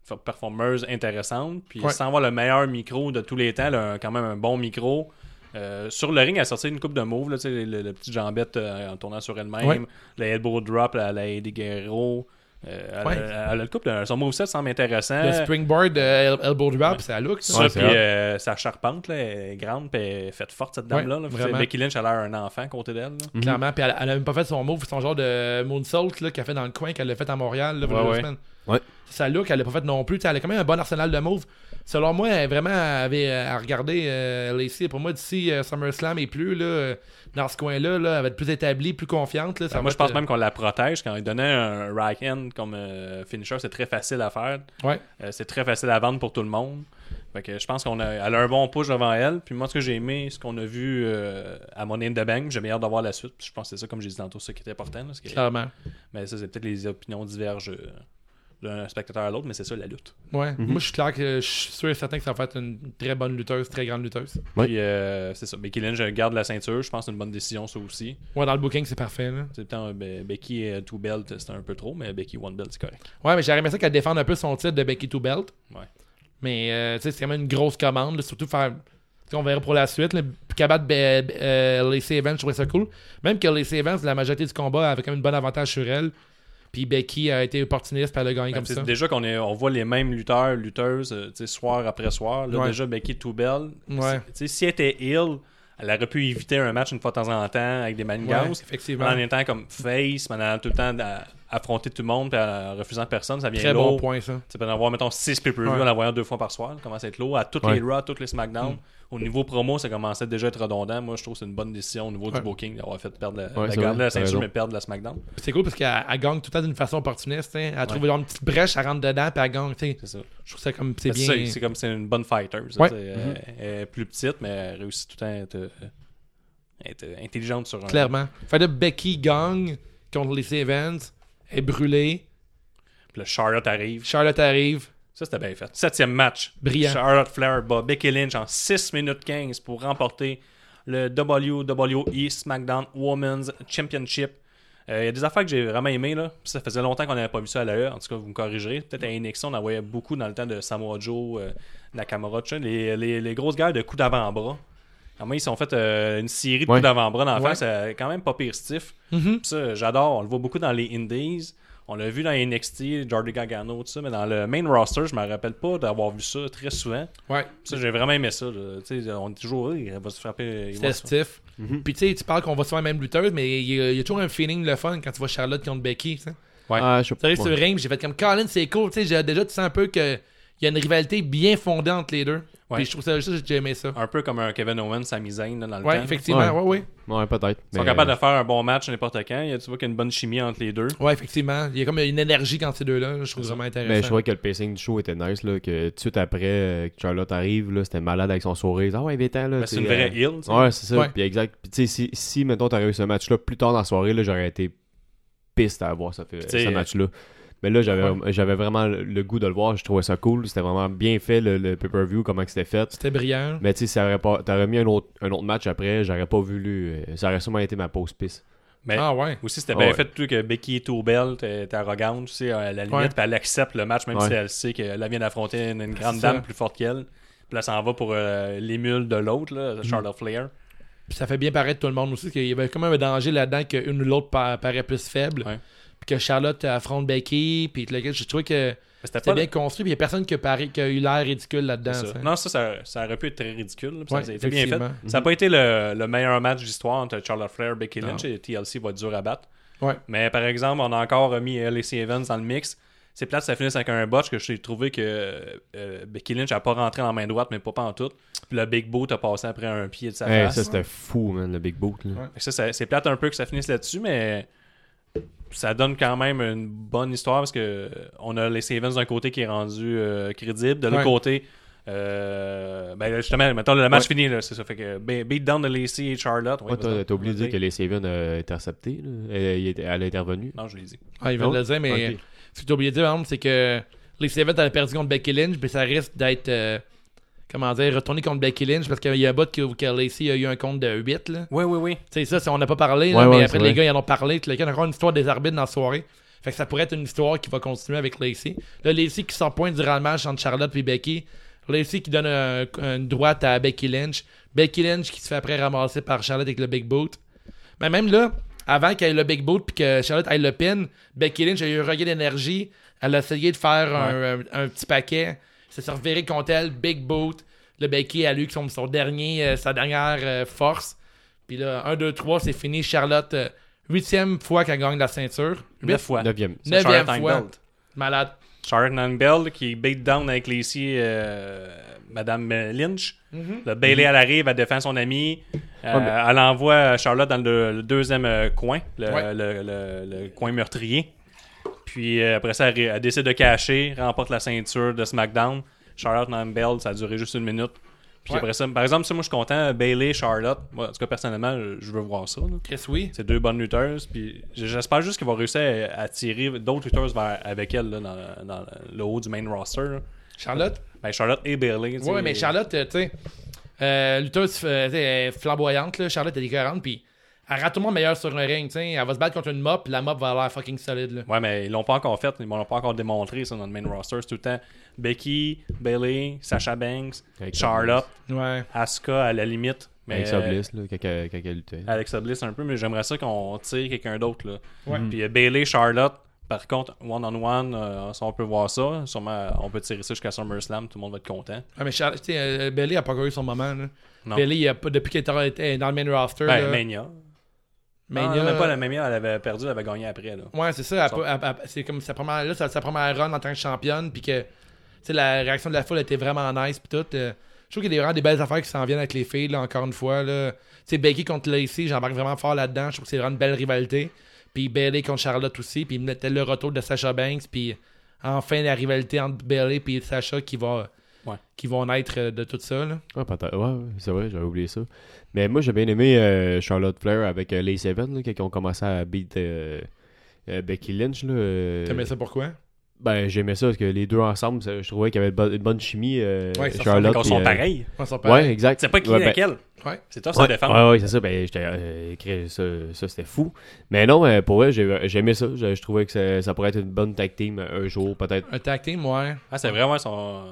Speaker 3: f- performeuse intéressante. Puis
Speaker 4: Ouais.
Speaker 3: sans avoir le meilleur micro de tous les temps, elle a un- quand même un bon micro. Euh, sur le ring, elle a sorti une coupe de moves, là, tu sais, le, le- le petit jambette euh, en tournant sur elle-même,
Speaker 4: Ouais.
Speaker 3: le elbow drop à la Eddie Guerrero, Euh, elle,
Speaker 4: Ouais.
Speaker 3: elle- elle a le couple, d'un- son moveset semble intéressant.
Speaker 4: Le springboard, euh, el- elbow drop, c'est à look. ça.
Speaker 3: Ça,
Speaker 5: Ouais, c'est
Speaker 3: puis
Speaker 5: hot.
Speaker 3: euh, sa charpente, là, elle est grande, puis elle est faite forte, cette dame-là.
Speaker 4: Ouais,
Speaker 3: là. Puis
Speaker 4: vraiment.
Speaker 3: Becky Lynch, elle a l'air un enfant à côté d'elle. là.
Speaker 4: Clairement, puis elle, elle a même pas fait son move, son genre de moonsault là, qu'elle a fait dans le coin, qu'elle a fait à Montréal, là,
Speaker 3: Ouais,
Speaker 4: pour
Speaker 3: ouais.
Speaker 4: semaine.
Speaker 5: Ouais.
Speaker 4: Sa look, elle l'a pas fait non plus. Tu sais, elle a quand même un bon arsenal de moves. Selon moi, elle vraiment avait à regarder euh, Lacey. Pour moi, d'ici euh, SummerSlam et plus, là, euh, dans ce coin-là, là, elle va être plus établie, plus confiante. Là, Ça
Speaker 3: Ben, Moi,
Speaker 4: va
Speaker 3: je pense
Speaker 4: être, euh,
Speaker 3: même qu'on la protège. Quand il donnait un right hand comme euh, finisher, c'est très facile à faire.
Speaker 4: euh, Ouais.
Speaker 3: Euh, c'est très facile à vendre pour tout le monde. Fait que je pense qu'on a, elle a un bon push devant elle. Puis moi, ce que j'ai aimé, ce qu'on a vu euh, à Money in the Bank, j'ai meilleur d'avoir la suite. Puis je pense que c'est ça, comme j'ai dit tantôt, ce qui est important. là, ce qui est-
Speaker 4: Clairement.
Speaker 3: Mais ça, c'est peut-être les opinions divergent euh, d'un spectateur à l'autre, mais c'est ça la lutte.
Speaker 4: Ouais. Moi, je suis clair que je suis sûr et certain que ça va être une très bonne lutteuse, très grande lutteuse.
Speaker 5: Oui.
Speaker 3: Puis euh, c'est ça. Becky Lynch garde la ceinture. Je pense que c'est une bonne décision, ça aussi.
Speaker 4: Ouais, dans le booking, c'est parfait. Là.
Speaker 3: C'est peut-être un- Be- Becky euh, Two Belt, c'était un peu trop, mais Becky One Belt, c'est correct.
Speaker 4: Ouais, mais j'aurais aimé ça qu'elle défende un peu son titre de Becky Two Belt.
Speaker 3: Ouais.
Speaker 4: Mais euh, tu sais, c'est quand même une grosse commande, là, surtout faire. tu sais, On verra pour la suite. là, Puis qu'elle batte ben, ben, euh, Lacey Evans, je trouvais ça cool. Même que Lacey Evans, la majorité du combat, avait quand même un bon avantage sur elle. Puis Becky a été opportuniste, puis elle a gagné comme
Speaker 3: Fait que
Speaker 4: ça.
Speaker 3: Ben, c'est déjà qu'on est, on voit les mêmes lutteurs, lutteuses, euh, tu sais, soir après soir. Là,
Speaker 4: Ouais.
Speaker 3: déjà, Becky Two Belt.
Speaker 4: Ouais.
Speaker 3: Tu sais, Si elle était ill, elle aurait pu éviter un match une fois de temps en temps avec des
Speaker 4: Ouais,
Speaker 3: manigances.
Speaker 4: effectivement.
Speaker 3: en étant comme face, mais en allant tout le temps à- affronter tout le monde, puis en refusant personne, ça vient
Speaker 4: Très
Speaker 3: lourd.
Speaker 4: bon point, ça.
Speaker 3: Tu peux en avoir, mettons, 6 pay-per-view
Speaker 4: Ouais. Mm.
Speaker 3: en en voyant deux fois par soir. Ça commence à être lourd. À toutes les Raw, toutes les SmackDown. Au niveau promo, ça commençait déjà à être redondant. Moi, je trouve que c'est une bonne décision au niveau du
Speaker 4: Ouais.
Speaker 3: booking d'avoir fait perdre la,
Speaker 5: Ouais,
Speaker 3: la,
Speaker 5: c'est
Speaker 3: garder la
Speaker 5: vrai, t'as
Speaker 3: ceinture,
Speaker 5: raison.
Speaker 3: mais perdre la SmackDown.
Speaker 4: Puis C'est cool parce qu'elle elle gagne tout le temps d'une façon opportuniste. hein. Elle trouve genre une petite brèche, elle rentre dedans, puis elle gagne. tu sais.
Speaker 3: C'est ça.
Speaker 4: Je trouve ça comme. C'est
Speaker 3: Ben, C'est ça,
Speaker 4: bien.
Speaker 3: C'est comme c'est une bonne fighter. ça,
Speaker 4: Ouais. Mm-hmm.
Speaker 3: tu sais, elle- Elle est plus petite, mais elle réussit tout le temps à être, euh, à être euh, intelligente sur un.
Speaker 4: Clairement. Fait que là, Becky gagne contre Lacey Evans, est brûlée.
Speaker 3: Puis le Charlotte arrive.
Speaker 4: Charlotte arrive.
Speaker 3: Ça, c'était bien fait. Septième match.
Speaker 4: Brillant.
Speaker 3: Charlotte Flair bat Becky Lynch en 6 minutes 15 pour remporter le WWE SmackDown Women's Championship. Euh, Il y a des affaires que j'ai vraiment aimées. Là. Ça faisait longtemps qu'on n'avait pas vu ça à l'AE. En tout cas, vous me corrigerez. Peut-être à NXT, on en voyait beaucoup dans le temps de Samoa Joe, euh, Nakamura, tu sais, les, les, les grosses guerres de coups d'avant-bras. Quand même, ils se sont fait euh, une série de
Speaker 5: Ouais.
Speaker 3: coups d'avant-bras dans la
Speaker 4: Ouais.
Speaker 3: face, euh, quand même pas pire stiff.
Speaker 4: Mm-hmm.
Speaker 3: Puis Ça, j'adore. On le voit beaucoup dans les indies. On l'a vu dans NXT, Jordi Gargano, tout ça. Mais dans le main roster, je me rappelle pas d'avoir vu ça très souvent.
Speaker 4: Ouais.
Speaker 3: Ça, j'ai vraiment aimé ça. là. Tu sais, on est toujours, il va se frapper. il va
Speaker 4: C'était
Speaker 3: se-
Speaker 4: stiff. Puis tu sais, tu parles qu'on va souvent la même lutteuse, mais il y, a- il y a toujours un feeling le fun quand tu vois Charlotte contre Becky. tu sais.
Speaker 5: Ah, je sais
Speaker 4: Tu
Speaker 5: pas.
Speaker 4: arrives sur le ring, puis j'ai fait comme Colin, c'est cool. Tu sais, j'ai- déjà, tu sens un peu qu'il y a une rivalité bien fondée entre les deux.
Speaker 3: Ouais.
Speaker 4: Puis je trouve ça, ça, j'ai aimé ça.
Speaker 3: Un peu comme un Kevin Owens, sa misaine dans le
Speaker 4: Ouais,
Speaker 3: temps.
Speaker 4: effectivement, ouais,
Speaker 5: Ouais.
Speaker 4: ouais. ouais.
Speaker 5: Ouais, peut-être.
Speaker 3: Ils sont
Speaker 5: mais- euh,
Speaker 3: capables de faire un bon match n'importe quand. Il y a, tu vois qu'il y a une bonne chimie entre les deux.
Speaker 4: effectivement. Il y a comme une énergie quand ces deux-là, là, je trouve vraiment intéressant.
Speaker 5: Mais je trouvais que le pacing du show était nice, là, que tout de suite après euh, que Charlotte arrive, là, c'était malade avec son sourire. Ah ouais, vétan, là.
Speaker 3: Ben, c'est
Speaker 5: t'sais,
Speaker 3: une vraie
Speaker 5: euh,
Speaker 3: heel. tu sais.
Speaker 5: Ouais, c'est ça.
Speaker 4: Ouais.
Speaker 5: Puis exact. Puis tu sais, si, si, mettons, t'aurais eu ce match-là plus tard dans la soirée, là, j'aurais été piste à voir ce,
Speaker 3: t'sais,
Speaker 5: ce match-là. Mais là, j'avais j'avais vraiment le, le goût de le voir. Je trouvais ça cool. C'était vraiment bien fait, le, le pay-per-view, comment que c'était fait.
Speaker 4: C'était brillant.
Speaker 5: Mais tu sais, si t'aurais pas- t'aurais mis un autre, un autre match après, j'aurais pas voulu. euh, Ça aurait sûrement été ma pause piste.
Speaker 3: Mais
Speaker 4: Ah ouais.
Speaker 3: aussi, c'était
Speaker 5: Ah
Speaker 3: bien
Speaker 5: ouais.
Speaker 3: fait tout que Becky est au bel, t'es t'es arrogante, tu sais, à la limite,
Speaker 4: Ouais.
Speaker 3: puis elle accepte le match, même
Speaker 5: Ouais.
Speaker 3: si elle sait qu'elle vient d'affronter une, une grande
Speaker 4: C'est ça.
Speaker 3: dame plus forte qu'elle. Puis là, ça en va pour euh, l'émule de l'autre, là, Charlotte Flair.
Speaker 4: Puis ça fait bien paraître tout le monde aussi, qu'il y avait quand même un danger là-dedans qu'une ou l'autre pa- paraît plus faible.
Speaker 3: Ouais.
Speaker 4: Puis que Charlotte affronte Becky, puis le gars, je trouvais que
Speaker 3: Mais C'était
Speaker 4: c'était
Speaker 3: pas
Speaker 4: bien construit, puis il y a personne qui a, pari- qui a eu l'air ridicule là-dedans.
Speaker 3: ça.
Speaker 4: tu sais.
Speaker 3: Non, ça, ça, ça aurait pu être très ridicule. là, puis
Speaker 4: Ouais,
Speaker 3: ça a été bien fait.
Speaker 4: effectivement. Mhm.
Speaker 3: Ça n'a pas été le, le meilleur match d'histoire entre Charlotte Flair, Becky Lynch
Speaker 4: Non.
Speaker 3: et TLC va être dur à battre.
Speaker 4: Ouais.
Speaker 3: Mais par exemple, on a encore mis LAC Evans dans le mix. C'est plate, ça finisse avec un botch que j'ai trouvé que euh, Becky Lynch n'a pas rentré en main droite, mais pas en tout. Puis le Big Boot a passé après un pied de sa
Speaker 5: Hey,
Speaker 3: face.
Speaker 5: ça, c'était fou, man, le Big Boot. Là.
Speaker 3: Fait que ça, ça- c'est plate un peu que ça finisse là-dessus, mais ça donne quand même une bonne histoire parce que euh, on a les Savens d'un côté qui est rendu euh, crédible, de l'autre
Speaker 4: Ouais.
Speaker 3: côté. euh, ben là, justement, maintenant le match fini, là, c'est ça. Fait que be- beat down de Lacey et Charlotte. Oui,
Speaker 5: Ouais,
Speaker 3: vas-y.
Speaker 5: Ah, t'as t'as oublié de dire que les Savion a intercepté, là. Elle, il était- elle a intervenu.
Speaker 3: Non, je l'ai dit.
Speaker 4: Ouais, il vient de le
Speaker 5: Oh,
Speaker 4: dire, mais
Speaker 5: ok.
Speaker 4: ce que tu as oublié de dire, par exemple, c'est que les Evans a perdu contre Becky Lynch, puis ça risque d'être, euh, comment dire, retourné contre Becky Lynch, parce qu'il y a un bout que, que Lacey a eu un compte de 8, là.
Speaker 3: Oui, oui, oui.
Speaker 4: Tu sais, ça, c'est- on n'a pas parlé, là,
Speaker 5: Ouais,
Speaker 4: mais
Speaker 5: ouais,
Speaker 4: après,
Speaker 5: c'est
Speaker 4: les
Speaker 5: vrai.
Speaker 4: gars, ils en ont parlé. puis Il y a encore une histoire des arbitres dans la soirée. Fait que ça pourrait être une histoire qui va continuer avec Lacey. Là, Lacey qui s'en pointe durant le match entre Charlotte et Becky. Lacey qui donne un- une droite à Becky Lynch. Becky Lynch qui se fait après ramasser par Charlotte avec le Big Boot. Mais Ben, même là, avant qu'elle ait le Big Boot puis que Charlotte ait le pin, Becky Lynch a eu un regain d'énergie. Elle a essayé de faire un, un- un petit paquet. C'est s'est reviré contre elle, Big Boot. Le Becky a eu son, son dernier, euh, sa dernière euh, force. Puis là, 1, 2, 3, c'est fini. Charlotte, euh, huitième fois qu'elle gagne la ceinture.
Speaker 3: Neuf fois.
Speaker 5: Neuvième.
Speaker 3: C'est
Speaker 4: Neuvième
Speaker 3: Charlotte
Speaker 4: fois.
Speaker 3: Belt.
Speaker 4: Malade.
Speaker 3: Charlotte Bell qui beat down avec Lacey, euh, Madame euh, Lynch.
Speaker 4: Mhm.
Speaker 3: Le Bailey, elle arrive, elle défend son amie. Euh,
Speaker 5: mais-
Speaker 3: Elle envoie Charlotte dans le, le deuxième euh, coin, le,
Speaker 4: Ouais.
Speaker 3: le- le- le coin meurtrier. Puis euh, après ça, elle, ré- elle décide de cacher, remporte la ceinture de SmackDown. Charlotte Bell, ça a duré juste une minute. Puis
Speaker 4: Ouais.
Speaker 3: après ça, par exemple, ça, moi je suis content, Bailey, Charlotte. Moi, en tout cas, personnellement, je- je veux voir ça. là.
Speaker 4: Chris, oui.
Speaker 3: C'est deux bonnes lutteuses. Puis j'espère juste qu'ils vont réussir à, à tirer d'autres lutteuses vers, avec elle là, dans, dans le haut du main roster. là.
Speaker 4: Charlotte.
Speaker 3: Ben, Charlotte et Bailey. tu sais.
Speaker 4: Ouais, mais Charlotte, euh, tu sais, euh, lutteuse euh, tu sais, elle est flamboyante, là. Charlotte, elle est cohérente, puis elle rend tout le monde meilleur sur un ring, tu sais. Elle va se battre contre une mop, puis la mop va avoir l'air fucking solide, là.
Speaker 3: Ouais, mais ils l'ont pas encore fait, ils l'ont pas encore démontré ça dans le main roster. C'est tout le temps Becky, Bailey, Sasha Banks,
Speaker 5: Avec
Speaker 3: Charlotte,
Speaker 4: Ouais.
Speaker 3: Asuka à la limite. Mais,
Speaker 5: Avec
Speaker 3: euh, Ah.
Speaker 5: Soblis, là, quand elle- quand elle luttait.
Speaker 3: Alexa Bliss un peu, mais j'aimerais ça qu'on tire quelqu'un d'autre. là. Puis euh, Bailey, Charlotte, par contre, one-on-one, euh, ça, on peut voir ça. Sûrement, euh, on peut tirer ça jusqu'à SummerSlam, tout le monde va être content.
Speaker 4: Ouais, mais Charlotte, tu sais, euh, Bailey a pas encore eu son moment, là.
Speaker 3: Non.
Speaker 4: Bailey, il a pas, depuis qu'elle était- était dans le main roster,
Speaker 3: Ben,
Speaker 4: là,
Speaker 3: Mania.
Speaker 4: Mania-
Speaker 3: Non, même pas la même elle avait perdu, elle avait gagné après. Là.
Speaker 4: Ouais, c'est ça. elle peut- elle- elle- c'est comme sa première, là, sa, sa première run en tant que championne, puis que tu sais, la réaction de la foule était vraiment nice, puis tout. euh, je trouve qu'il y a des- vraiment des belles affaires qui s'en viennent avec les filles, là, encore une fois. Là. Tu sais, Becky contre Lacey, j'embarque vraiment fort là-dedans. Je trouve que c'est vraiment une belle rivalité. Puis Bailey contre Charlotte aussi, puis il me mettait le retour de Sasha Banks, puis enfin la rivalité entre Bailey et Sasha qui va
Speaker 3: Ouais.
Speaker 4: qui vont naître euh, de tout ça. Là.
Speaker 5: Ah, peut-être. Ouais, ouais, c'est vrai, j'avais oublié ça. Mais moi, j'ai bien aimé euh, Charlotte Flair avec euh, les Seven, là, quand ils ont commencé à beat euh, euh, Becky Lynch. Là, euh,
Speaker 4: T'aimais ça pourquoi?
Speaker 5: Ben, j'aimais ça, parce que les deux ensemble, ça- je trouvais qu'il y avait une bonne, une bonne chimie. euh,
Speaker 4: Ouais, ça
Speaker 5: Charlotte.
Speaker 3: Fait qu'on
Speaker 5: puis,
Speaker 3: sont
Speaker 5: euh,
Speaker 3: pareils.
Speaker 4: On s'en parle.
Speaker 5: Ouais, exact.
Speaker 3: C'est pas qui
Speaker 5: Ouais, ben,
Speaker 3: laquelle.
Speaker 4: Ouais.
Speaker 3: C'est toi, ça
Speaker 5: Ouais,
Speaker 3: défend.
Speaker 5: ouais, ouais, c'est ça. Ben, j'étais, euh, crée, ça, ça, c'était fou. Mais non, euh, pour vrai, j'ai- j'aimais ça. Je, je trouvais que ça, ça pourrait être une bonne tag team euh, un jour, peut-être.
Speaker 4: Un tag team, ouais.
Speaker 3: Ah, c'est vraiment son.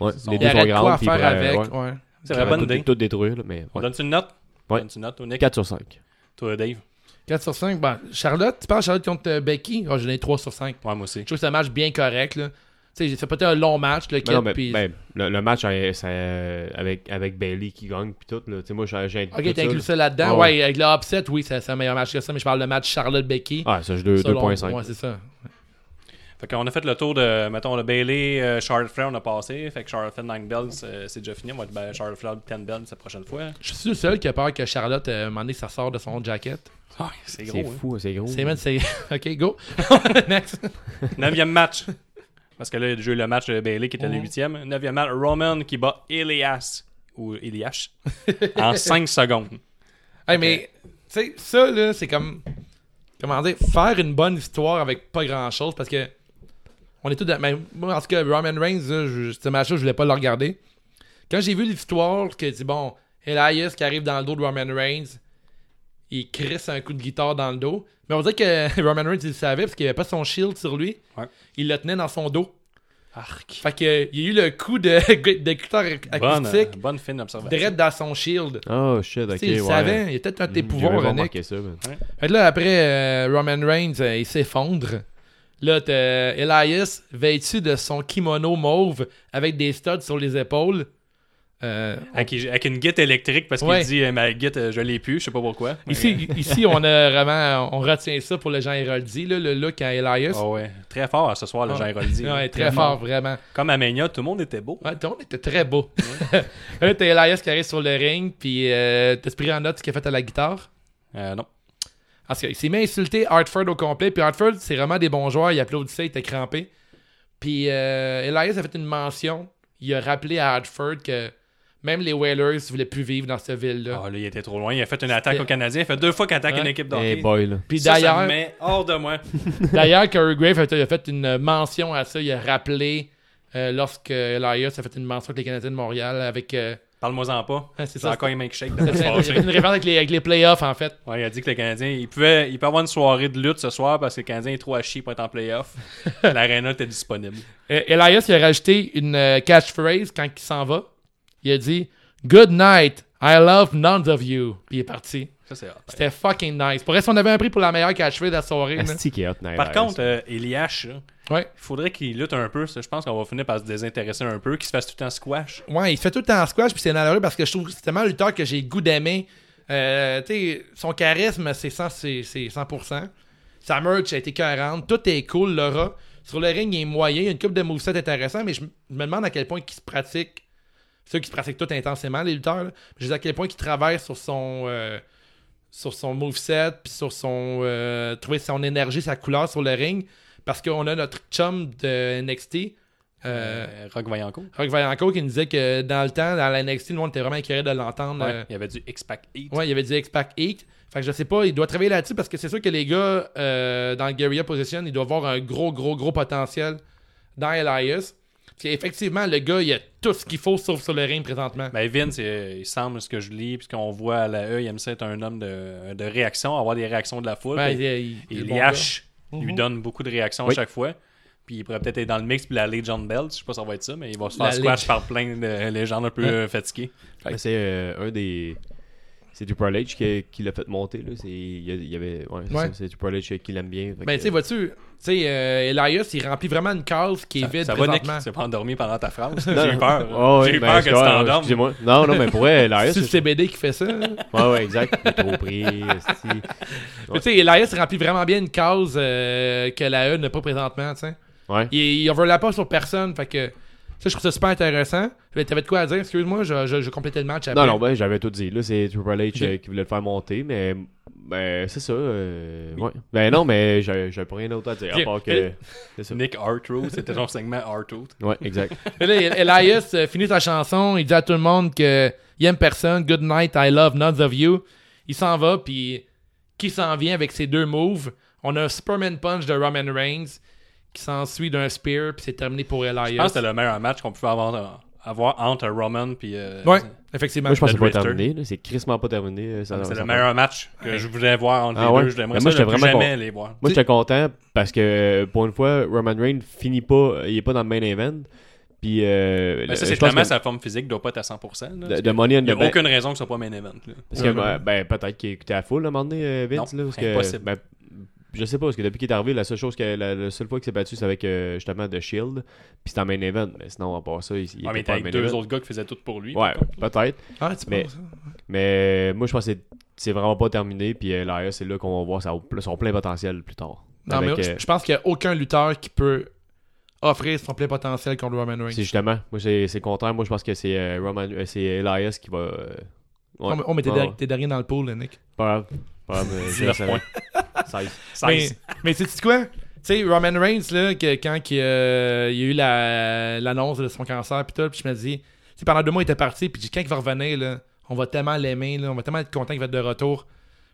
Speaker 5: Ouais,
Speaker 3: Ils sont-
Speaker 5: les
Speaker 4: Il y
Speaker 5: deux sont
Speaker 4: aurait de quoi
Speaker 5: grandes.
Speaker 4: à
Speaker 5: puis ils
Speaker 4: faire
Speaker 5: pourraient-
Speaker 4: avec.
Speaker 5: ouais,
Speaker 4: ouais.
Speaker 3: C'est
Speaker 5: ils
Speaker 3: la bonne
Speaker 5: pourraient
Speaker 3: idée.
Speaker 5: tout, tout détruire, là, mais ouais.
Speaker 3: Donne-tu une note
Speaker 5: Ouais.
Speaker 3: Donne-tu une note, toi, Nick
Speaker 5: 4 sur 5.
Speaker 3: Toi, Dave
Speaker 4: 4 sur 5. Bon, Charlotte, tu parles de Charlotte contre euh, Becky? Oh, j'en ai 3 sur 5.
Speaker 3: Ouais, moi aussi.
Speaker 4: Je trouve que c'est un match bien correct. Là. Tu sais, ça peut être un long match. Le
Speaker 5: Mais non,
Speaker 4: kit,
Speaker 5: mais,
Speaker 4: puis-
Speaker 5: ben, le, le match euh, ça, euh, avec, avec Bailey qui gagne puis tout, là, tu sais, moi j'ai j'ai
Speaker 4: ok,
Speaker 5: tout ça,
Speaker 4: t'as inclus
Speaker 5: là.
Speaker 4: ça là-dedans.
Speaker 5: Ah
Speaker 4: ouais.
Speaker 5: ouais.
Speaker 4: avec le upset, oui, c'est c'est un meilleur match que ça. Mais je parle de match Charlotte-Becky.
Speaker 5: Ah, ça, j'ai deux-
Speaker 4: Selon-
Speaker 5: 2.5.
Speaker 4: Ouais, c'est ça.
Speaker 3: Fait qu'on a fait le tour de, mettons, le Bailey, euh, Charlotte Flair, on a passé. Fait que Charlotte Flair, Nine Bells, euh, c'est déjà fini. On va être ben, Charlotte Flair, Ten Bells la prochaine fois.
Speaker 4: Je suis le seul qui a peur que Charlotte, euh, à un moment donné, ça sort de son jacket.
Speaker 3: Ouais, c'est
Speaker 5: C'est
Speaker 3: gros.
Speaker 5: fou, c'est gros.
Speaker 4: hein. C'est man, c'est. (laughs) ok, go. Next.
Speaker 3: hein. Neuvième match. Parce que là, j'ai eu le match de Bailey qui était le huitième. Neuvième match, Roman qui bat Elias. Ou Elias. en 5 secondes.
Speaker 4: Hey, mais, tu sais, ça, là, c'est comme. Comment dire Faire une bonne histoire avec pas grand-chose parce que. On est tous. dans- Mais moi, en tout cas, Roman Reigns, là, je- ce match-là, je voulais pas le regarder. Quand j'ai vu l'histoire, que dit bon, Elias qui arrive dans le dos de Roman Reigns, il crisse un coup de guitare dans le dos. Mais on dirait que (laughs) Roman Reigns, il le savait parce qu'il avait pas son shield sur lui.
Speaker 3: Ouais.
Speaker 4: Il le tenait dans son dos.
Speaker 3: Arc.
Speaker 4: Fait que, il y a eu le coup de, (laughs) de guitare acoustique,
Speaker 3: Bonne, euh, ben, bonne fine observation.
Speaker 4: direct dans son shield.
Speaker 5: Oh shit, ok.
Speaker 4: Tu sais, il le
Speaker 5: ouais.
Speaker 4: savait, il y a peut-être un de tes
Speaker 5: J'avais
Speaker 4: pouvoirs,
Speaker 5: pas
Speaker 4: Nick.
Speaker 5: remarqué ça, man.
Speaker 4: Fait que là, après, euh, Roman Reigns, euh, il s'effondre. Là, t'as euh, Elias, vêtu de son kimono mauve avec des studs sur les épaules. Euh,
Speaker 3: Avec, avec une guette électrique parce qu'il
Speaker 4: Ouais.
Speaker 3: dit euh, ma guette, euh, je l'ai plus, je sais pas pourquoi.
Speaker 4: ici, ici, on a vraiment, on retient ça pour le Jean Héroldi, là, le look à Elias.
Speaker 5: Oh,
Speaker 3: Ah ouais. Très fort ce soir, le Jean Héroldi.
Speaker 4: Ouais, très fort, vraiment.
Speaker 3: Comme à Mania, tout le monde était beau.
Speaker 4: Ouais, ton était très beau. (laughs) là, t'as Elias qui arrive sur le ring, puis euh, t'as pris en note ce qu'il a fait à la guitare.
Speaker 3: Euh, non.
Speaker 4: Parce qu'il s'est mis à insulter Hartford au complet. Puis Hartford, c'est vraiment des bons joueurs. Il applaudissait, il était crampé. Puis euh, Elias a fait une mention. Il a rappelé à Hartford que même les Whalers ne voulaient plus vivre dans cette ville-là.
Speaker 3: Ah, là, il était trop loin. Il a fait une attaque au Canadien. Il a fait deux fois qu'il attaque
Speaker 4: Ouais. Eh
Speaker 3: une équipe
Speaker 5: Hey
Speaker 3: d'hockey.
Speaker 5: boy, là.
Speaker 4: Puis
Speaker 3: Ça, ça me
Speaker 4: d'ailleurs,
Speaker 3: met hors de moi.
Speaker 4: d'ailleurs, Curry Grave a fait une mention à ça. Il a rappelé euh, lorsque Elias a fait une mention avec les Canadiens de Montréal avec. euh,
Speaker 3: Parle-moi-en pas.
Speaker 4: Ah, c'est
Speaker 3: C'est
Speaker 4: ça,
Speaker 3: encore un shake.
Speaker 4: il y avait une référence avec les, avec les playoffs, en fait.
Speaker 3: Ouais, il a dit que le Canadien, il, pouvait, il peut avoir une soirée de lutte ce soir parce que le Canadien est trop à chier pour être en
Speaker 4: (laughs)
Speaker 3: playoff. L'aréna était disponible.
Speaker 4: Euh, Elias, il a rajouté une euh, catchphrase quand il s'en va. Il a dit Good night, I love none of you. Puis il est parti.
Speaker 3: Ça, c'est hot.
Speaker 4: C'était fucking nice. Pour vrai, si on avait un prix pour la meilleure catchphrase de la soirée, là.
Speaker 5: Asti qui est hot, Nair.
Speaker 3: Par contre, euh, Eliash, là,
Speaker 4: ouais.
Speaker 3: il faudrait qu'il lutte un peu. ça, je pense qu'on va finir par se désintéresser un peu, qu'il se fasse tout le temps squash.
Speaker 4: Ouais, il se fait tout le temps en squash, puis c'est malheureux parce que je trouve que c'est tellement un lutteur que j'ai le goût d'aimer. Euh, tu sais, son charisme, c'est 100%. c'est- c'est 100%. Sa merch a été 40. Tout est cool, Laura. Sur le ring, il est moyen. Il y a une coupe de moveset intéressant, mais je, m- je me demande à quel point il se pratique. Ceux qui se pratiquent tout intensément, les lutteurs, là, je dis à quel point il travaille sur son. euh, sur son moveset, puis sur son. euh, trouver son énergie, sa couleur sur le ring. Parce qu'on a notre chum de NXT. euh,
Speaker 3: Euh, Rock Vaillancourt.
Speaker 4: Rock Vaillancourt qui nous disait que dans le temps, dans la NXT, le monde était vraiment écœuré de l'entendre.
Speaker 3: Ouais,
Speaker 4: euh,
Speaker 3: Il y avait du X-Pac 8.
Speaker 4: Ouais, il avait dit X-Pac 8. Fait que je sais pas, il doit travailler là-dessus parce que c'est sûr que les gars euh, dans le Guerrilla Position, il doit avoir un gros, gros, gros potentiel dans Elias. Parce qu'effectivement, le gars, il a tout ce qu'il faut sauf sur le ring présentement.
Speaker 3: Ben Vince, il, il semble ce que je lis, puis ce qu'on voit à la E, il aime ça être un homme de, de réaction, avoir des réactions de la foule.
Speaker 4: Ouais,
Speaker 3: puis-
Speaker 4: Ben, il- il-
Speaker 3: Et
Speaker 4: il est bon
Speaker 3: l'IH
Speaker 4: Mhm.
Speaker 3: lui donne beaucoup de réactions
Speaker 5: Oui.
Speaker 3: à chaque fois. Puis il pourrait peut-être être dans le mix, puis la John Bell, je sais pas si ça va être ça, mais il va se faire
Speaker 4: La
Speaker 3: squash
Speaker 4: Lég-
Speaker 3: par plein de légendes un peu
Speaker 4: Hein?
Speaker 3: euh, fatiguées.
Speaker 5: Mais c'est euh, un des. C'est du Prolage qui, qui l'a fait monter. Là. C'est, il y a- il y avait, ouais, c'est
Speaker 4: Ouais.
Speaker 5: ça, c'est du Prolage qui l'aime bien. fait
Speaker 4: gars. Ben,
Speaker 5: que-
Speaker 4: tu sais, vois-tu, tu sais, euh, Elias, il remplit vraiment une case qui est vide
Speaker 3: Ça va, Nick?
Speaker 4: présentement.
Speaker 3: Tu pas endormi pendant ta phrase? J'ai
Speaker 5: Non,
Speaker 3: eu
Speaker 5: non.
Speaker 3: peur.
Speaker 5: Oh,
Speaker 3: J'ai
Speaker 5: oui,
Speaker 3: eu
Speaker 5: ben,
Speaker 3: peur que tu
Speaker 5: excuse-
Speaker 3: t'endormes.
Speaker 5: Excusez-moi. Non, non, mais pour
Speaker 3: (laughs)
Speaker 5: vrai, Elias.
Speaker 4: C'est le
Speaker 5: c'est-
Speaker 4: CBD qui fait ça. hein?
Speaker 5: Ouais, ouais, exact. Il est trop pris. esti.
Speaker 4: Mais tu sais, Elias remplit vraiment bien une case euh, que la E n'a pas présentement, tu sais.
Speaker 5: Ouais.
Speaker 4: Il, il overlap pas sur personne, fait que ça, je trouve ça super intéressant. Mais T'avais de quoi à dire? Excuse-moi, je, je, je complétais le match après.
Speaker 5: Non, non, ben, j'avais tout dit. Là, c'est Triple H
Speaker 4: Ok.
Speaker 5: euh, qui voulait le faire monter, mais ben, c'est ça. euh, ouais. Ben non, mais j'avais, j'avais pas rien d'autre à dire,
Speaker 4: Ok.
Speaker 5: à part que.
Speaker 4: Elle-
Speaker 5: C'est ça.
Speaker 3: Nick Arthur, c'était son segment Arthur.
Speaker 5: Ouais, exact.
Speaker 4: Mais là, Elias euh, finit sa chanson, il dit à tout le monde que il aime personne, good night, I love none of you. Il s'en va, puis qui s'en vient avec ses deux moves? On a un Superman Punch de Roman Reigns qui s'ensuit d'un spear, puis c'est terminé pour Elias.
Speaker 3: Je pense que c'était le meilleur match qu'on pouvait avoir, euh, avoir entre Roman puis. euh,
Speaker 4: Ouais, effectivement.
Speaker 5: Moi, je pense que c'est pas
Speaker 3: Drifter.
Speaker 5: terminé. là. C'est crissement pas terminé. euh, ça- ça-
Speaker 3: Ah, C'est
Speaker 5: ça-
Speaker 3: le meilleur match que je voulais voir entre
Speaker 5: Ah
Speaker 3: les
Speaker 5: ouais?
Speaker 3: deux. Je l'aimerais
Speaker 5: Mais moi,
Speaker 3: ça
Speaker 5: j'étais
Speaker 3: ne plus
Speaker 5: vraiment
Speaker 3: jamais les voir.
Speaker 5: Moi, j'étais content parce que, euh, pour une fois, Roman Reigns finit pas, il est pas dans le main event. Puis, euh,
Speaker 3: Mais Ben, ça, c'est
Speaker 5: le- je pense
Speaker 3: clairement
Speaker 5: que
Speaker 3: sa forme physique doit pas être à 100%. là.
Speaker 5: de, de Money in
Speaker 3: Il n'y
Speaker 5: the
Speaker 3: a
Speaker 5: Bank.
Speaker 3: aucune raison que ce soit pas main event. là.
Speaker 5: Parce que, ben, ben, peut-être qu'il écoutait à full à un moment donné, euh, Vince.
Speaker 3: Non,
Speaker 5: là, parce que,
Speaker 3: impossible.
Speaker 5: ben, je sais pas, parce que depuis qu'il est arrivé, la seule chose que la, la seule fois qu'il s'est battu, c'est avec euh, justement The Shield. Puis c'était en main event. Mais sinon, à part ça, il, il
Speaker 3: Ah, mais t'as
Speaker 5: était pas en
Speaker 3: avec
Speaker 5: main
Speaker 3: deux
Speaker 5: event.
Speaker 3: autres gars qui faisaient tout pour lui.
Speaker 5: Ouais,
Speaker 3: par contre.
Speaker 5: peut-être.
Speaker 4: Ah, tu
Speaker 5: Mais-
Speaker 4: penses, hein?
Speaker 5: Mais moi, je pense que c'est- c'est vraiment pas terminé. Puis euh, là, c'est là qu'on va voir sa- son plein potentiel plus tard.
Speaker 4: Non,
Speaker 5: Avec,
Speaker 4: mais
Speaker 5: euh,
Speaker 4: je, je pense qu'il n'y a aucun lutteur qui peut offrir son plein potentiel contre Roman Reigns.
Speaker 5: C'est justement, moi c'est c'est le contraire. Moi je pense que c'est euh, Roman, euh, c'est Elias qui va. euh, ouais.
Speaker 4: On oh, mais t'es
Speaker 5: Ouais,
Speaker 4: derrière-
Speaker 5: ouais.
Speaker 4: t'es derrière dans le pool, là, Nick.
Speaker 5: Pas grave. Pas grave,
Speaker 4: (laughs)
Speaker 5: euh, je le
Speaker 3: 19
Speaker 5: savais. 16.
Speaker 4: Mais,
Speaker 3: 16.
Speaker 4: mais sais-tu quoi? Tu sais, Roman Reigns, là, que, quand qu'il, euh, il, y a eu la- l'annonce de son cancer, pis tout, pis je me dis, tu sais, pendant deux mois, il était parti, pis quand il va revenir, là, on va tellement l'aimer, là, on va tellement être content qu'il va être de retour.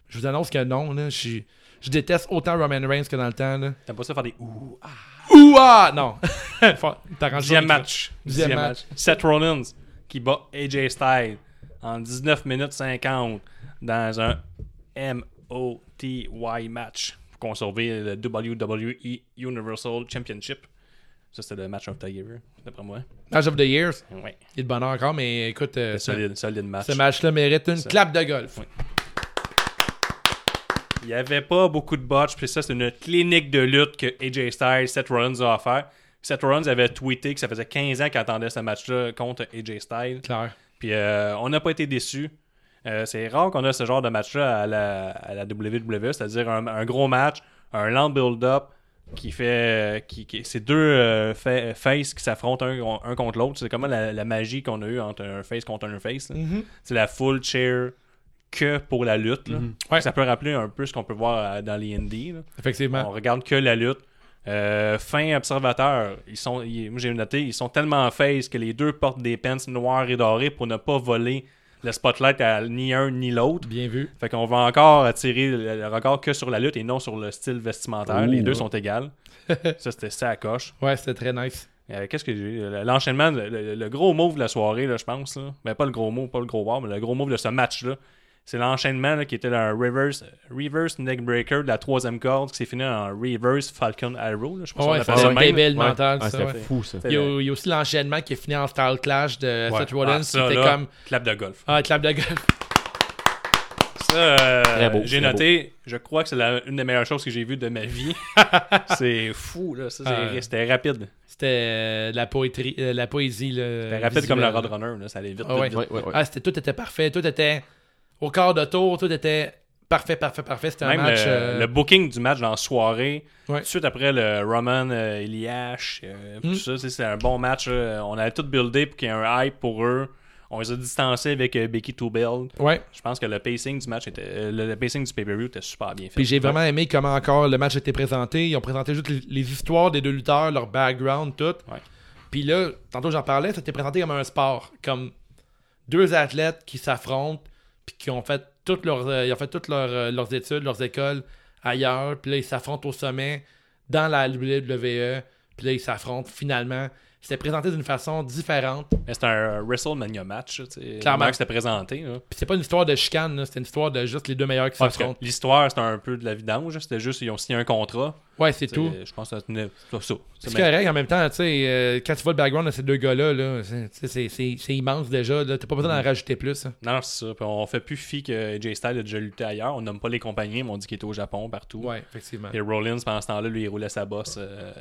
Speaker 4: Je vous annonce que non, là, je, suis- je déteste autant Roman Reigns que dans le temps, là.
Speaker 3: T'aimes pas ça faire des ouh. ah.
Speaker 4: Ouah! Non! (laughs) Faut- T'arranges
Speaker 3: Dixième
Speaker 4: pas.
Speaker 3: match.
Speaker 4: Dixième
Speaker 3: Dixième
Speaker 4: match.
Speaker 3: match. Seth Rollins qui bat AJ Styles en 19 minutes 50 dans un MOTY match pour conserver le WWE Universal Championship. Ça, c'était le match of the year, d'après moi.
Speaker 4: Match of the Years.
Speaker 3: Ouais.
Speaker 4: Il est de bonheur encore, mais écoute, euh,
Speaker 3: Solide, solide match.
Speaker 4: ce match-là mérite une
Speaker 3: Ça-
Speaker 4: clap de golf.
Speaker 3: Il n'y avait pas beaucoup de botches, puis ça, c'est une clinique de lutte que AJ Styles, Seth Rollins a offert. Seth Rollins avait tweeté que ça faisait 15 ans qu'il attendait ce match-là contre AJ Styles.
Speaker 4: Claire.
Speaker 3: Puis euh, on n'a pas été déçus. Euh, c'est rare qu'on a ce genre de match-là à la, à la WWE, c'est-à-dire un, un gros match, un lent build-up qui fait. euh, Qui, qui- c'est deux euh, fa- faces qui s'affrontent un, un contre l'autre. C'est comme la, la magie qu'on a eue entre un face contre un face. là. C'est la full chair que pour la lutte. là.
Speaker 4: Ouais.
Speaker 3: Ça peut rappeler un peu ce qu'on peut voir euh, dans les indies. là.
Speaker 4: Effectivement.
Speaker 3: On regarde que la lutte. Euh, fin observateur, ils sont, ils- moi, j'ai noté, ils sont tellement face que les deux portent des pants noirs et dorés pour ne pas voler le spotlight à ni un ni l'autre.
Speaker 4: Bien vu.
Speaker 3: Fait qu'on va encore attirer le, le regard que sur la lutte et non sur le style vestimentaire.
Speaker 5: Ouh.
Speaker 3: Les deux sont égales. ça, c'était ça à coche.
Speaker 4: Ouais, c'était très nice.
Speaker 3: Euh, Qu'est-ce que j'ai euh, L'enchaînement, le, le- le gros move de la soirée, là, je pense. Là. Ben, pas le gros move, pas le gros war, mais le gros move de ce match-là. C'est l'enchaînement là, qui était un reverse, reverse neckbreaker de la troisième corde qui s'est fini en reverse Falcon Arrow. là. Je pense
Speaker 4: Ouais,
Speaker 3: qu'on appelle
Speaker 4: Falcon
Speaker 3: ça de même.
Speaker 4: Cable.
Speaker 5: Ouais.
Speaker 4: mental,
Speaker 5: Ah,
Speaker 4: ça,
Speaker 5: c'était
Speaker 4: ouais.
Speaker 5: fou ça.
Speaker 4: Il y, a, il y a aussi l'enchaînement qui est fini en style clash de
Speaker 3: Ouais.
Speaker 4: Seth Rollins.
Speaker 3: Ah, ça,
Speaker 4: C'était
Speaker 3: là,
Speaker 4: comme
Speaker 3: Clap de golf.
Speaker 4: ah, clap de golf.
Speaker 3: Ça, euh,
Speaker 5: Très beau,
Speaker 3: J'ai
Speaker 5: très
Speaker 3: noté, je crois que c'est la- une des meilleures choses que j'ai vues de ma
Speaker 5: (laughs)
Speaker 3: vie. c'est fou, là. Ça, c'est-
Speaker 4: Ah.
Speaker 3: C'était rapide.
Speaker 4: (laughs) C'était euh, de la poétrie, euh, la poésie. là,
Speaker 3: C'était rapide
Speaker 4: visuelle.
Speaker 3: comme le Roadrunner, là. Ça allait vite,
Speaker 4: Ah
Speaker 3: vite,
Speaker 4: ouais.
Speaker 3: vite.
Speaker 5: Ouais, ouais, ouais.
Speaker 4: Ah, c'était, tout était parfait. Tout était au quart de tour. Tout était parfait, parfait, parfait. C'était
Speaker 3: Même
Speaker 4: un match.
Speaker 3: le,
Speaker 4: euh,
Speaker 3: le booking du match dans la soirée,
Speaker 4: Ouais.
Speaker 3: tout de suite après le Roman euh, Eliash, euh, tout
Speaker 4: Mm.
Speaker 3: ça, c'est- c'est un bon match. là. On avait tout buildé pour qu'il y ait un hype pour eux. On les a distancés avec euh, Becky Toubel.
Speaker 4: Ouais.
Speaker 3: Je pense que le pacing du match était, euh, le, le pacing du pay-per-view était super bien fait.
Speaker 4: Puis j'ai vraiment aimé comment encore le match était présenté. Ils ont présenté juste les, les histoires des deux lutteurs, leur background, tout.
Speaker 3: Ouais.
Speaker 4: Puis là, tantôt j'en parlais, c'était présenté comme un sport, comme deux athlètes qui s'affrontent, puis qui ont fait toutes leurs, euh, ils ont fait toutes leurs, euh, leurs études, leurs écoles ailleurs, puis là ils s'affrontent au sommet dans la WWE, puis là ils s'affrontent finalement. C'était présenté d'une façon différente. Puis
Speaker 3: Mais C'était un WrestleMania match. là, tu sais.
Speaker 4: Clairement.
Speaker 3: Comment que c'était présenté. là.
Speaker 4: c'est pas une histoire de chicane, là, c'était une histoire de juste les deux meilleurs qui
Speaker 3: Parce que
Speaker 4: s'affrontent.
Speaker 3: l'histoire, c'était un peu de la vidange. C'était juste, ils ont signé un contrat.
Speaker 4: Ouais, c'est
Speaker 3: Tu sais,
Speaker 4: tout.
Speaker 3: Je pense que ça tenait ça. ça.
Speaker 4: C'est
Speaker 3: Mais-
Speaker 4: correct, en même temps, tu sais, euh, quand tu vois le background de ces deux gars-là, là, c'est- tu sais, c'est c'est- c'est immense déjà. là. T'as pas besoin d'en rajouter plus. hein.
Speaker 3: Non, c'est ça. Puis on fait plus fi que Jay Styles a déjà lutté ailleurs. On nomme pas les compagnies, mais on dit qu'il était au Japon, partout.
Speaker 4: Ouais, effectivement.
Speaker 3: Et Rollins, pendant ce temps-là, lui, il roulait sa bosse euh,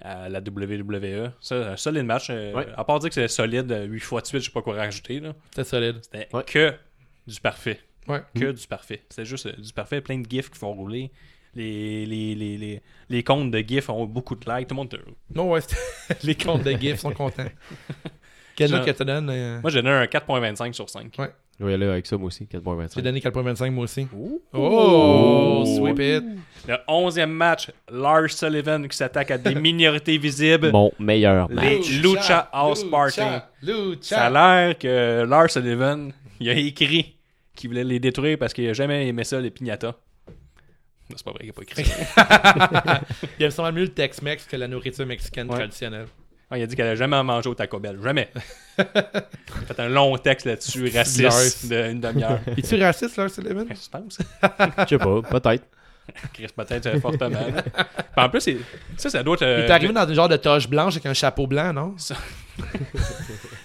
Speaker 3: à la WWE. Ça, un solide match. euh,
Speaker 5: Ouais.
Speaker 3: À part dire que c'était solide, 8 fois de suite, je sais pas quoi rajouter. là.
Speaker 4: C'était solide.
Speaker 3: C'était
Speaker 5: Ouais. Hmm.
Speaker 3: que du parfait.
Speaker 4: Ouais.
Speaker 3: Que du parfait. C'était juste euh, du parfait, plein de gifs qui font rouler. Les, les, les, les, les comptes de gifs ont beaucoup de likes. Tout le monde. te-
Speaker 4: Non, ouais, c'était- (laughs) les comptes de GIF sont contents. (laughs) Quel
Speaker 3: Genre-
Speaker 4: note que tu donnes euh,
Speaker 3: Moi, j'ai donné un 4.25 sur 5.
Speaker 5: Je vais y aller avec ça, moi aussi,
Speaker 4: J'ai
Speaker 5: 4.25.
Speaker 4: donné 4.25 moi aussi.
Speaker 3: Ouh.
Speaker 4: Oh, sweep it.
Speaker 3: Le 11e match, Lars Sullivan qui s'attaque à
Speaker 5: (laughs)
Speaker 3: des minorités visibles.
Speaker 5: Mon meilleur match.
Speaker 3: Les Lucha House Party. Ça a
Speaker 4: Lucha.
Speaker 3: l'air que Lars Sullivan, il a écrit qu'il voulait les détruire parce qu'il a jamais aimé ça, les piñatas. Non, C'est pas vrai qu'il a pas écrit ça.
Speaker 4: Il aime sûrement mieux le Tex-Mex que la nourriture mexicaine
Speaker 3: Ouais.
Speaker 4: traditionnelle.
Speaker 3: Ah, il a dit qu'elle a jamais mangé au Taco Bell. Jamais. il a fait un long texte là-dessus, raciste, d'une
Speaker 4: (laughs)
Speaker 3: demi-heure.
Speaker 4: (laughs)
Speaker 3: Ben,
Speaker 4: Es-tu raciste, Lars Sullivan?
Speaker 3: Je pense.
Speaker 5: Je sais pas, peut-être.
Speaker 3: Chris, peut-être euh, fortement. là. Puis en plus, c'est- ça, ça doit être.
Speaker 4: Il
Speaker 3: euh,
Speaker 4: est arrivé dans une genre de toche blanche avec un chapeau blanc, non?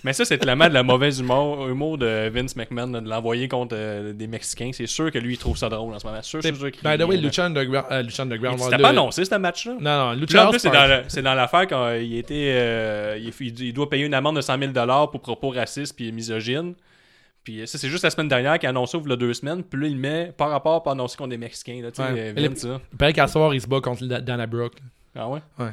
Speaker 3: Mais ça, c'est clairement de la mauvaise humour, humour de Vince McMahon là, de l'envoyer contre euh, des Mexicains. C'est sûr que lui, il trouve ça drôle en ce moment. Sûr, sûr, sûr qu'il-
Speaker 4: By the way, Lucha Underground. euh, Lucha Underground.
Speaker 3: C'était
Speaker 4: le-
Speaker 3: pas annoncé, ce match-là.
Speaker 4: Non, non,
Speaker 3: Puis là, en
Speaker 4: Lucha House
Speaker 3: plus, c'est
Speaker 4: Party.
Speaker 3: dans la- c'est dans l'affaire quand euh, il était. euh, il, il- il doit payer une amende de 100 000 pour propos racistes puis misogynes. Puis euh, ça, c'est juste la semaine dernière qu'il a annoncé, il y a deux semaines. Puis là, il met par rapport pour annoncer qu'on est Mexicains. Là, tu sais,
Speaker 4: Ouais.
Speaker 3: euh,
Speaker 4: Mais
Speaker 3: Vince, ça.
Speaker 4: Il paraît qu'à soir, il se bat contre Da- Dana Brooke.
Speaker 3: Ah ouais? (laughs)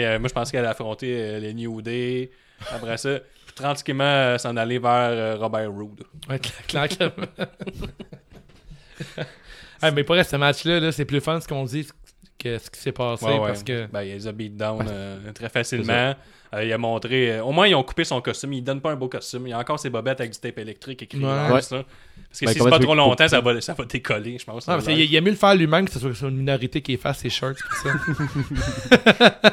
Speaker 3: Là, euh, moi, je pensais qu'elle allait affronter euh, les New Day. Après ça, tranquillement euh, s'en aller vers euh, Robert Roode.
Speaker 4: Ouais, clair, clair.
Speaker 3: (laughs)
Speaker 4: Ah, mais pour vrai, ce match-là, là, c'est plus fun ce qu'on dit que ce qui s'est passé
Speaker 3: Ouais, ouais.
Speaker 4: parce que.
Speaker 3: Ben, il les a beat down euh, très facilement. Euh, il a montré. euh, au moins, ils ont coupé son costume. Il donne pas un beau costume. Il a encore ses bobettes avec du tape électrique écrit.
Speaker 4: Ouais.
Speaker 3: Lars, là.
Speaker 5: Ouais.
Speaker 3: Parce que
Speaker 5: Ben,
Speaker 3: si c'est
Speaker 5: comment
Speaker 3: pas
Speaker 5: tu veux
Speaker 3: trop
Speaker 5: qu'il coupe
Speaker 3: longtemps, ça va, ça va décoller, je pense.
Speaker 4: Non, Ah, parce qu'il il a mieux le faire lui-même que ce soit que ce soit une minorité qui efface ses shirts. pis ça. (laughs)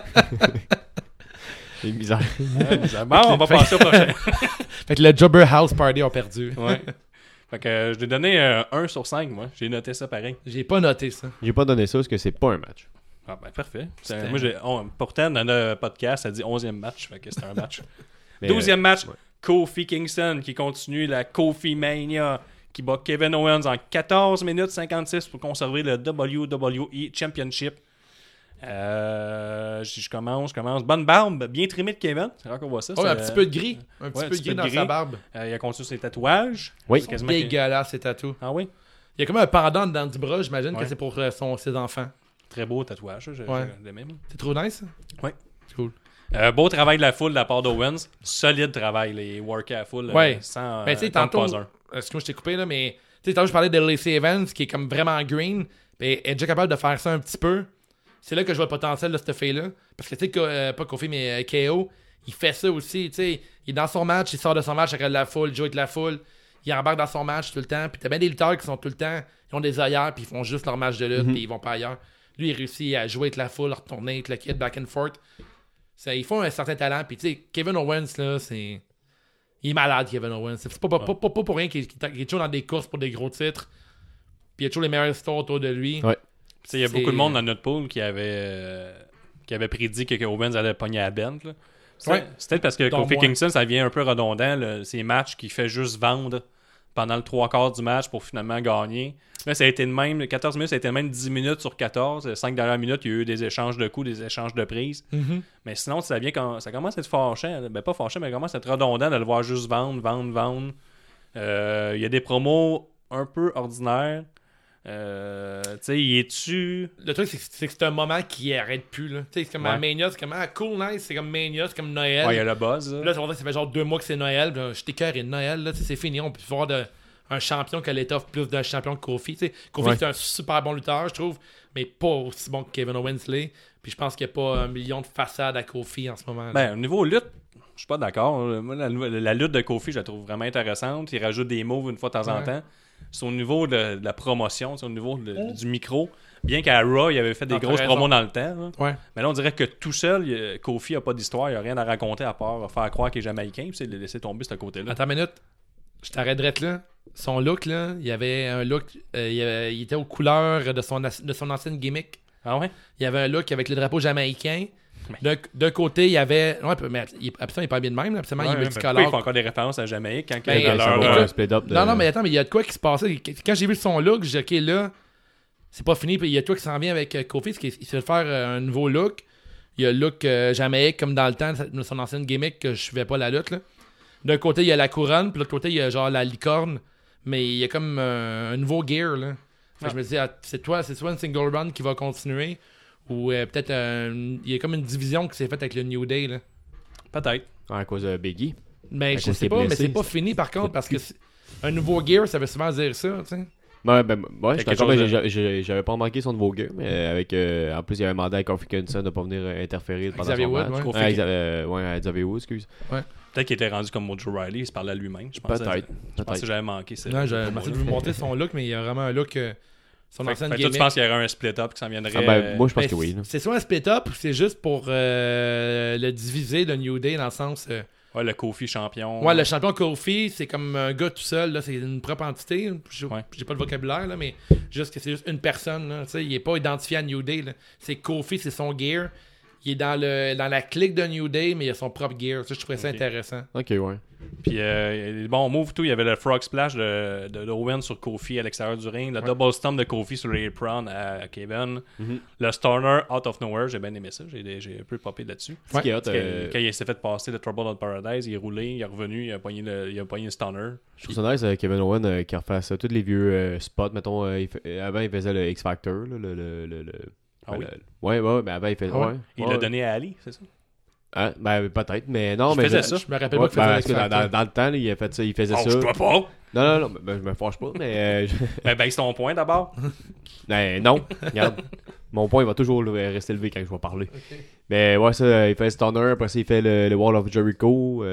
Speaker 5: C'est bizarre.
Speaker 3: Bon, on va passer au
Speaker 4: (laughs)
Speaker 3: prochain.
Speaker 4: fait que le Jobber House Party ont perdu.
Speaker 3: Ouais. Fait que euh, je lui ai donné euh, 1 sur 5, moi. J'ai noté ça pareil.
Speaker 4: J'ai pas noté ça.
Speaker 5: J'ai pas donné ça parce que c'est pas un match.
Speaker 3: Ah ben parfait. C'est-
Speaker 4: C'était-
Speaker 3: Moi, j'ai, on- pourtant, dans le podcast, ça dit 11e match. Fait que c'était un match.
Speaker 5: Mais, euh,
Speaker 4: euh,
Speaker 3: 12e match,
Speaker 5: ouais.
Speaker 3: Kofi Kingston qui continue la Kofi Mania qui bat Kevin Owens en 14 minutes 56 pour conserver le WWE Championship. Euh, je je commence, je commence. Bonne barbe, bien trimée de Kevin. C'est rare qu'on voit ça.
Speaker 4: Oh,
Speaker 3: ça-
Speaker 4: un petit peu de gris. Un petit
Speaker 3: ouais, un
Speaker 4: peu de
Speaker 3: petit
Speaker 4: gris dans sa barbe.
Speaker 3: Euh, il a continué ses tatouages.
Speaker 5: Oui.
Speaker 3: C'est quasiment que-
Speaker 4: Dégueulasse, c'est tatou.
Speaker 3: Ah oui,
Speaker 4: Il y a comme un pendant dans du bras, j'imagine que
Speaker 3: Ouais.
Speaker 4: c'est pour euh, son, ses enfants.
Speaker 3: très beau tatouage. Je,
Speaker 4: Ouais.
Speaker 3: je- le même.
Speaker 4: C'est trop nice, ça?
Speaker 3: Ouais.
Speaker 4: C'est cool.
Speaker 3: Euh, beau travail de la foule de la part d'Owens. Solide travail, les workers à la foule.
Speaker 4: Ouais.
Speaker 3: euh, sans,
Speaker 4: Ben, tu sais,
Speaker 3: euh, tant de
Speaker 4: tantôt,
Speaker 3: pas un.
Speaker 4: excuse-moi, je t'ai coupé, là, mais, tu sais, tantôt, je parlais de Lacey Evans, qui est comme vraiment green, puis elle est déjà capable de faire ça un petit peu. C'est là que je vois le potentiel de cette fille-là. Parce que, tu sais, que, euh, pas Kofi, mais euh, KO, il fait ça aussi, tu sais. Il est dans son match, il sort de son match, il regarde la foule, il joue avec la foule, il embarque dans son match tout le temps, puis t'as bien des lutteurs qui sont tout le temps, ils ont des ailleurs, puis ils font juste leur match de lutte, puis ils vont pas ailleurs. Lui, il réussit à jouer avec la foule, à retourner avec le kit back and forth. Ça, ils font un certain talent, puis tu sais, Kevin Owens, là, c'est. Il est malade, Kevin Owens. C'est pas, pas, pas- pas- pas pour rien qu'il qu'il est toujours dans des courses pour des gros titres. Puis il y a toujours les meilleurs histoires autour de lui.
Speaker 5: Ouais.
Speaker 3: Tu sais, il y a
Speaker 4: C'est-
Speaker 3: beaucoup de monde dans notre pool qui avait, euh, qui avait prédit que que Owens allait pogner à Bent. là. C'est
Speaker 4: Ouais.
Speaker 3: c'est peut-être parce que
Speaker 4: Dans
Speaker 3: Kofi
Speaker 4: moi.
Speaker 3: Kingston, ça vient un peu redondant, là, ces matchs qu'il fait juste vendre pendant le trois quarts du match pour finalement gagner. Là, ça a été le même, le 14 minutes, ça a été le même 10 minutes sur 14. Les 5 dernières minutes, il y a eu des échanges de coups, des échanges de prises.
Speaker 4: Mhm.
Speaker 3: Mais sinon, ça, vient quand, ça commence à être fâchant. là. Ben, pas fâchant, mais ça commence à être redondant de le voir juste vendre, vendre, vendre. Euh, il y a des promos un peu ordinaires. Euh, tu sais, il est tu
Speaker 4: Le truc, c'est que c'est que c'est un moment qui arrête plus. là. Tu sais, C'est comme à
Speaker 3: Ouais.
Speaker 4: Mania, c'est comme ah, cool, nice, c'est comme Mania, c'est comme Noël.
Speaker 3: Ouais, il y a le buzz. là.
Speaker 4: Là, ça fait genre deux mois que c'est Noël. puis, euh, Je t'écœuré de Noël. Là, tu sais, c'est fini. On peut voir de, un champion que l'étoffe plus d'un champion que Kofi. tu sais. Kofi,
Speaker 1: Ouais.
Speaker 4: c'est un super bon lutteur, je trouve, mais pas aussi bon que Kevin Owens-Lee. Puis je pense qu'il n'y a pas un million de façades à Kofi en ce moment. là.
Speaker 3: Ben, au niveau lutte, je suis pas d'accord. Moi, la, la lutte de Kofi, je la trouve vraiment intéressante. Il rajoute des moves une fois de temps en
Speaker 4: Ouais.
Speaker 3: temps. C'est au niveau de, de la promotion, c'est au niveau de- du micro. Bien qu'à Raw, il avait fait des
Speaker 4: Ah, t'as
Speaker 3: grosses
Speaker 4: raison.
Speaker 3: promos dans le temps. là.
Speaker 4: ouais.
Speaker 3: Mais là, on dirait que tout seul, il- euh, Kofi a pas d'histoire, il a rien à raconter à part faire croire qu'il est jamaïcain, puis c'est de le laisser tomber ce côté-là.
Speaker 4: Attends une minute. Je t'arrêterai là. Son look, là, il avait un look. euh, il, avait- il était aux couleurs de son, as- de son ancienne gimmick.
Speaker 3: Ah ouais?
Speaker 4: Il y avait un look avec le drapeau jamaïcain.
Speaker 3: Mais-
Speaker 4: D'un d'un côté, il y avait. Ouais, mais il, absolument, il parle bien de même, là. Absolument,
Speaker 3: Ouais,
Speaker 4: il est
Speaker 3: mais pourquoi
Speaker 4: multicolore.
Speaker 3: ils font encore des références à Jamaïque quand
Speaker 4: Ben,
Speaker 3: il y a
Speaker 4: euh,
Speaker 3: leur,
Speaker 5: ça va
Speaker 4: écoute,
Speaker 5: faire
Speaker 3: euh,
Speaker 5: un split-up de-
Speaker 4: Non, non, mais attends, mais il y a de quoi qui se passait. Qu- Quand j'ai vu son look, j'ai dit, OK, là, c'est pas fini. Puis il y a de quoi qui s'en vient avec euh, Kofi, parce qu'il il se fait faire euh, un nouveau look. Il y a le look euh, jamaïque, comme dans le temps, de son ancienne gimmick, que je suivais pas la lutte. là. D'un côté, il y a la couronne, puis de l'autre côté, il y a genre la licorne. Mais il y a comme euh, un nouveau gear, là. Fait que Je me dis, ah, c'est toi, c'est soit une single run qui va continuer, ou euh, peut-être euh, il y a comme une division qui s'est faite avec le New Day, là.
Speaker 3: Peut-être.
Speaker 5: À cause de Biggie.
Speaker 4: Mais
Speaker 5: Fait
Speaker 4: je
Speaker 5: qu'on
Speaker 4: sais
Speaker 5: s'est
Speaker 4: pas, mais
Speaker 5: Ben, blessé,
Speaker 4: c'est pas fini par contre, parce que c'est- un nouveau gear, ça veut souvent dire ça, tu sais.
Speaker 5: Ouais, ben, ouais, je suis
Speaker 3: quelque
Speaker 5: d'accord, mais
Speaker 3: chose
Speaker 4: euh,
Speaker 5: j'ai- j'ai- j'avais pas remarqué son nouveau gars, mais euh, avec, euh, en plus, il avait demandé à Kofi Kingston de pas venir euh, interférer pendant
Speaker 4: Xavier
Speaker 5: son
Speaker 4: Wood,
Speaker 5: match.
Speaker 4: ouais.
Speaker 5: Ouais, Xa- euh, ouais, à Xavier Wood, excuse.
Speaker 3: Peut-être qu'il était rendu comme Mojo Riley, il se parlait à lui-même. Je pensais,
Speaker 5: Peut-être,
Speaker 3: Je pensais que
Speaker 5: peut-être.
Speaker 3: j'avais manqué. ce-
Speaker 4: Non,
Speaker 3: ce
Speaker 4: je
Speaker 3: mot-là.
Speaker 4: vais vous montrer son look, mais il y a vraiment un look. euh, son
Speaker 3: Fait que-
Speaker 4: ancienne
Speaker 3: fait que toi, tu
Speaker 4: gimmick.
Speaker 3: penses qu'il y aurait un split-up qui s'en viendrait.
Speaker 5: Ah, ben,
Speaker 3: euh,
Speaker 5: moi, je pense
Speaker 4: Ben,
Speaker 5: que oui. là.
Speaker 4: C'est soit un split-up ou c'est juste pour euh, le diviser de New Day dans le sens. euh,
Speaker 3: Ouais, le Kofi champion.
Speaker 4: ouais, le champion Kofi, c'est comme un gars tout seul, là, c'est une propre entité. J'ai
Speaker 3: Ouais.
Speaker 4: j'ai pas de vocabulaire, là, mais juste que c'est juste une personne. là, tu sais, il est pas identifié à New Day. là. C'est Kofi, c'est son gear. Il est dans, le, dans la clique de New Day, mais il a son propre gear. Ça, je trouvais ça
Speaker 3: Ok.
Speaker 4: intéressant.
Speaker 5: Ok, ouais.
Speaker 3: Puis, euh, bon, move tout, il y avait le frog splash de, de, de Owen sur Kofi à l'extérieur du ring, le double stomp de Kofi sur les Brown à Kevin, le Stoner out of nowhere, j'ai bien aimé ça, j'ai des- j'ai un peu popé là-dessus.
Speaker 5: Ce qui est hot,
Speaker 3: Parce que,
Speaker 5: euh,
Speaker 3: Quand il s'est fait passer le Trouble on Paradise, il est roulé, il est revenu, il a pogné le, il a pogné le Stoner.
Speaker 5: Je trouve ça nice, euh, Kevin Owen, euh, qui refasse euh, tous les vieux euh, spots. Mettons, euh, il fait- euh, avant, il faisait le X Factor. Là, le, le, le, le-
Speaker 3: Ah
Speaker 5: ben,
Speaker 3: oui?
Speaker 5: le- ouais, ouais, mais avant, il faisait.
Speaker 4: Ah
Speaker 5: ouais,
Speaker 4: ouais?
Speaker 3: Il
Speaker 5: ouais.
Speaker 3: l'a donné à Ali, c'est ça?
Speaker 5: Hein? ben, peut-être, mais non,
Speaker 3: Il
Speaker 5: mais.
Speaker 3: faisait
Speaker 5: je-
Speaker 3: ça?
Speaker 4: Je me rappelle
Speaker 5: Ouais,
Speaker 4: pas qu'il
Speaker 5: ben,
Speaker 4: faisait
Speaker 5: parce que dans,
Speaker 4: l'extracteur.
Speaker 5: dans- dans le temps, là, il, a fait ça, il faisait
Speaker 3: Oh,
Speaker 5: ça.
Speaker 3: je dois pas!
Speaker 5: Non, non, non, ben, je me fâche pas, mais. euh, je-
Speaker 3: Ben, ben, c'est ton point d'abord.
Speaker 5: Ben, non,
Speaker 4: (laughs)
Speaker 5: regarde. Mon point il va toujours le- rester levé quand je vais parler. Mais ouais, ça, il fait Stunner, après ça, il fait le, le Wall of Jericho,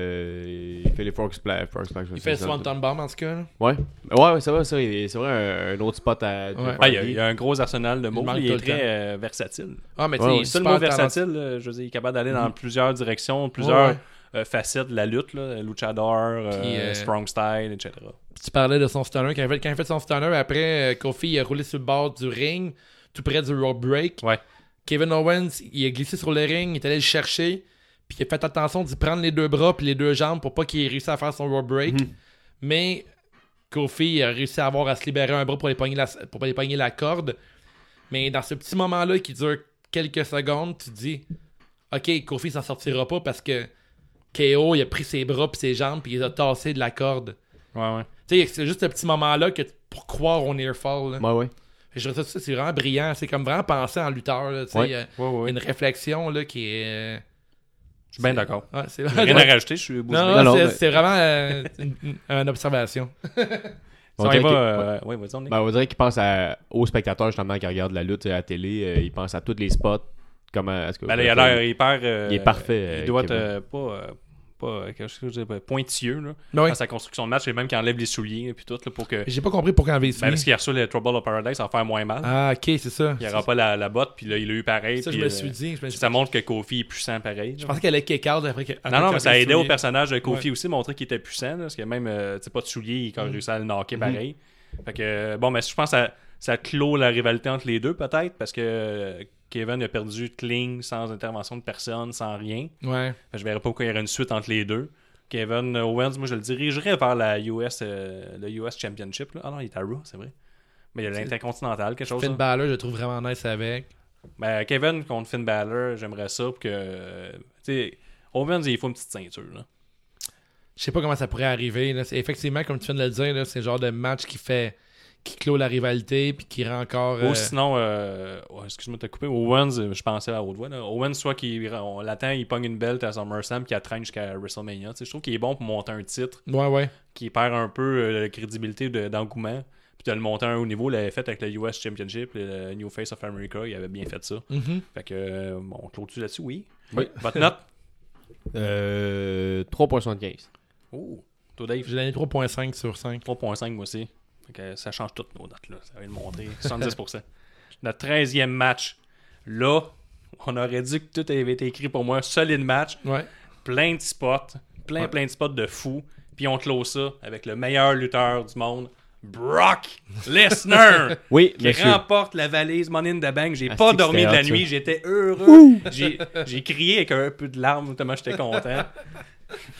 Speaker 5: euh, il fait les Frog Splash. Frog Splash
Speaker 4: Il fait le Swanton Bomb en tout cas. là.
Speaker 5: Ouais, ouais, ouais, ça va, ça, il- c'est vrai, un, un autre spot à.
Speaker 4: Ouais.
Speaker 3: Ah, il, y a, il y a un gros arsenal de mots,
Speaker 4: manque
Speaker 3: il,
Speaker 4: tout
Speaker 3: est
Speaker 4: le temps.
Speaker 3: très euh, versatile.
Speaker 4: Ah, mais tu
Speaker 5: Ouais,
Speaker 4: sais,
Speaker 5: ouais.
Speaker 4: il est
Speaker 3: C'est le
Speaker 4: super
Speaker 3: mot
Speaker 4: talentueux.
Speaker 3: versatile, euh, je veux dire, il est capable d'aller dans plusieurs directions, plusieurs
Speaker 4: Mhm. Ouais, ouais.
Speaker 3: euh, facettes de la lutte, là, luchador, euh,
Speaker 4: Puis, euh,
Speaker 3: strong style, etc.
Speaker 4: tu parlais de son stunner. Quand il fait, quand il fait son stunner, après, euh, Kofi il a roulé sur le bord du ring, tout près du rope break.
Speaker 3: Ouais.
Speaker 4: Kevin Owens, il a glissé sur le ring, il est allé le chercher, puis il a fait attention d'y prendre les deux bras puis les deux jambes pour pas qu'il réussisse à faire son rope break. Mais Kofi il a réussi à avoir à se libérer un bras pour les pogner la, pour les pogner la corde. Mais dans ce petit moment-là qui dure quelques secondes, tu te dis Ok, Kofi s'en sortira pas parce que KO il a pris ses bras puis ses jambes puis il les a tassés de la corde.
Speaker 3: Ouais, ouais.
Speaker 4: Tu sais, c'est juste ce petit moment-là que t- pour croire au near fall. là.
Speaker 5: Ouais, ouais.
Speaker 4: Je trouve ça, c'est vraiment brillant. C'est comme vraiment penser en lutteur. là, tu sais,
Speaker 5: Ouais.
Speaker 4: euh, Une réflexion là, qui est. euh,
Speaker 3: Je suis bien Ben d'accord.
Speaker 4: ouais, c'est
Speaker 3: J'ai (laughs) Rien à rajouter, je suis
Speaker 4: (laughs) Non,
Speaker 3: bousillé.
Speaker 4: non,
Speaker 5: Non, non,
Speaker 4: c'est,
Speaker 5: mais-
Speaker 4: c'est vraiment euh, une, une- une observation.
Speaker 3: Ça, on
Speaker 5: On dirait
Speaker 3: y va,
Speaker 5: que-
Speaker 3: euh, ouais, vas-y, on est-
Speaker 5: Ben, on dirait qu'il pense à, aux spectateurs, justement, qui regardent la lutte à la télé, euh, il pense à tous les spots. Comment. Est-ce que,
Speaker 3: Ben là, il a l'air hyper. euh,
Speaker 5: Il est parfait,
Speaker 3: Il
Speaker 5: euh,
Speaker 3: doit être
Speaker 5: Kevin.
Speaker 3: euh, pas. euh, pas euh, quelque chose de pointilleux là,
Speaker 4: Mais ouais,
Speaker 3: dans sa construction de match et même qu'il enlève les souliers et puis tout là, pour que
Speaker 4: Ah, J'ai pas compris pourquoi il avait
Speaker 3: ben, parce qu'il a reçu le Trouble of Paradise ça va faire moins mal
Speaker 4: Ah, ok, c'est ça.
Speaker 3: il aura pas la, la botte puis là il a eu pareil
Speaker 4: Ça,
Speaker 3: puis,
Speaker 4: je me
Speaker 3: euh,
Speaker 4: suis dit. Je, me suis-
Speaker 3: ça montre que Kofi est puissant pareil
Speaker 4: je
Speaker 3: là.
Speaker 4: pensais qu'elle allait kick out après. que- après
Speaker 3: Non, non,
Speaker 4: qu'il
Speaker 3: mais ça a
Speaker 4: avait
Speaker 3: aidé au
Speaker 4: souillé.
Speaker 3: personnage de Kofi aussi, montrer qu'il était puissant, là, parce que même, euh, tu sais, pas de soulier, il a réussi à le knocker pareil. Fait que, euh, bon, mais je pense que ça, ça clôt la rivalité entre les deux, peut-être, parce que euh, Kevin a perdu clean, sans intervention de personne, sans rien.
Speaker 4: Ouais.
Speaker 3: Fait que Je verrais pas pourquoi il y aurait une suite entre les deux. Kevin Owens, moi je le dirigerais vers la US, euh, le US Championship. là. Ah non, il est à Raw, c'est vrai. Mais il y a l'Intercontinental, quelque chose.
Speaker 4: Finn
Speaker 3: là.
Speaker 4: Balor, je le trouve vraiment nice avec.
Speaker 3: Ben, Kevin contre Finn Balor, j'aimerais ça pour que. euh, Tu sais, Owens, il faut une petite ceinture. Là.
Speaker 4: Je sais pas comment ça pourrait arriver. là. C'est- Effectivement, comme tu viens de le dire, là, c'est le genre de match qui fait. qui clôt la rivalité puis qui rend encore. euh,
Speaker 3: Ou sinon, euh, oh, excuse-moi de te couper, Owens, euh, je pensais à haute voix. là. Owens, soit qu'il on l'attend, il pogne une belt à SummerSlam puis il la traîne jusqu'à WrestleMania. Tu sais, je trouve qu'il est bon pour monter un titre
Speaker 4: Ouais, ouais.
Speaker 3: qui perd un peu euh, la crédibilité de- d'engouement. Puis de le monter à un haut niveau, il l'avait fait avec le US Championship, le New Face of America, il avait bien fait ça.
Speaker 4: Mhm.
Speaker 3: Fait que, euh, bon, on clôture là-dessus, oui.
Speaker 5: Oui.
Speaker 3: Votre note
Speaker 5: Euh, 3.75.
Speaker 3: (laughs) Oh, toi Dave,
Speaker 4: J'ai donné 3.5 sur 5.
Speaker 3: 3.5 moi aussi. Fait que ça change toutes nos notes, là. Ça va le monter 70%. (laughs) Notre 13e match. Là, on aurait dit que tout avait été écrit pour moi. Solide match,
Speaker 4: Ouais.
Speaker 3: plein de spots, plein, plein de spots de fou. Puis on close ça avec le meilleur lutteur du monde, Brock Lesnar.
Speaker 5: Oui,
Speaker 3: qui
Speaker 5: monsieur.
Speaker 3: remporte la valise Money in the Bank. J'ai
Speaker 5: Ah,
Speaker 3: pas
Speaker 5: c'est que
Speaker 3: dormi de
Speaker 5: c'était
Speaker 3: la
Speaker 5: hot, ça.
Speaker 3: nuit, j'étais heureux. J'ai j'ai crié avec un peu de larmes tellement j'étais
Speaker 5: (laughs)
Speaker 3: content.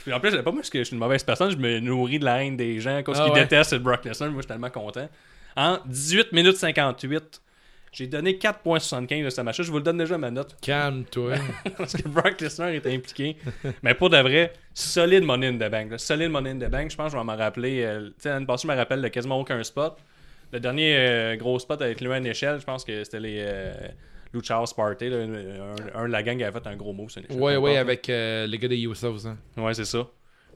Speaker 3: Puis en plus, je sais pas moi parce que je suis une mauvaise personne, je me nourris de la haine des gens à cause
Speaker 4: Ah
Speaker 3: qu'ils
Speaker 4: ouais.
Speaker 3: détestent Brock Lesnar. Moi, je suis tellement content. En 18 minutes 58, j'ai donné 4.75 de ce match-là. Je vous le donne déjà ma note
Speaker 4: Calme-toi.
Speaker 3: parce que Brock Lesnar était impliqué. Mais pour de vrai, solide Money in the Bank. là. Solide Money in the Bank. Je pense que je vais m'en rappeler. euh, tu sais, l'année passée, je me rappelle de quasiment aucun spot. Le dernier euh, gros spot avec lui à une échelle, je pense que c'était les euh, Lucha House Party. là. Un- un, un de la gang avait fait un gros move sur une échelle.
Speaker 4: ouais,
Speaker 3: Peu
Speaker 4: ouais,
Speaker 3: importe,
Speaker 4: avec euh, les gars des Usos. Hein.
Speaker 3: là. Ouais, c'est ça.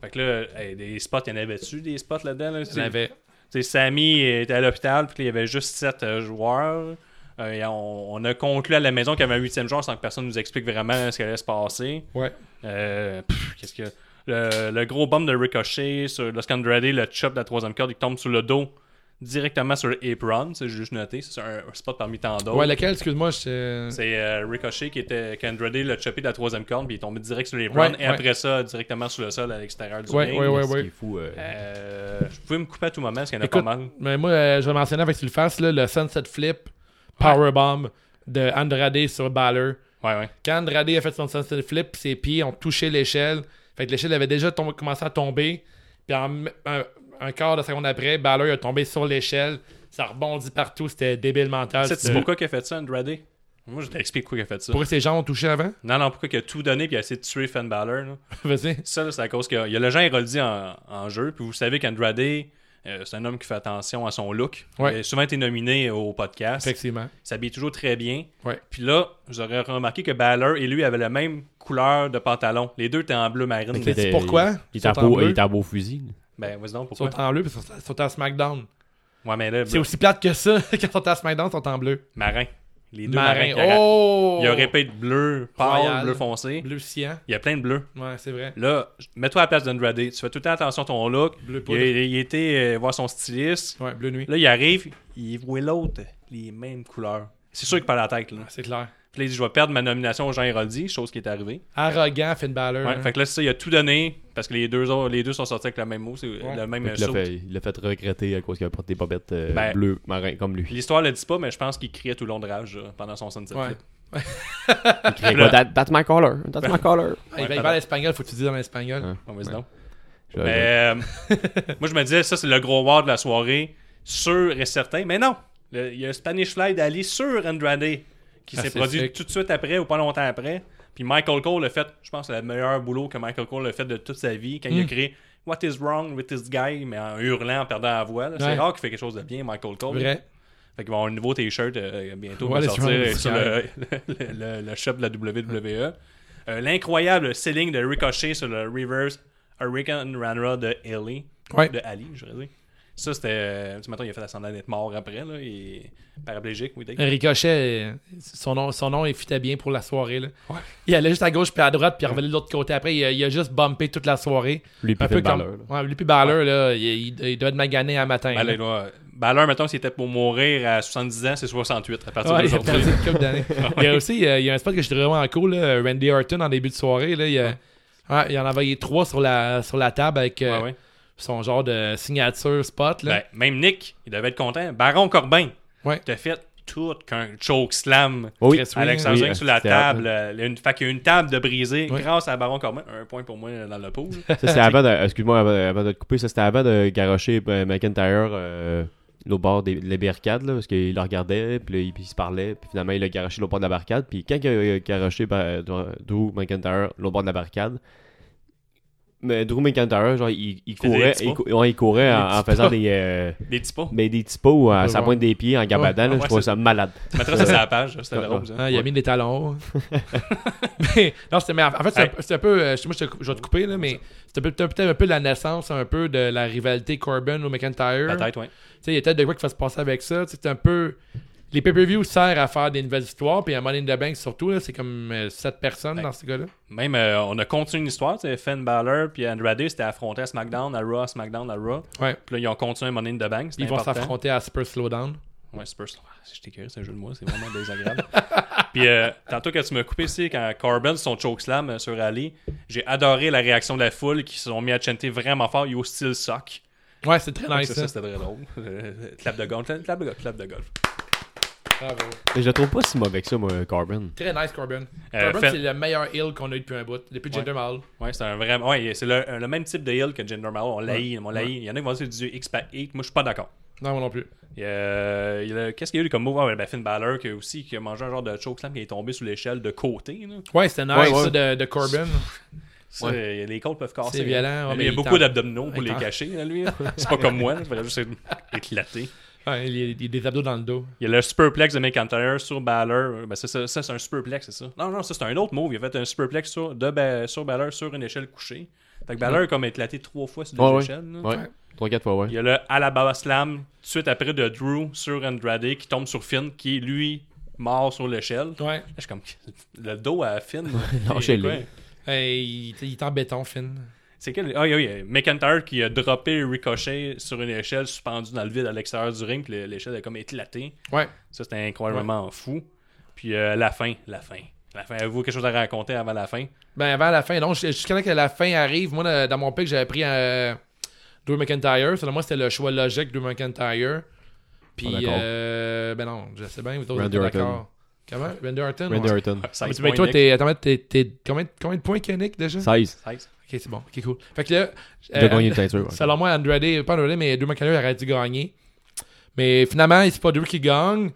Speaker 3: Fait que là, hey, des spots, il y en avait-tu des spots là-dedans? Là?
Speaker 4: Il y en avait.
Speaker 3: Tu sais, Sammy était à l'hôpital, puis il y avait juste 7 joueurs. Euh, et on, on a conclu à la maison qu'il y avait un huitième joueur sans que personne nous explique vraiment ce qui allait se passer.
Speaker 4: Ouais.
Speaker 3: Euh, pff, Qu'est-ce que. Le, le gros bomb de Ricochet sur Loscandrade, le chop de la troisième corde, il tombe sur le dos directement sur le apron. C'est juste noté. C'est un, un spot parmi tant d'autres.
Speaker 4: Ouais, lequel, excuse-moi, je.
Speaker 3: Oh. C'est euh, Ricochet qui était. Qu'Andrade l'a chopé de la troisième corde, puis il est tombé direct sur l'apron.
Speaker 4: Ouais,
Speaker 3: et
Speaker 4: ouais.
Speaker 3: après ça, directement sur le sol à l'extérieur du
Speaker 4: Ouais,
Speaker 3: ring.
Speaker 4: ouais, ouais,
Speaker 5: Ce qui
Speaker 4: ouais.
Speaker 5: est fou. euh,
Speaker 3: Euh, je pouvais me couper à tout moment parce qu'il y en a
Speaker 4: Écoute,
Speaker 3: pas mal.
Speaker 4: Mais moi, euh, je vais mentionner avec tu le fasses, là, le Sunset Flip Powerbomb de Andrade sur Balor.
Speaker 3: Ouais, ouais.
Speaker 4: Quand Andrade a fait son Sunset Flip, ses pieds ont touché l'échelle. Fait que l'échelle avait déjà tom- commencé à tomber. Puis en m- un, un quart de seconde après, Balor a tombé sur l'échelle. Ça rebondit partout. C'était débile mental.
Speaker 3: C'est
Speaker 4: C'était-
Speaker 3: pourquoi qu'il a fait ça, Andrade Moi, je t'explique pourquoi il a fait ça.
Speaker 4: Pourquoi ses gens ont touché avant (laughs)
Speaker 3: Non, non, pourquoi qu'il a tout donné puis il a essayé de tuer Finn Balor. là.
Speaker 4: Vas-y.
Speaker 3: Ça, là, c'est à cause qu'il y a le Jean Héroldi en, en jeu. Puis vous savez qu'Andrade, euh, c'est un homme qui fait attention à son look.
Speaker 4: Ouais.
Speaker 3: Il a souvent été nominé au podcast.
Speaker 4: Effectivement.
Speaker 3: Il s'habille toujours très bien.
Speaker 4: Ouais.
Speaker 3: Puis là, vous aurez remarqué que Balor et lui avaient la même couleur de pantalon. Les deux étaient en bleu marine.
Speaker 4: c'est-
Speaker 5: c'était- Il
Speaker 4: pourquoi? Ils
Speaker 5: était
Speaker 4: sont
Speaker 5: en
Speaker 4: en
Speaker 5: beau-
Speaker 4: bleu.
Speaker 5: il était en beau fusil.
Speaker 3: Ben, vas-y donc,
Speaker 4: Ils sont
Speaker 3: pourquoi?
Speaker 4: en bleu puis ils sont, ils sont en SmackDown.
Speaker 3: Ouais, mais là,
Speaker 4: C'est aussi plate que ça. (laughs) Quand ils sont en SmackDown, ils sont en bleu.
Speaker 3: marin. Les deux marins.
Speaker 4: Marin.
Speaker 3: qui auraient-
Speaker 4: Oh
Speaker 3: Il aurait pu être bleu pâle,
Speaker 4: Royal.
Speaker 3: bleu foncé.
Speaker 4: Bleu cyan.
Speaker 3: Il y a plein de bleus.
Speaker 4: Ouais, c'est vrai.
Speaker 3: Là, j- mets-toi à la place d'Andrade. Tu fais tout le temps attention à ton look.
Speaker 4: Bleu
Speaker 3: il,
Speaker 4: poudre.
Speaker 3: il était euh, voir son styliste.
Speaker 4: Ouais, bleu nuit.
Speaker 3: Là, il arrive, il voit l'autre, les mêmes couleurs. C'est sûr qu'il perd la tête, là.
Speaker 4: C'est clair.
Speaker 3: Puis là, il dit, je vais perdre ma nomination au Jean Héroldi, chose qui est arrivée.
Speaker 4: Arrogant, Finn Balor.
Speaker 3: Ouais,
Speaker 4: hein.
Speaker 3: Fait que là, c'est ça, il a tout donné, parce que les deux, autres- les deux sont sortis avec le même mot, c'est le même
Speaker 5: Il l'a
Speaker 3: saut.
Speaker 5: fait, il l'a fait regretter à cause qu'il a porté des bobettes euh,
Speaker 3: Ben,
Speaker 5: bleues marins comme lui.
Speaker 3: L'histoire le dit pas, mais je pense qu'il criait tout le long de rage là, pendant son sunset
Speaker 4: Ouais.
Speaker 3: flip.
Speaker 5: Il criait quoi, That- that's my color. That's my color.
Speaker 4: Hey, Ah, il parle espagnol, faut que tu dises en espagnol.
Speaker 5: Hein.
Speaker 3: Bon, vas-y
Speaker 5: Ouais.
Speaker 3: donc.
Speaker 5: Je-
Speaker 3: Mais, euh, moi, je me disais, ça, c'est le gros war de la soirée, sûr et certain. Mais non, Le- il y a un Spanish Fly d'Ali sur Andrade qui
Speaker 4: Ah,
Speaker 3: s'est
Speaker 4: c'est
Speaker 3: produit
Speaker 4: sick.
Speaker 3: tout de suite après ou pas longtemps après. Puis Michael Cole a fait, je pense, le meilleur boulot que Michael Cole a fait de toute sa vie quand il a
Speaker 4: Mm.
Speaker 3: créé What is wrong with this guy, mais en hurlant, en perdant la voix. là. C'est
Speaker 4: Ouais.
Speaker 3: rare qu'il fait quelque chose de bien, Michael Cole.
Speaker 4: Vrai.
Speaker 3: Fait qu'il va avoir un nouveau t-shirt euh, bientôt
Speaker 4: What
Speaker 3: qui
Speaker 4: is
Speaker 3: va sortir euh,
Speaker 4: wrong with
Speaker 3: sur le, (laughs) le, le- le shop de la WWE. Euh, L'incroyable selling de Ricochet sur le reverse Hurricane Ranra de Ali.
Speaker 4: Ouais.
Speaker 3: De Ali, je dirais. Ça, c'était. euh, Tu sais, mettons, il a fait la semblant d'être mort après, là. Et paraplégique, oui, d'ailleurs.
Speaker 4: Ricochet, euh, son nom, son nom il fitait bien pour la soirée. Là. Il allait juste à gauche puis à droite puis il revenait de l'autre côté après. Il, a- il a juste bumpé toute la soirée.
Speaker 5: Lui puis
Speaker 4: ben, Un peu
Speaker 5: Finn
Speaker 4: comme.
Speaker 5: Balor. là.
Speaker 4: Ouais, lui puis Balor, là, il, il- il doit être magané à matin.
Speaker 3: Ben, là,
Speaker 4: là.
Speaker 3: il doit- ben, là, mettons, s'il était pour mourir à 70 ans, c'est 68 à partir
Speaker 4: Ouais, il a
Speaker 3: d'aujourd'hui. Ah
Speaker 4: perdu une couple
Speaker 3: (laughs)
Speaker 4: d'années. Il y a aussi euh, il y a un spot que je trouve vraiment cool, là, Randy Orton en début de soirée. Là, il, a- ouais, il en a envoyé trois sur la, sur la table avec euh,
Speaker 3: Ouais, ouais.
Speaker 4: son genre de signature spot. Là.
Speaker 3: Ben, même Nick, il devait être content. Baron Corbin,
Speaker 4: Ouais.
Speaker 3: t'as fait tout qu'un choke slam.
Speaker 5: Oui.
Speaker 4: Chris, oui.
Speaker 3: Alex
Speaker 5: Oui,
Speaker 3: Ozing
Speaker 5: euh,
Speaker 3: sur la
Speaker 5: c'était
Speaker 3: table. euh, une, fait qu'il y a une table de brisée
Speaker 4: Oui.
Speaker 3: grâce à Baron Corbin. Un point pour moi euh, dans le (laughs) pool.
Speaker 5: Ça, c'était avant de. Excuse-moi, avant, avant de te couper, ça, c'était avant de garocher euh, McIntyre euh, l'autre bord des- de la barricade, là, parce qu'il le regardait, puis là, il, puis il se parlait, puis finalement, il l'a garoché l'autre bord de la barricade, puis quand il a garoché bah, Drew Drew McIntyre l'autre bord de la barricade, mais Drew McIntyre, genre, il, il
Speaker 3: faisait des
Speaker 5: courait,
Speaker 3: petits
Speaker 5: il, cou- ouais, il courait
Speaker 4: Des
Speaker 5: en, en
Speaker 4: petits
Speaker 5: faisant
Speaker 4: pas.
Speaker 5: des, euh,
Speaker 3: Des petits pas.
Speaker 5: ben, des typos à
Speaker 4: peut
Speaker 5: sa
Speaker 4: voir.
Speaker 5: pointe des pieds en gabadant, là,
Speaker 4: Ouais.
Speaker 3: Ah,
Speaker 5: je
Speaker 3: ouais,
Speaker 5: trouve
Speaker 3: c'est-
Speaker 5: ça malade.
Speaker 3: Tu mettras ça sur la page.
Speaker 5: (laughs)
Speaker 3: C'était
Speaker 5: Ouais,
Speaker 3: drôle, ça.
Speaker 4: Ah, il a mis
Speaker 3: (laughs)
Speaker 4: des talons. (laughs) mais, non, c'était, mais en fait, c'est, un- c'est un peu. euh, je- moi, je te, je vais te couper, là, mais c'était peut- peut-être un peu la naissance, un peu de la rivalité Corbin ou McIntyre.
Speaker 3: Peut-être, ouais.
Speaker 4: Tu sais, il y a peut-être de quoi qui va se passer avec ça. Tu sais, C'est un peu. Les pay-per-views servent à faire des nouvelles histoires, puis à Money in the Bank surtout, là, c'est comme 7 personnes
Speaker 3: Ouais.
Speaker 4: dans ce gars-là.
Speaker 3: Même, euh, on a continué une histoire. tu sais, Finn Balor puis Andrade s'étaient affrontés à SmackDown, à Raw, à SmackDown, à Raw.
Speaker 4: Ouais.
Speaker 3: Puis là, ils ont continué Money in the Bank. c'était
Speaker 4: Ils vont
Speaker 3: important.
Speaker 4: s'affronter à Super Slowdown.
Speaker 3: Ouais, Spurs. Ah, J'étais curieux, c'est un jeu de moi, c'est vraiment (laughs) désagréable. Puis, euh, tantôt, quand tu m'as coupé ici, quand Corbin, son chokeslam euh, sur Ali, j'ai adoré la réaction de la foule qui se sont mis à chanter vraiment fort You still suck.
Speaker 4: Ouais, c'est très
Speaker 3: Donc
Speaker 4: nice. hein?
Speaker 3: ça,
Speaker 4: ça.
Speaker 3: ça, c'était très drôle. (laughs) Euh, clap de golf, clap de golf, clap de golf.
Speaker 4: Bravo.
Speaker 5: Je le trouve pas si mauvais que ça, moi, Corbin.
Speaker 3: Mm.
Speaker 4: Très nice, Corbin.
Speaker 3: Euh,
Speaker 4: Corbin,
Speaker 3: fait-
Speaker 4: c'est le meilleur heel qu'on a eu depuis un bout, depuis Jinder Mahal.
Speaker 3: Ouais, c'est un vrai. Ouais, c'est le, le même type de heel que Jinder Mahal. On l'haït, on l'haït. Il y en a qui vont dire du x pac 8 Moi, je suis pas d'accord.
Speaker 4: Non, moi non plus.
Speaker 3: Il y a- il y a- Qu'est-ce qu'il y a eu comme move? Ah, ouais, ben, Finn Balor qui, a aussi, qui a mangé un genre de chokeslam qui est tombé sous l'échelle de côté. Là.
Speaker 4: Ouais, c'était nice,
Speaker 5: Ouais, ouais.
Speaker 4: ça, de, de Corbin.
Speaker 3: Ça, euh, Les côtes peuvent casser.
Speaker 4: C'est violent, ouais,
Speaker 3: Lui,
Speaker 4: mais
Speaker 3: il y a
Speaker 4: il
Speaker 3: beaucoup
Speaker 4: tente.
Speaker 3: d'abdominaux pour
Speaker 4: Il
Speaker 3: les
Speaker 4: tente.
Speaker 3: cacher, là, lui.
Speaker 4: (laughs)
Speaker 3: C'est pas comme moi, là, je voudrais juste éclater.
Speaker 4: Ouais, Ah, il, y a, il y a des abdos dans le dos.
Speaker 3: Il y a le superplex de McIntyre sur Balor. Ben, ça, ça, ça, c'est un superplex, c'est ça? Non, non, ça, c'est un autre move. Il a fait un superplex sur, de, Ba- sur Balor sur une échelle couchée. Fait que Balor a comme éclaté trois fois sur deux
Speaker 5: Ouais, ouais.
Speaker 3: échelles. là.
Speaker 5: Ouais. 3-4 fois, ouais.
Speaker 3: Il y a le Alabama Slam, tout de suite après, de Drew sur Andrade qui tombe sur Finn, qui est, lui, mort sur l'échelle. Là,
Speaker 4: Ouais.
Speaker 3: Je suis comme, le dos à Finn.
Speaker 5: (laughs) Lâchez-le.
Speaker 3: Ouais.
Speaker 4: Hey, il, il est en béton, Finn.
Speaker 3: C'est quel. Ah oui, oui, McIntyre qui a droppé Ricochet sur une échelle suspendue dans le vide à l'extérieur du ring, puis le- l'échelle a comme éclaté.
Speaker 4: Ouais.
Speaker 3: Ça, c'était incroyablement fou. Puis euh, la fin, la fin. La fin, avez-vous quelque chose à raconter avant la fin
Speaker 4: Ben, avant la fin, non, je- jusqu'à temps que la fin arrive, moi, dans- dans mon pick, j'avais pris euh, Drew McIntyre. Selon moi, c'était le choix logique, Drew McIntyre. Puis,
Speaker 5: Pas d'accord.
Speaker 4: euh, ben non, je sais bien, vous autres,
Speaker 5: Randy
Speaker 4: êtes pas
Speaker 5: Orton.
Speaker 4: d'accord. Comment Randy Orton
Speaker 5: Randy
Speaker 4: ouais.
Speaker 5: Orton.
Speaker 3: Ça,
Speaker 4: Mais ben, toi, t'es, attends, t'es, t'es- combien, combien de points qu'il y a, Nick, déjà
Speaker 5: 16.
Speaker 4: Ok, c'est bon, ok, cool. Fait que là,
Speaker 5: Il a
Speaker 4: euh,
Speaker 5: gagné une ceinture. ouais.
Speaker 4: Selon moi, Andrade, pas Andrade, mais Drew McIntyre aurait dû gagner. Mais finalement, c'est pas Drew qui gagne.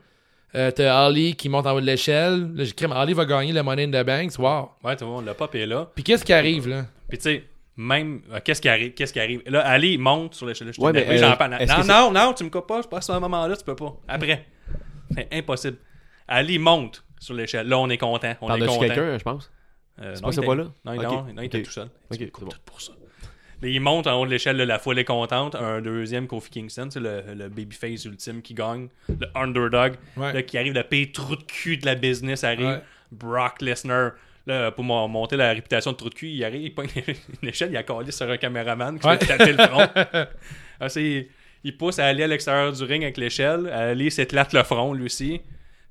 Speaker 4: Euh, T'as Ali qui monte en haut de l'échelle. Là, j'écris, Ali va gagner le Money in the Bank. Wow.
Speaker 3: Ouais, tout le monde, le pop est là.
Speaker 4: Puis qu'est-ce qui arrive, là?
Speaker 3: Puis tu sais, même. euh, Qu'est-ce qui arrive Qu'est-ce qui arrive Là, Ali il monte sur l'échelle. Je
Speaker 5: Ouais,
Speaker 3: t'ai-
Speaker 5: mais,
Speaker 3: oui, j'en
Speaker 5: euh,
Speaker 3: parle.
Speaker 5: est-ce
Speaker 3: Non,
Speaker 5: que
Speaker 3: non, non, tu me coupes pas. Je passe à un moment-là, tu peux pas. Après. C'est impossible. Ali monte sur l'échelle. Là, on est content. On est
Speaker 5: Par-dessus
Speaker 3: content.
Speaker 5: quelqu'un, je pense.
Speaker 3: Euh, non,
Speaker 5: C'est pas
Speaker 3: il
Speaker 5: ce
Speaker 3: était-
Speaker 5: bois-là?
Speaker 3: Non, il-
Speaker 5: Ok.
Speaker 3: non, non, il était
Speaker 5: Ok.
Speaker 3: tout seul.
Speaker 5: Ok,
Speaker 3: Il
Speaker 5: c'est bon.
Speaker 3: pour ça. Mais il monte en haut de l'échelle, là, la foule est contente. Un deuxième, Kofi Kingston, c'est le, le babyface ultime qui gagne. Le underdog,
Speaker 4: Ouais.
Speaker 3: là, qui arrive, le pays trou de cul de la business arrive.
Speaker 4: Ouais.
Speaker 3: Brock Lesnar, là, pour mon- monter la réputation de trou de cul, il arrive, il pogne (laughs) une échelle, il a collé sur un caméraman qui
Speaker 4: Ouais.
Speaker 3: se fait taper le
Speaker 4: (laughs)
Speaker 3: front. Ah, c'est- il pousse à aller à l'extérieur du ring avec l'échelle. Ali s'éclate le front, lui aussi.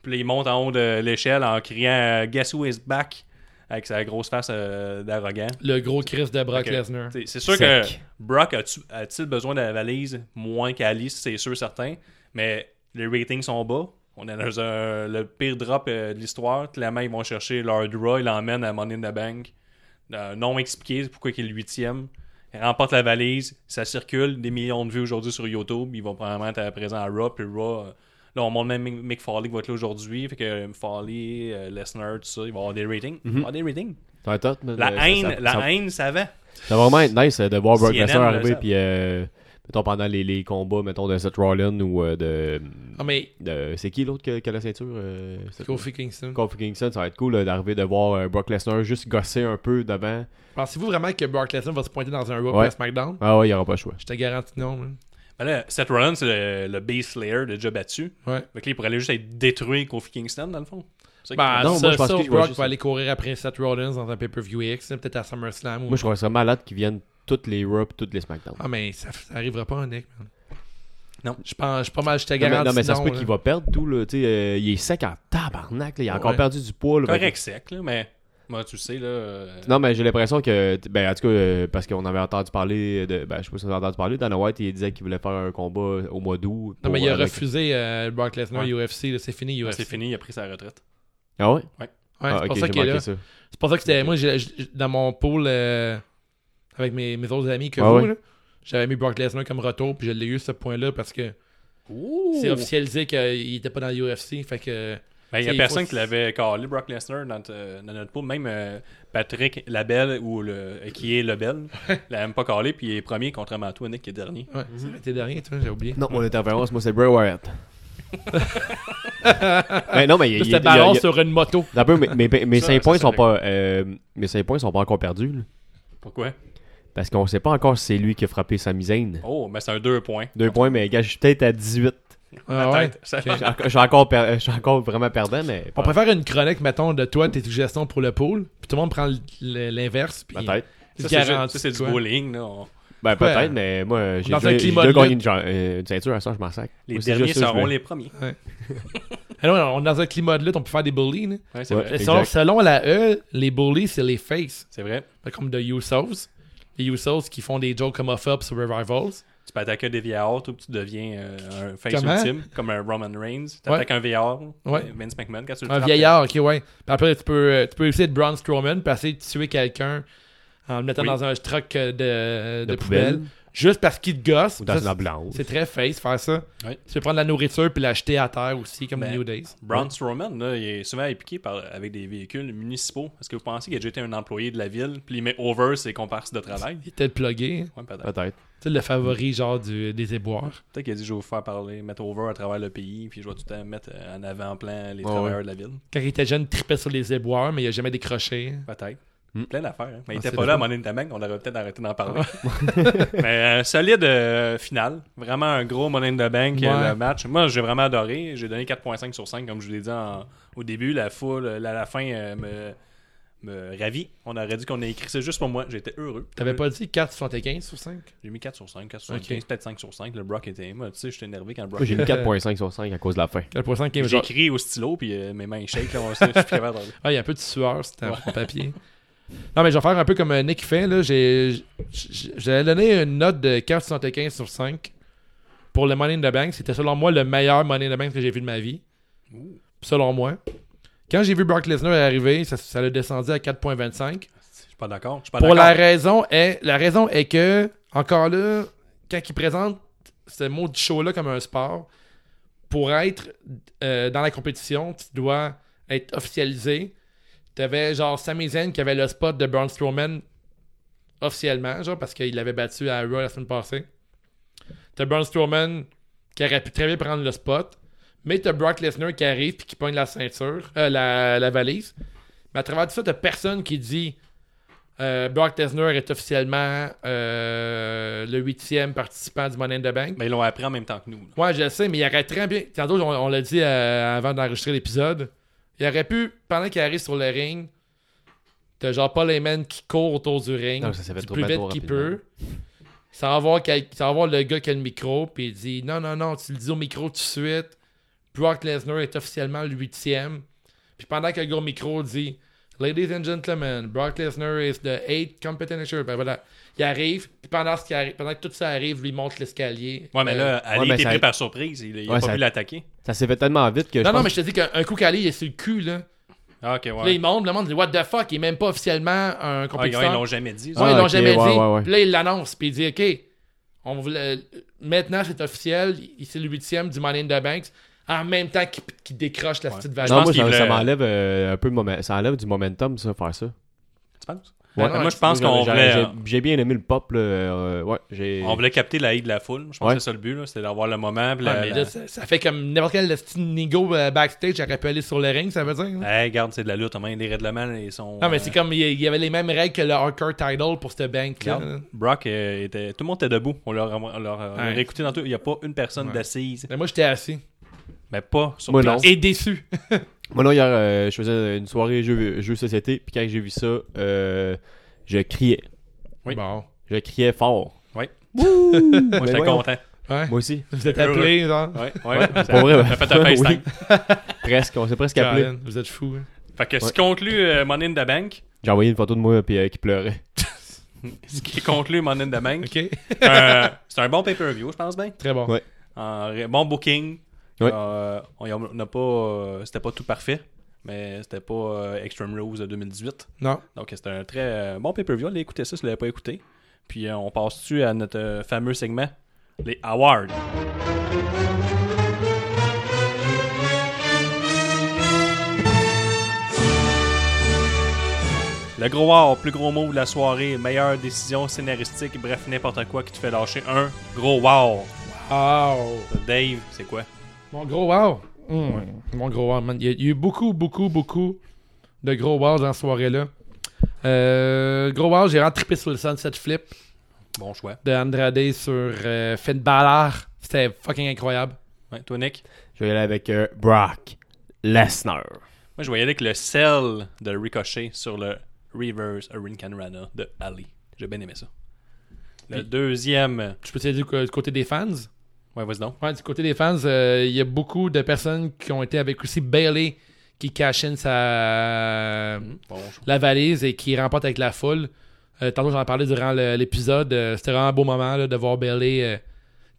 Speaker 3: Puis là, il monte en haut de l'échelle en criant euh, Guess who is back avec sa grosse face euh, d'arrogant.
Speaker 4: Le gros Chris de Brock
Speaker 3: Fait que,
Speaker 4: Lesnar.
Speaker 3: t'sais, C'est sûr que
Speaker 5: Sec.
Speaker 3: Brock a-tu- a-t-il besoin de la valise moins qu'Ali, c'est sûr certain. Mais les ratings sont bas. On est dans un- le pire drop euh, de l'histoire. Clairement, ils vont chercher leur draw. Ils l'emmènent à Money in the Bank. Euh, non expliqué pourquoi il est le huitième. Il remporte la valise. Ça circule. Des millions de vues aujourd'hui sur YouTube. Ils vont probablement être présents à Raw. Puis Raw... euh, Là, on montre même Mick- Mick Foley qui va être là aujourd'hui. Fait que euh, Foley, euh, Lesnar, tout ça, il va avoir des ratings. Il va avoir des ratings.
Speaker 5: Ça va être hot, mais,
Speaker 3: La
Speaker 5: Mhm. euh, ça-
Speaker 3: haine,
Speaker 5: ça-
Speaker 3: la
Speaker 5: ça-
Speaker 3: haine, ça va.
Speaker 5: Ça va vraiment être nice euh, de voir Brock
Speaker 3: CNN,
Speaker 5: Lesnar
Speaker 3: là,
Speaker 5: arriver,
Speaker 3: ça.
Speaker 5: puis euh, mettons pendant les, les combats, mettons de Seth Rollins ou euh, de.
Speaker 4: Ah, mais
Speaker 5: de- c'est qui l'autre que- qui a la ceinture euh, Seth-
Speaker 4: Kofi Kingston.
Speaker 5: Kofi Kingston, ça va être cool là, d'arriver de voir euh, Brock Lesnar juste gosser un peu devant.
Speaker 4: Pensez-vous vraiment que Brock Lesnar va se pointer dans un Raw
Speaker 5: Ouais.
Speaker 4: à SmackDown?
Speaker 5: Ah ouais, il n'y aura pas le choix.
Speaker 4: Je te garantis que non. hein. man.
Speaker 3: Ben là, Seth Rollins, c'est le, le base layer de déjà battu. Fait
Speaker 4: Ouais.
Speaker 3: que là, il pourrait aller juste être détruit Kofi Kingston, dans le fond. C'est Bah, ça que-
Speaker 4: Ben,
Speaker 5: Non,
Speaker 4: ça,
Speaker 5: moi, je pense
Speaker 4: ça,
Speaker 5: qu'il va
Speaker 4: Brock
Speaker 5: juste-
Speaker 4: va aller courir après Seth Rollins dans un pay-per-view X, là, peut-être à SummerSlam. Ou...
Speaker 5: Moi, je trouve ça malade qu'ils viennent toutes les Raw, puis toutes les SmackDown.
Speaker 4: Ah, mais ça, ça arrivera pas, Nick. man.
Speaker 3: Non.
Speaker 4: Je pense, je suis pas mal, je te
Speaker 5: non, mais,
Speaker 4: garantis.
Speaker 5: non, mais ça se peut
Speaker 4: là.
Speaker 5: qu'il va perdre tout. Là, tu sais, euh, il est sec en tabarnak. là, il a encore
Speaker 4: Ouais.
Speaker 5: perdu du poids. là,
Speaker 3: correct sec, là, mais Moi, tu sais, là. euh,
Speaker 5: Non, mais j'ai l'impression que. t- Ben, en tout cas, euh, parce qu'on avait entendu parler de. Ben, je sais pas si on a entendu parler. Dana White, il disait qu'il voulait faire un combat au mois d'août.
Speaker 4: Non, mais
Speaker 5: pour-
Speaker 4: il a
Speaker 5: avec-
Speaker 4: refusé euh, Brock Lesnar UFC. là, C'est fini, UFC.
Speaker 3: c'est fini, il a pris sa retraite.
Speaker 5: Ah ouais?
Speaker 4: Ouais,
Speaker 5: ah,
Speaker 4: c'est pour
Speaker 5: ok,
Speaker 4: ça
Speaker 5: j'ai
Speaker 4: qu'il est
Speaker 5: manqué
Speaker 4: là.
Speaker 5: ça.
Speaker 4: C'est pour ça que c'était. Moi, j'ai- j'ai- dans mon pool euh, avec mes, mes autres amis que
Speaker 5: Ah
Speaker 4: vous,
Speaker 5: ouais.
Speaker 4: là, j'avais mis Brock Lesnar comme retour, puis je l'ai eu ce point-là parce que
Speaker 3: Ouh!
Speaker 4: c'est officialisé qu'il était pas dans le UFC. Fait que.
Speaker 3: Ben, il n'y
Speaker 4: T'sais,
Speaker 3: a
Speaker 4: il
Speaker 3: personne
Speaker 4: faut-
Speaker 3: qui l'avait calé, Brock Lesnar, dans, euh, dans notre pool. Même euh, Patrick Labelle, ou le, euh, qui est
Speaker 5: (laughs)
Speaker 3: Lebel, l'a même pas calé, puis il est premier, contrairement à toi, Nick, qui est dernier.
Speaker 4: Ouais, t'es dernier, tu vois, j'ai oublié.
Speaker 5: Non, mon interférence, moi, c'est Bray Wyatt. (laughs) ben, non, mais il- il- il- il-
Speaker 4: C'était
Speaker 5: il- il-
Speaker 4: Baron sur une moto.
Speaker 5: D'un peu, mais, mais, mais- mes
Speaker 3: Ça,
Speaker 5: 5
Speaker 3: ça,
Speaker 5: points
Speaker 3: c'est
Speaker 5: sont
Speaker 3: vrai.
Speaker 5: pas. euh, mes 5 points sont pas encore perdus, là.
Speaker 3: Pourquoi?
Speaker 5: Parce qu'on sait pas encore si c'est lui qui a frappé sa misaine.
Speaker 3: Oh, mais c'est un 2 points.
Speaker 5: 2 points, mais gars, je suis peut-être à 18.
Speaker 4: Ah ouais.
Speaker 3: Peut-être. Ça-
Speaker 5: Je suis encore- je suis encore, per- je suis encore vraiment perdant, mais.
Speaker 4: On préfère une chronique, mettons, de toi, tes suggestions pour le pool, puis tout le monde prend l- l- l'inverse, puis
Speaker 5: Peut-être.
Speaker 4: il
Speaker 3: ça, c'est juste-
Speaker 4: garantit
Speaker 3: ça, c'est du
Speaker 4: quoi.
Speaker 3: bowling. là. On-
Speaker 5: Ben,
Speaker 4: Ouais.
Speaker 5: peut-être, mais moi, j'ai
Speaker 4: Dans un
Speaker 5: déjà, j'ai
Speaker 4: climat
Speaker 5: déjà
Speaker 4: de
Speaker 5: gagné une, genre- euh, une ceinture à ça, je m'en sac.
Speaker 3: Les
Speaker 5: Moi, c'est
Speaker 3: derniers
Speaker 5: juste ça, je
Speaker 3: seront
Speaker 5: voulais-
Speaker 3: les premiers.
Speaker 4: Ah non, on est dans un climat de lutte, on peut faire des bullies. là.
Speaker 3: Ouais, c'est
Speaker 5: Ouais.
Speaker 3: vrai.
Speaker 4: Et Selon,
Speaker 5: Exact.
Speaker 4: selon la E, les bullies, c'est les faces.
Speaker 3: C'est vrai.
Speaker 4: Fait Comme de Usos. Les Usos qui font des jokes homophobes sur Revivals.
Speaker 3: Tu peux attaquer des VR, tout, puis tu deviens euh, un face
Speaker 4: Comment?
Speaker 3: ultime, comme un Roman Reigns. Tu attaques un VR,
Speaker 4: Ouais.
Speaker 3: Vince McMahon, quand tu le
Speaker 4: Un
Speaker 3: frappes, euh,
Speaker 4: vieillard, ok, ouais. Puis après, tu peux, euh, tu peux essayer de Braun Strowman, puis essayer de tuer quelqu'un en le mettant
Speaker 3: Oui.
Speaker 4: dans un truck euh, de, de
Speaker 5: De
Speaker 4: poubelle.
Speaker 5: poubelle.
Speaker 4: Juste parce qu'il te gosse.
Speaker 5: Ou dans
Speaker 4: Ça,
Speaker 5: une ambulance.
Speaker 4: C'est très face faire ça.
Speaker 3: Ouais.
Speaker 4: Tu peux prendre la nourriture puis l'acheter à terre aussi, comme
Speaker 3: Ben,
Speaker 4: New Days.
Speaker 3: Braun Strowman, là, il est souvent épiqué par, avec des véhicules municipaux. Est-ce que vous pensez qu'il a déjà été un employé de la ville, puis il met over ses comparses de travail?
Speaker 4: Il était plugué. hein.
Speaker 3: Ouais, peut-être.
Speaker 5: Peut-être.
Speaker 4: Tu sais, le favori, genre, du, des éboires.
Speaker 3: Peut-être qu'il a dit je vais vous faire parler, mettre over à travers le pays, puis je vais tout le temps mettre euh, en avant-plan les
Speaker 5: Ouais,
Speaker 3: travailleurs de la ville.
Speaker 4: Quand il était jeune, il tripait sur les éboires, mais il a jamais décroché.
Speaker 3: Peut-être.
Speaker 5: Hmm.
Speaker 3: Plein d'affaires. hein. Mais il
Speaker 4: Ah,
Speaker 3: était
Speaker 4: c'est
Speaker 3: pas là à un moment
Speaker 4: drôle.
Speaker 3: donné de la main, on aurait peut-être arrêté d'en parler. (laughs) Mais euh, solide euh, final. Vraiment un gros Money in the Bank, euh,
Speaker 4: Ouais.
Speaker 3: le match. Moi, j'ai vraiment adoré. J'ai donné 4.5 sur 5, comme je vous l'ai dit en- au début. La foule, euh, la, la fin euh, me, me ravit. On aurait dit qu'on a écrit ça juste pour moi. J'étais heureux.
Speaker 4: T'avais pas dit 4,75 sur 5
Speaker 3: J'ai mis 4 sur 5, 4 sur 5,
Speaker 4: Ok.
Speaker 3: peut-être 5 sur 5. Le Brock était. Moi, tu sais, j'étais énervé quand le Brock.
Speaker 5: Moi, j'ai mis 4.5 sur 5 à cause de la fin.
Speaker 4: 4,5 qui est genre.
Speaker 3: J'écris au stylo, puis euh, mes mains shake. Là, on sait, je suis capable d'en-
Speaker 4: Ah, il y a un peu de sueur, c'était un (laughs) papier. Non, mais je vais faire un peu comme euh, Nick fait. Là. J'ai, j'ai- j'avais donné une note de 4,75 sur 5 pour le Money in the Bank. C'était selon moi le meilleur Money in the Bank que j'ai vu de ma vie. Selon moi. Quand j'ai vu Brock Lesnar arriver, ça, ça l'a descendu à 4,25.
Speaker 3: Je suis pas d'accord. Je suis pas
Speaker 4: Pour la
Speaker 3: d'accord.
Speaker 4: raison est, la raison est que, encore là, quand ils présentent ce mot du show-là comme un sport, pour être euh, dans la compétition, tu dois être officialisé. T'avais genre Sami Zayn qui avait le spot de Braun Strowman officiellement, genre parce qu'il l'avait battu à Raw la semaine passée. T'as Braun Strowman qui aurait pu très bien prendre le spot, mais t'as Brock Lesnar qui arrive puis qui pogne la ceinture, euh, la, la valise. Mais à travers tout ça, t'as personne qui dit euh, Brock Lesnar est officiellement euh, le huitième participant du Money in the Bank.
Speaker 3: Mais ils l'ont appris en même temps que nous. là.
Speaker 4: Ouais, je le sais, mais il aurait très bien. Tantôt, on, on l'a dit euh, avant d'enregistrer l'épisode. Il aurait pu, pendant qu'il arrive sur le ring, t'as genre Paul Heyman qui court autour du ring.
Speaker 5: Non, ça s'est fait
Speaker 4: du
Speaker 5: trop
Speaker 4: plus
Speaker 5: bien,
Speaker 4: vite
Speaker 5: trop
Speaker 4: qu'il
Speaker 5: rapidement.
Speaker 4: peut. Sans voir, quel- sans voir le gars qui a le micro, puis il dit Non, non, non, tu le dis au micro tout de suite. Brock Lesnar est officiellement le huitième. Puis pendant que le gars au micro dit Ladies and gentlemen, Brock Lesnar is the eighth competent insurer. Ben voilà. Il arrive, puis pendant, ce qu'il arri- pendant que tout ça arrive, lui monte l'escalier.
Speaker 3: Ouais, mais
Speaker 4: Euh,
Speaker 3: là, Ali
Speaker 5: mais
Speaker 3: était
Speaker 5: ben, ça-
Speaker 3: pris par surprise. Il, il a
Speaker 5: Ouais,
Speaker 3: pas
Speaker 5: ça-
Speaker 3: pu l'attaquer.
Speaker 5: Ça s'est fait tellement vite que je
Speaker 4: Non, non,
Speaker 5: pense
Speaker 4: mais je te dis qu'un coup qu'Ali il est sur le cul, là.
Speaker 3: Ah, ok,
Speaker 4: Là,
Speaker 3: ouais.
Speaker 4: il monte, le monde dit What the fuck, il est même pas officiellement un
Speaker 3: Ah, ils
Speaker 4: compétiteur.
Speaker 3: ils l'ont jamais dit. ça.
Speaker 4: Ouais, ils
Speaker 5: Ah,
Speaker 4: l'ont
Speaker 5: ok,
Speaker 4: jamais
Speaker 5: ouais,
Speaker 4: dit.
Speaker 5: ouais, ouais.
Speaker 4: Puis là, il l'annonce, puis il dit Ok, on voulait- maintenant c'est officiel, il- c'est le huitième du Money in the Banks, en même temps qu'il qu'il décroche la petite valise.
Speaker 5: Non,
Speaker 3: pense
Speaker 5: moi,
Speaker 3: qu'il
Speaker 5: ça, ça
Speaker 3: voulait-
Speaker 5: m'enlève euh, un peu de momen- ça enlève du momentum, ça, faire ça.
Speaker 3: Tu penses?
Speaker 4: Ouais.
Speaker 3: Ouais, moi, je
Speaker 4: Ouais,
Speaker 3: pense
Speaker 5: Moi,
Speaker 3: qu'on
Speaker 5: j'ai-
Speaker 3: voulait,
Speaker 5: j'ai- J'ai bien aimé le pop, là. euh, ouais, j'ai.
Speaker 3: on voulait capter la haie de la foule. Je pense
Speaker 5: Ouais.
Speaker 3: que c'est ça le but. là, C'était d'avoir le moment. puis
Speaker 4: Ouais,
Speaker 3: la-
Speaker 4: mais
Speaker 3: la-
Speaker 4: là, ça, ça fait comme n'importe quel petit nigo euh, backstage, j'aurais pu aller sur le ring, ça veut dire. là.
Speaker 3: Hey, regarde, c'est de la lutte. au moins, Les règlements, ils sont.
Speaker 4: Non, mais
Speaker 3: euh,
Speaker 4: c'est comme il y- il y avait les mêmes règles que le hardcore title pour ce bank. là.
Speaker 3: regarde, Brock euh, était. Tout le monde était debout. On leur on leur- on leur
Speaker 4: Ouais.
Speaker 3: écouté dans tout. Il n'y a pas une personne
Speaker 4: Ouais.
Speaker 3: d'assise.
Speaker 4: Mais moi, j'étais assis
Speaker 3: Mais pas sur
Speaker 5: Moi,
Speaker 3: place.
Speaker 5: non.
Speaker 4: et déçu.
Speaker 5: Moi, là, hier, euh, je faisais une soirée jeux, jeux société, puis quand j'ai vu ça, euh, je criais.
Speaker 3: Oui.
Speaker 4: Bon.
Speaker 5: Je criais fort.
Speaker 3: Moi, j'étais
Speaker 5: voyons.
Speaker 3: content.
Speaker 4: Ouais.
Speaker 5: Moi aussi.
Speaker 4: Vous êtes appelé, genre.
Speaker 3: Ouais, ouais.
Speaker 5: Pour vrai, ouais.
Speaker 3: T'as fait un
Speaker 5: Oui.
Speaker 3: FaceTime.
Speaker 5: (laughs) Presque, on s'est presque appelé.
Speaker 4: Caroline, Vous êtes hein? fou.
Speaker 3: Fait que ce
Speaker 5: Ouais.
Speaker 3: qui conclut euh, Money in the Bank,
Speaker 5: J'ai envoyé une photo de moi puis, euh, qui pleurait.
Speaker 3: ce qui conclut Money in the
Speaker 5: (laughs)
Speaker 3: Bank,
Speaker 4: Ok. (laughs)
Speaker 3: euh, c'est un bon pay-per-view, je pense bien.
Speaker 4: Très bon.
Speaker 5: Ouais.
Speaker 3: Un ré- bon booking.
Speaker 5: Ouais.
Speaker 3: Euh, on y a- on n'a pas, euh, c'était pas tout parfait, mais c'était pas euh, Extreme Rules de 2018.
Speaker 4: Non.
Speaker 3: Donc c'était un très euh, bon pay-per-view. Allez écouter ça si vous l'avez pas écouté. Puis euh, on passe-tu à notre euh, fameux segment, les awards. Le gros wow, plus gros mot de la soirée, meilleure décision scénaristique, bref, n'importe quoi qui te fait lâcher un gros wow.
Speaker 4: Wow.
Speaker 3: Dave, c'est quoi?
Speaker 4: Mon gros wow. Mm. Mon gros wow, man. Il y a- il y a eu beaucoup, beaucoup, beaucoup de gros wow dans cette soirée-là. Euh, gros wow, j'ai vraiment trippé sur le sunset flip
Speaker 3: Bon choix.
Speaker 4: de Andrade sur euh, Finn Balor. C'était fucking incroyable.
Speaker 3: Ouais, toi, Nick?
Speaker 5: Je vais y aller avec euh, Brock Lesnar.
Speaker 3: Moi, je voyais avec le sel de Ricochet sur le Reverse Hurricane de Ali. J'ai bien aimé ça. Le deuxième...
Speaker 4: Je peux te dire que du côté des fans.
Speaker 3: Ouais, vas-y donc.
Speaker 4: Ouais, du côté des fans, euh, il y a beaucoup de personnes qui ont été avec aussi Bailey qui cash in sa
Speaker 3: Bon choix.
Speaker 4: la valise et qui remporte avec la foule. Euh, tantôt j'en parlais durant le- l'épisode. euh, C'était vraiment un beau moment là, de voir Bailey euh,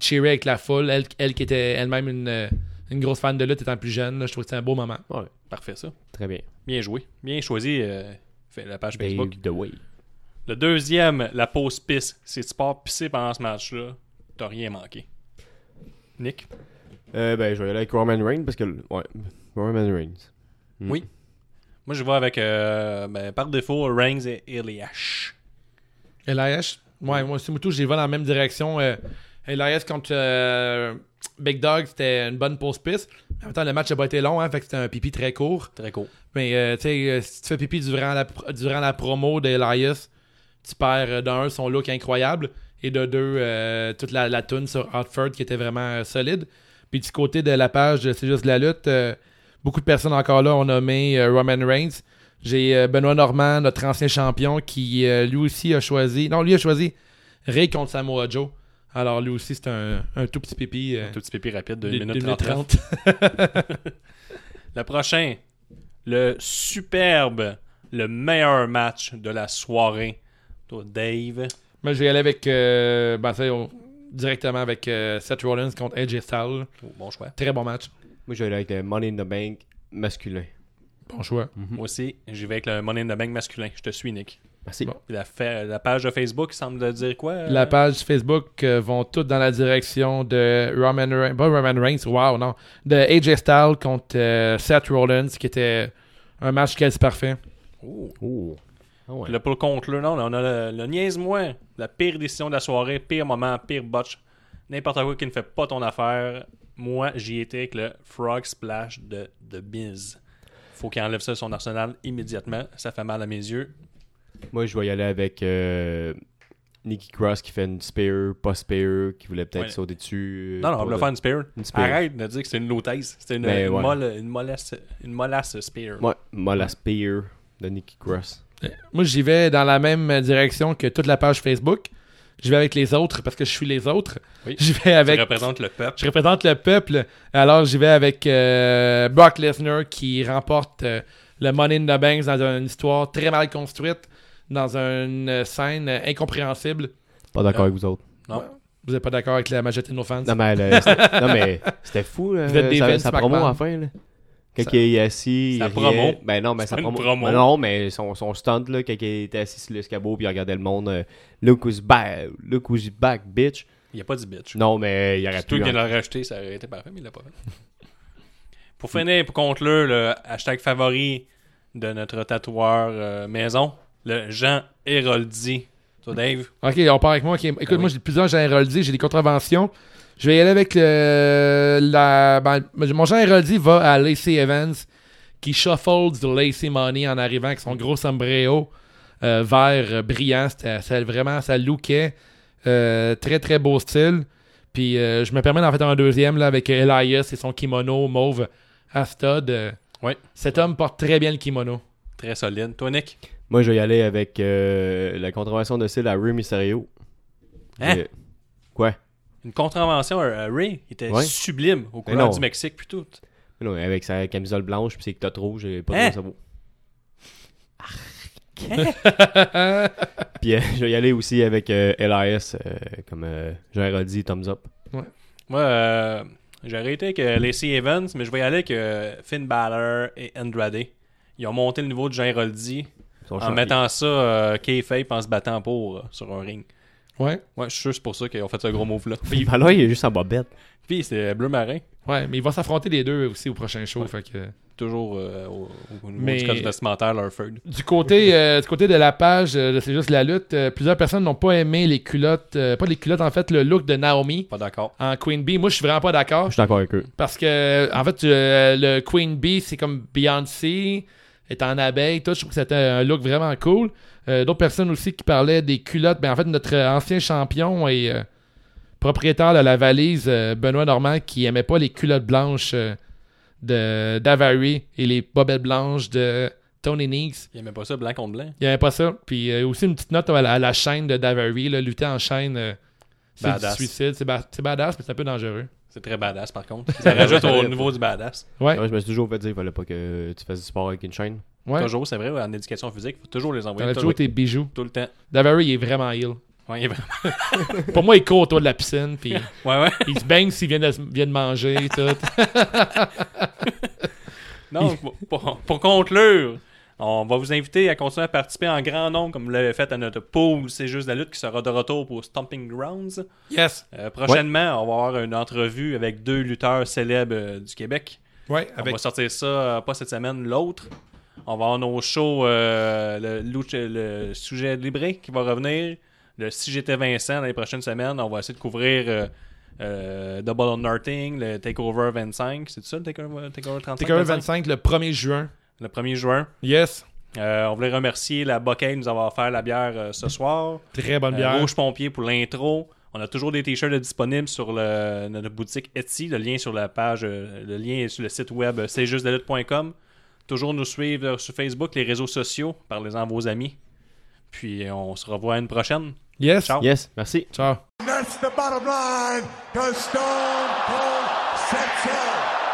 Speaker 4: cheerer avec la foule. Elle, elle qui était elle-même une, euh, une grosse fan de lutte étant plus jeune. là, je trouve que c'était un beau moment.
Speaker 3: Parfait, ça.
Speaker 5: Très bien.
Speaker 3: Bien joué. Bien choisi euh, fait la page Facebook.
Speaker 5: Dave Way.
Speaker 3: Le deuxième, la pause pisse. Si tu pars pisser pendant ce match-là, t'as rien manqué. Nick?
Speaker 5: Euh, ben, je vais y aller avec Roman Reigns parce que. Ouais. Roman Reigns. Mm.
Speaker 3: Oui. Moi, je vais avec, euh, ben, par défaut, Reigns et Eliash.
Speaker 4: Elias, ouais, moi aussi, Moutou, j'y vais dans la même direction. Euh, Elias contre euh, Big Dog, c'était une bonne pause piste. En même temps, le match a pas été long, hein, fait que c'était un pipi très court.
Speaker 3: Très cool.
Speaker 4: Mais euh, tu sais, euh, si tu fais pipi durant la, pr- durant la promo d'Elias, tu perds euh, d'un son look incroyable et de deux euh, toute la, la tune sur Hartford qui était vraiment euh, solide. Puis du côté de la page de C'est juste la lutte, euh, beaucoup de personnes encore là ont nommé euh, Roman Reigns. J'ai euh, Benoît Normand, notre ancien champion, qui euh, lui aussi a choisi. Non, lui a choisi Ray contre Samoa Joe. Alors lui aussi, c'est un, un tout petit pipi. euh,
Speaker 3: Un tout petit pipi rapide de
Speaker 4: de-
Speaker 3: 1 minute 30.
Speaker 4: 30.
Speaker 3: Le prochain, le superbe, le meilleur match de la soirée. Toi, Dave.
Speaker 4: Moi, je vais y aller avec. euh, ben, ça, on- directement avec euh, Seth Rollins contre AJ Styles.
Speaker 3: Oh, bon choix.
Speaker 4: Très bon match.
Speaker 5: Moi, je vais y aller avec euh, Money in the Bank masculin.
Speaker 4: Bon choix.
Speaker 3: Moi aussi, j'y vais avec le Money in the Bank masculin. Je te suis, Nick.
Speaker 5: Merci.
Speaker 4: Bon.
Speaker 3: Puis La, fa- la page de Facebook semble dire quoi? euh?
Speaker 4: La page Facebook euh, vont toutes dans la direction de Roman Reigns. Pas Roman Reigns, wow, non. De AJ Styles contre euh, Seth Rollins, qui était un match quasi parfait.
Speaker 3: Oh.
Speaker 5: Oh. Ah ouais.
Speaker 3: Le pour conclure, non, on a le, le niaise-moi. La pire décision de la soirée, pire moment, pire botch. N'importe quoi qui ne fait pas ton affaire. Moi, j'y étais avec le Frog Splash de The Biz. Faut qu'il enlève ça de son arsenal immédiatement. Ça fait mal à mes yeux.
Speaker 5: Moi, je vais y aller avec euh, Nikki Cross qui fait une spear, pas spear, qui voulait peut-être
Speaker 3: Ouais.
Speaker 5: sauter dessus. euh,
Speaker 3: Non, non, on
Speaker 5: pour
Speaker 3: va
Speaker 5: le-
Speaker 3: faire une spear.
Speaker 5: Une spear.
Speaker 3: Arrête de dire que c'est une lotaise. C'était une,
Speaker 5: Ben,
Speaker 3: une
Speaker 5: ouais.
Speaker 3: molle, une mollasse, une mollasse spear.
Speaker 5: Ouais, moi, la spear de Nikki Cross.
Speaker 4: Euh, Moi, j'y vais dans la même direction que toute la page Facebook. J'y vais avec les autres parce que je suis les autres.
Speaker 3: Oui.
Speaker 4: J'y vais
Speaker 3: Ça
Speaker 4: avec
Speaker 3: représente le peuple.
Speaker 4: Je représente le peuple. Alors, j'y vais avec euh, Brock Lesnar qui remporte euh, le Money in the Bank dans une histoire très mal construite, dans une euh, scène euh, incompréhensible.
Speaker 5: Pas
Speaker 3: Euh,
Speaker 5: d'accord avec vous autres.
Speaker 4: Vous n'êtes pas d'accord avec la majorité de nos fans?
Speaker 5: Non, mais, le- c'était- non, mais c'était fou. là,
Speaker 4: Vous êtes des
Speaker 5: sa,
Speaker 4: Vince
Speaker 5: sa promo à
Speaker 4: McMahon.
Speaker 5: la fin. Là. Quand
Speaker 4: Ça-
Speaker 5: il est assis.
Speaker 3: Sa
Speaker 5: il
Speaker 3: promo.
Speaker 5: riait. Ben non, mais
Speaker 3: C'est
Speaker 5: sa
Speaker 3: pas une
Speaker 5: promo.
Speaker 3: promo.
Speaker 5: Ben non, mais son, son stunt, là, quand il était assis sur l'escabeau puis il regardait le monde. euh, look, who's back, look who's back, bitch.
Speaker 3: Il n'y a pas du bitch.
Speaker 5: Non, mais il aurait
Speaker 3: C'est toi
Speaker 5: pu.
Speaker 3: qui
Speaker 5: hein.
Speaker 3: viens de le racheter, ça aurait été parfait, mais il l'a pas fait. (laughs) pour finir, pour conclure, le hashtag favori de notre tatoueur euh, maison, le Jean Héroldi. Toi, Dave,
Speaker 4: Ok, on part avec moi. Ok, Écoute, moi, j'ai plusieurs Jean Héroldi, j'ai des contraventions. Je vais y aller avec euh, la. ben, mon Jean Héroldi va à Lacey Evans qui shuffle du Lacey Money en arrivant avec son gros sombrero euh, vert euh, brillant. C'était- ça- vraiment, ça lookait. Euh, très, très beau style. Puis euh, je me permets d'en faire un deuxième là, avec Elias et son kimono mauve à stud. Euh,
Speaker 3: Ouais.
Speaker 4: Cet homme porte très bien le kimono. (laughs)
Speaker 3: très solide. Toi, Nick,
Speaker 5: Moi, je vais y aller avec euh, la contravention de style à Rue Mysterio.
Speaker 3: Hein?
Speaker 5: Euh, Quoi?
Speaker 3: une contravention à à Ray, il était
Speaker 5: Ouais.
Speaker 3: sublime aux
Speaker 5: non.
Speaker 3: couleurs du Mexique, plutôt.
Speaker 5: Non, mais avec sa camisole blanche puis ses culottes rouges, j'ai pas
Speaker 3: Hein?
Speaker 5: trop de cerveau. Mike. Puis euh, (laughs) je vais y aller aussi avec euh, LIS, euh, comme euh, Gérard a dit, thumbs up.
Speaker 3: Moi, euh, j'ai arrêté avec euh, Lacey Evans, mais je vais y aller avec euh, Finn Balor et Andrade. Ils ont monté le niveau de Jean Roldi
Speaker 5: Ils sont
Speaker 3: en
Speaker 5: champions.
Speaker 3: mettant ça euh, kayfabe en se battant pour euh, sur un ring.
Speaker 4: Ouais.
Speaker 3: Ouais, je suis sûr que c'est pour ça qu'ils ont fait ce gros (laughs) move-là.
Speaker 5: Puis Valor, il est juste en bobette.
Speaker 3: Puis c'est euh, Bleu Marin,
Speaker 4: Ouais, mais il va s'affronter les deux aussi au prochain show. Fait que...
Speaker 3: toujours euh, au, au niveau
Speaker 4: Mais-
Speaker 3: du code vestimentaire, leur feud.
Speaker 4: Du côté, euh, du côté de la page euh, de C'est juste la lutte, euh, plusieurs personnes n'ont pas aimé les culottes, euh, pas les culottes en fait, le look de Naomi
Speaker 3: Pas d'accord.
Speaker 4: en Queen Bee. Moi, je suis vraiment pas d'accord
Speaker 5: Je suis d'accord avec eux.
Speaker 4: parce que, en fait, euh, le Queen Bee, c'est comme Beyoncé, est en abeille, tout. Je trouve que c'était un look vraiment cool. Euh, D'autres personnes aussi qui parlaient des culottes. Ben, en fait, notre ancien champion et euh, propriétaire de la valise, euh, Benoît Normand, qui aimait pas les culottes blanches euh, de d'Avary et les bobettes blanches de Tony Niggs.
Speaker 3: Il aimait pas ça blanc contre blanc.
Speaker 4: Il n'y avait pas ça. Puis euh, aussi une petite note à la, à la chaîne de Davary, là, lutter en chaîne. euh, c'est du
Speaker 3: Badass.
Speaker 4: suicide, c'est ba- c'est badass, mais c'est un peu dangereux.
Speaker 3: C'est très badass par contre. (laughs) Ça rajoute au niveau du badass.
Speaker 4: Ouais,
Speaker 5: Moi, je me suis toujours fait dire qu'il fallait pas que tu fasses du sport avec une chaîne.
Speaker 4: ouais.
Speaker 3: Toujours, c'est vrai, en éducation physique, faut toujours les envoyer
Speaker 4: T'enlèves
Speaker 3: tout,
Speaker 4: toujours tes bijoux.
Speaker 3: tout le temps.
Speaker 4: Davary, il est vraiment ill.
Speaker 3: Ouais, il est vraiment-
Speaker 4: Pour moi, il court autour de la piscine,
Speaker 3: (laughs)
Speaker 4: puis
Speaker 3: ouais, ouais.
Speaker 4: il se baigne s'il vient de, se- vient de manger, tout.
Speaker 3: Non, pour- pour, pour conclure, on va vous inviter à continuer à participer en grand nombre, comme vous l'avez fait à notre pool. C'est juste la lutte qui sera de retour pour Stomping Grounds.
Speaker 4: Yes.
Speaker 3: Euh, prochainement, on va avoir une entrevue avec deux lutteurs célèbres euh, du Québec.
Speaker 4: Ouais,
Speaker 3: On va sortir ça, euh, pas cette semaine, l'autre. On va avoir nos shows, euh, le, lucha- le sujet libre qui va revenir. Le Si j'étais Vincent dans les prochaines semaines, on va essayer de couvrir euh, euh, Double or Nothing, le Takeover 25. C'est ça le Takeover, takeover 35?
Speaker 4: Takeover 25 le 1er juin.
Speaker 3: Le 1er juin.
Speaker 4: Yes.
Speaker 3: Euh, on voulait remercier la Bocquet de nous avoir offert la bière euh, ce soir.
Speaker 4: Très bonne
Speaker 3: Euh,
Speaker 4: bière.
Speaker 3: Rouge Pompier pour l'intro. On a toujours des t-shirts disponibles sur le- notre boutique Etsy. Le lien est sur la page, euh, le lien est sur le site web euh, c'estjustdelutte.com. Toujours nous suivre euh, sur Facebook, les réseaux sociaux. Parlez-en à vos amis. Puis euh, on se revoit à une prochaine.
Speaker 4: Yes.
Speaker 3: Ciao.
Speaker 5: Yes, merci.
Speaker 4: Ciao.
Speaker 6: That's the bottom line, because Stone Cold sets out.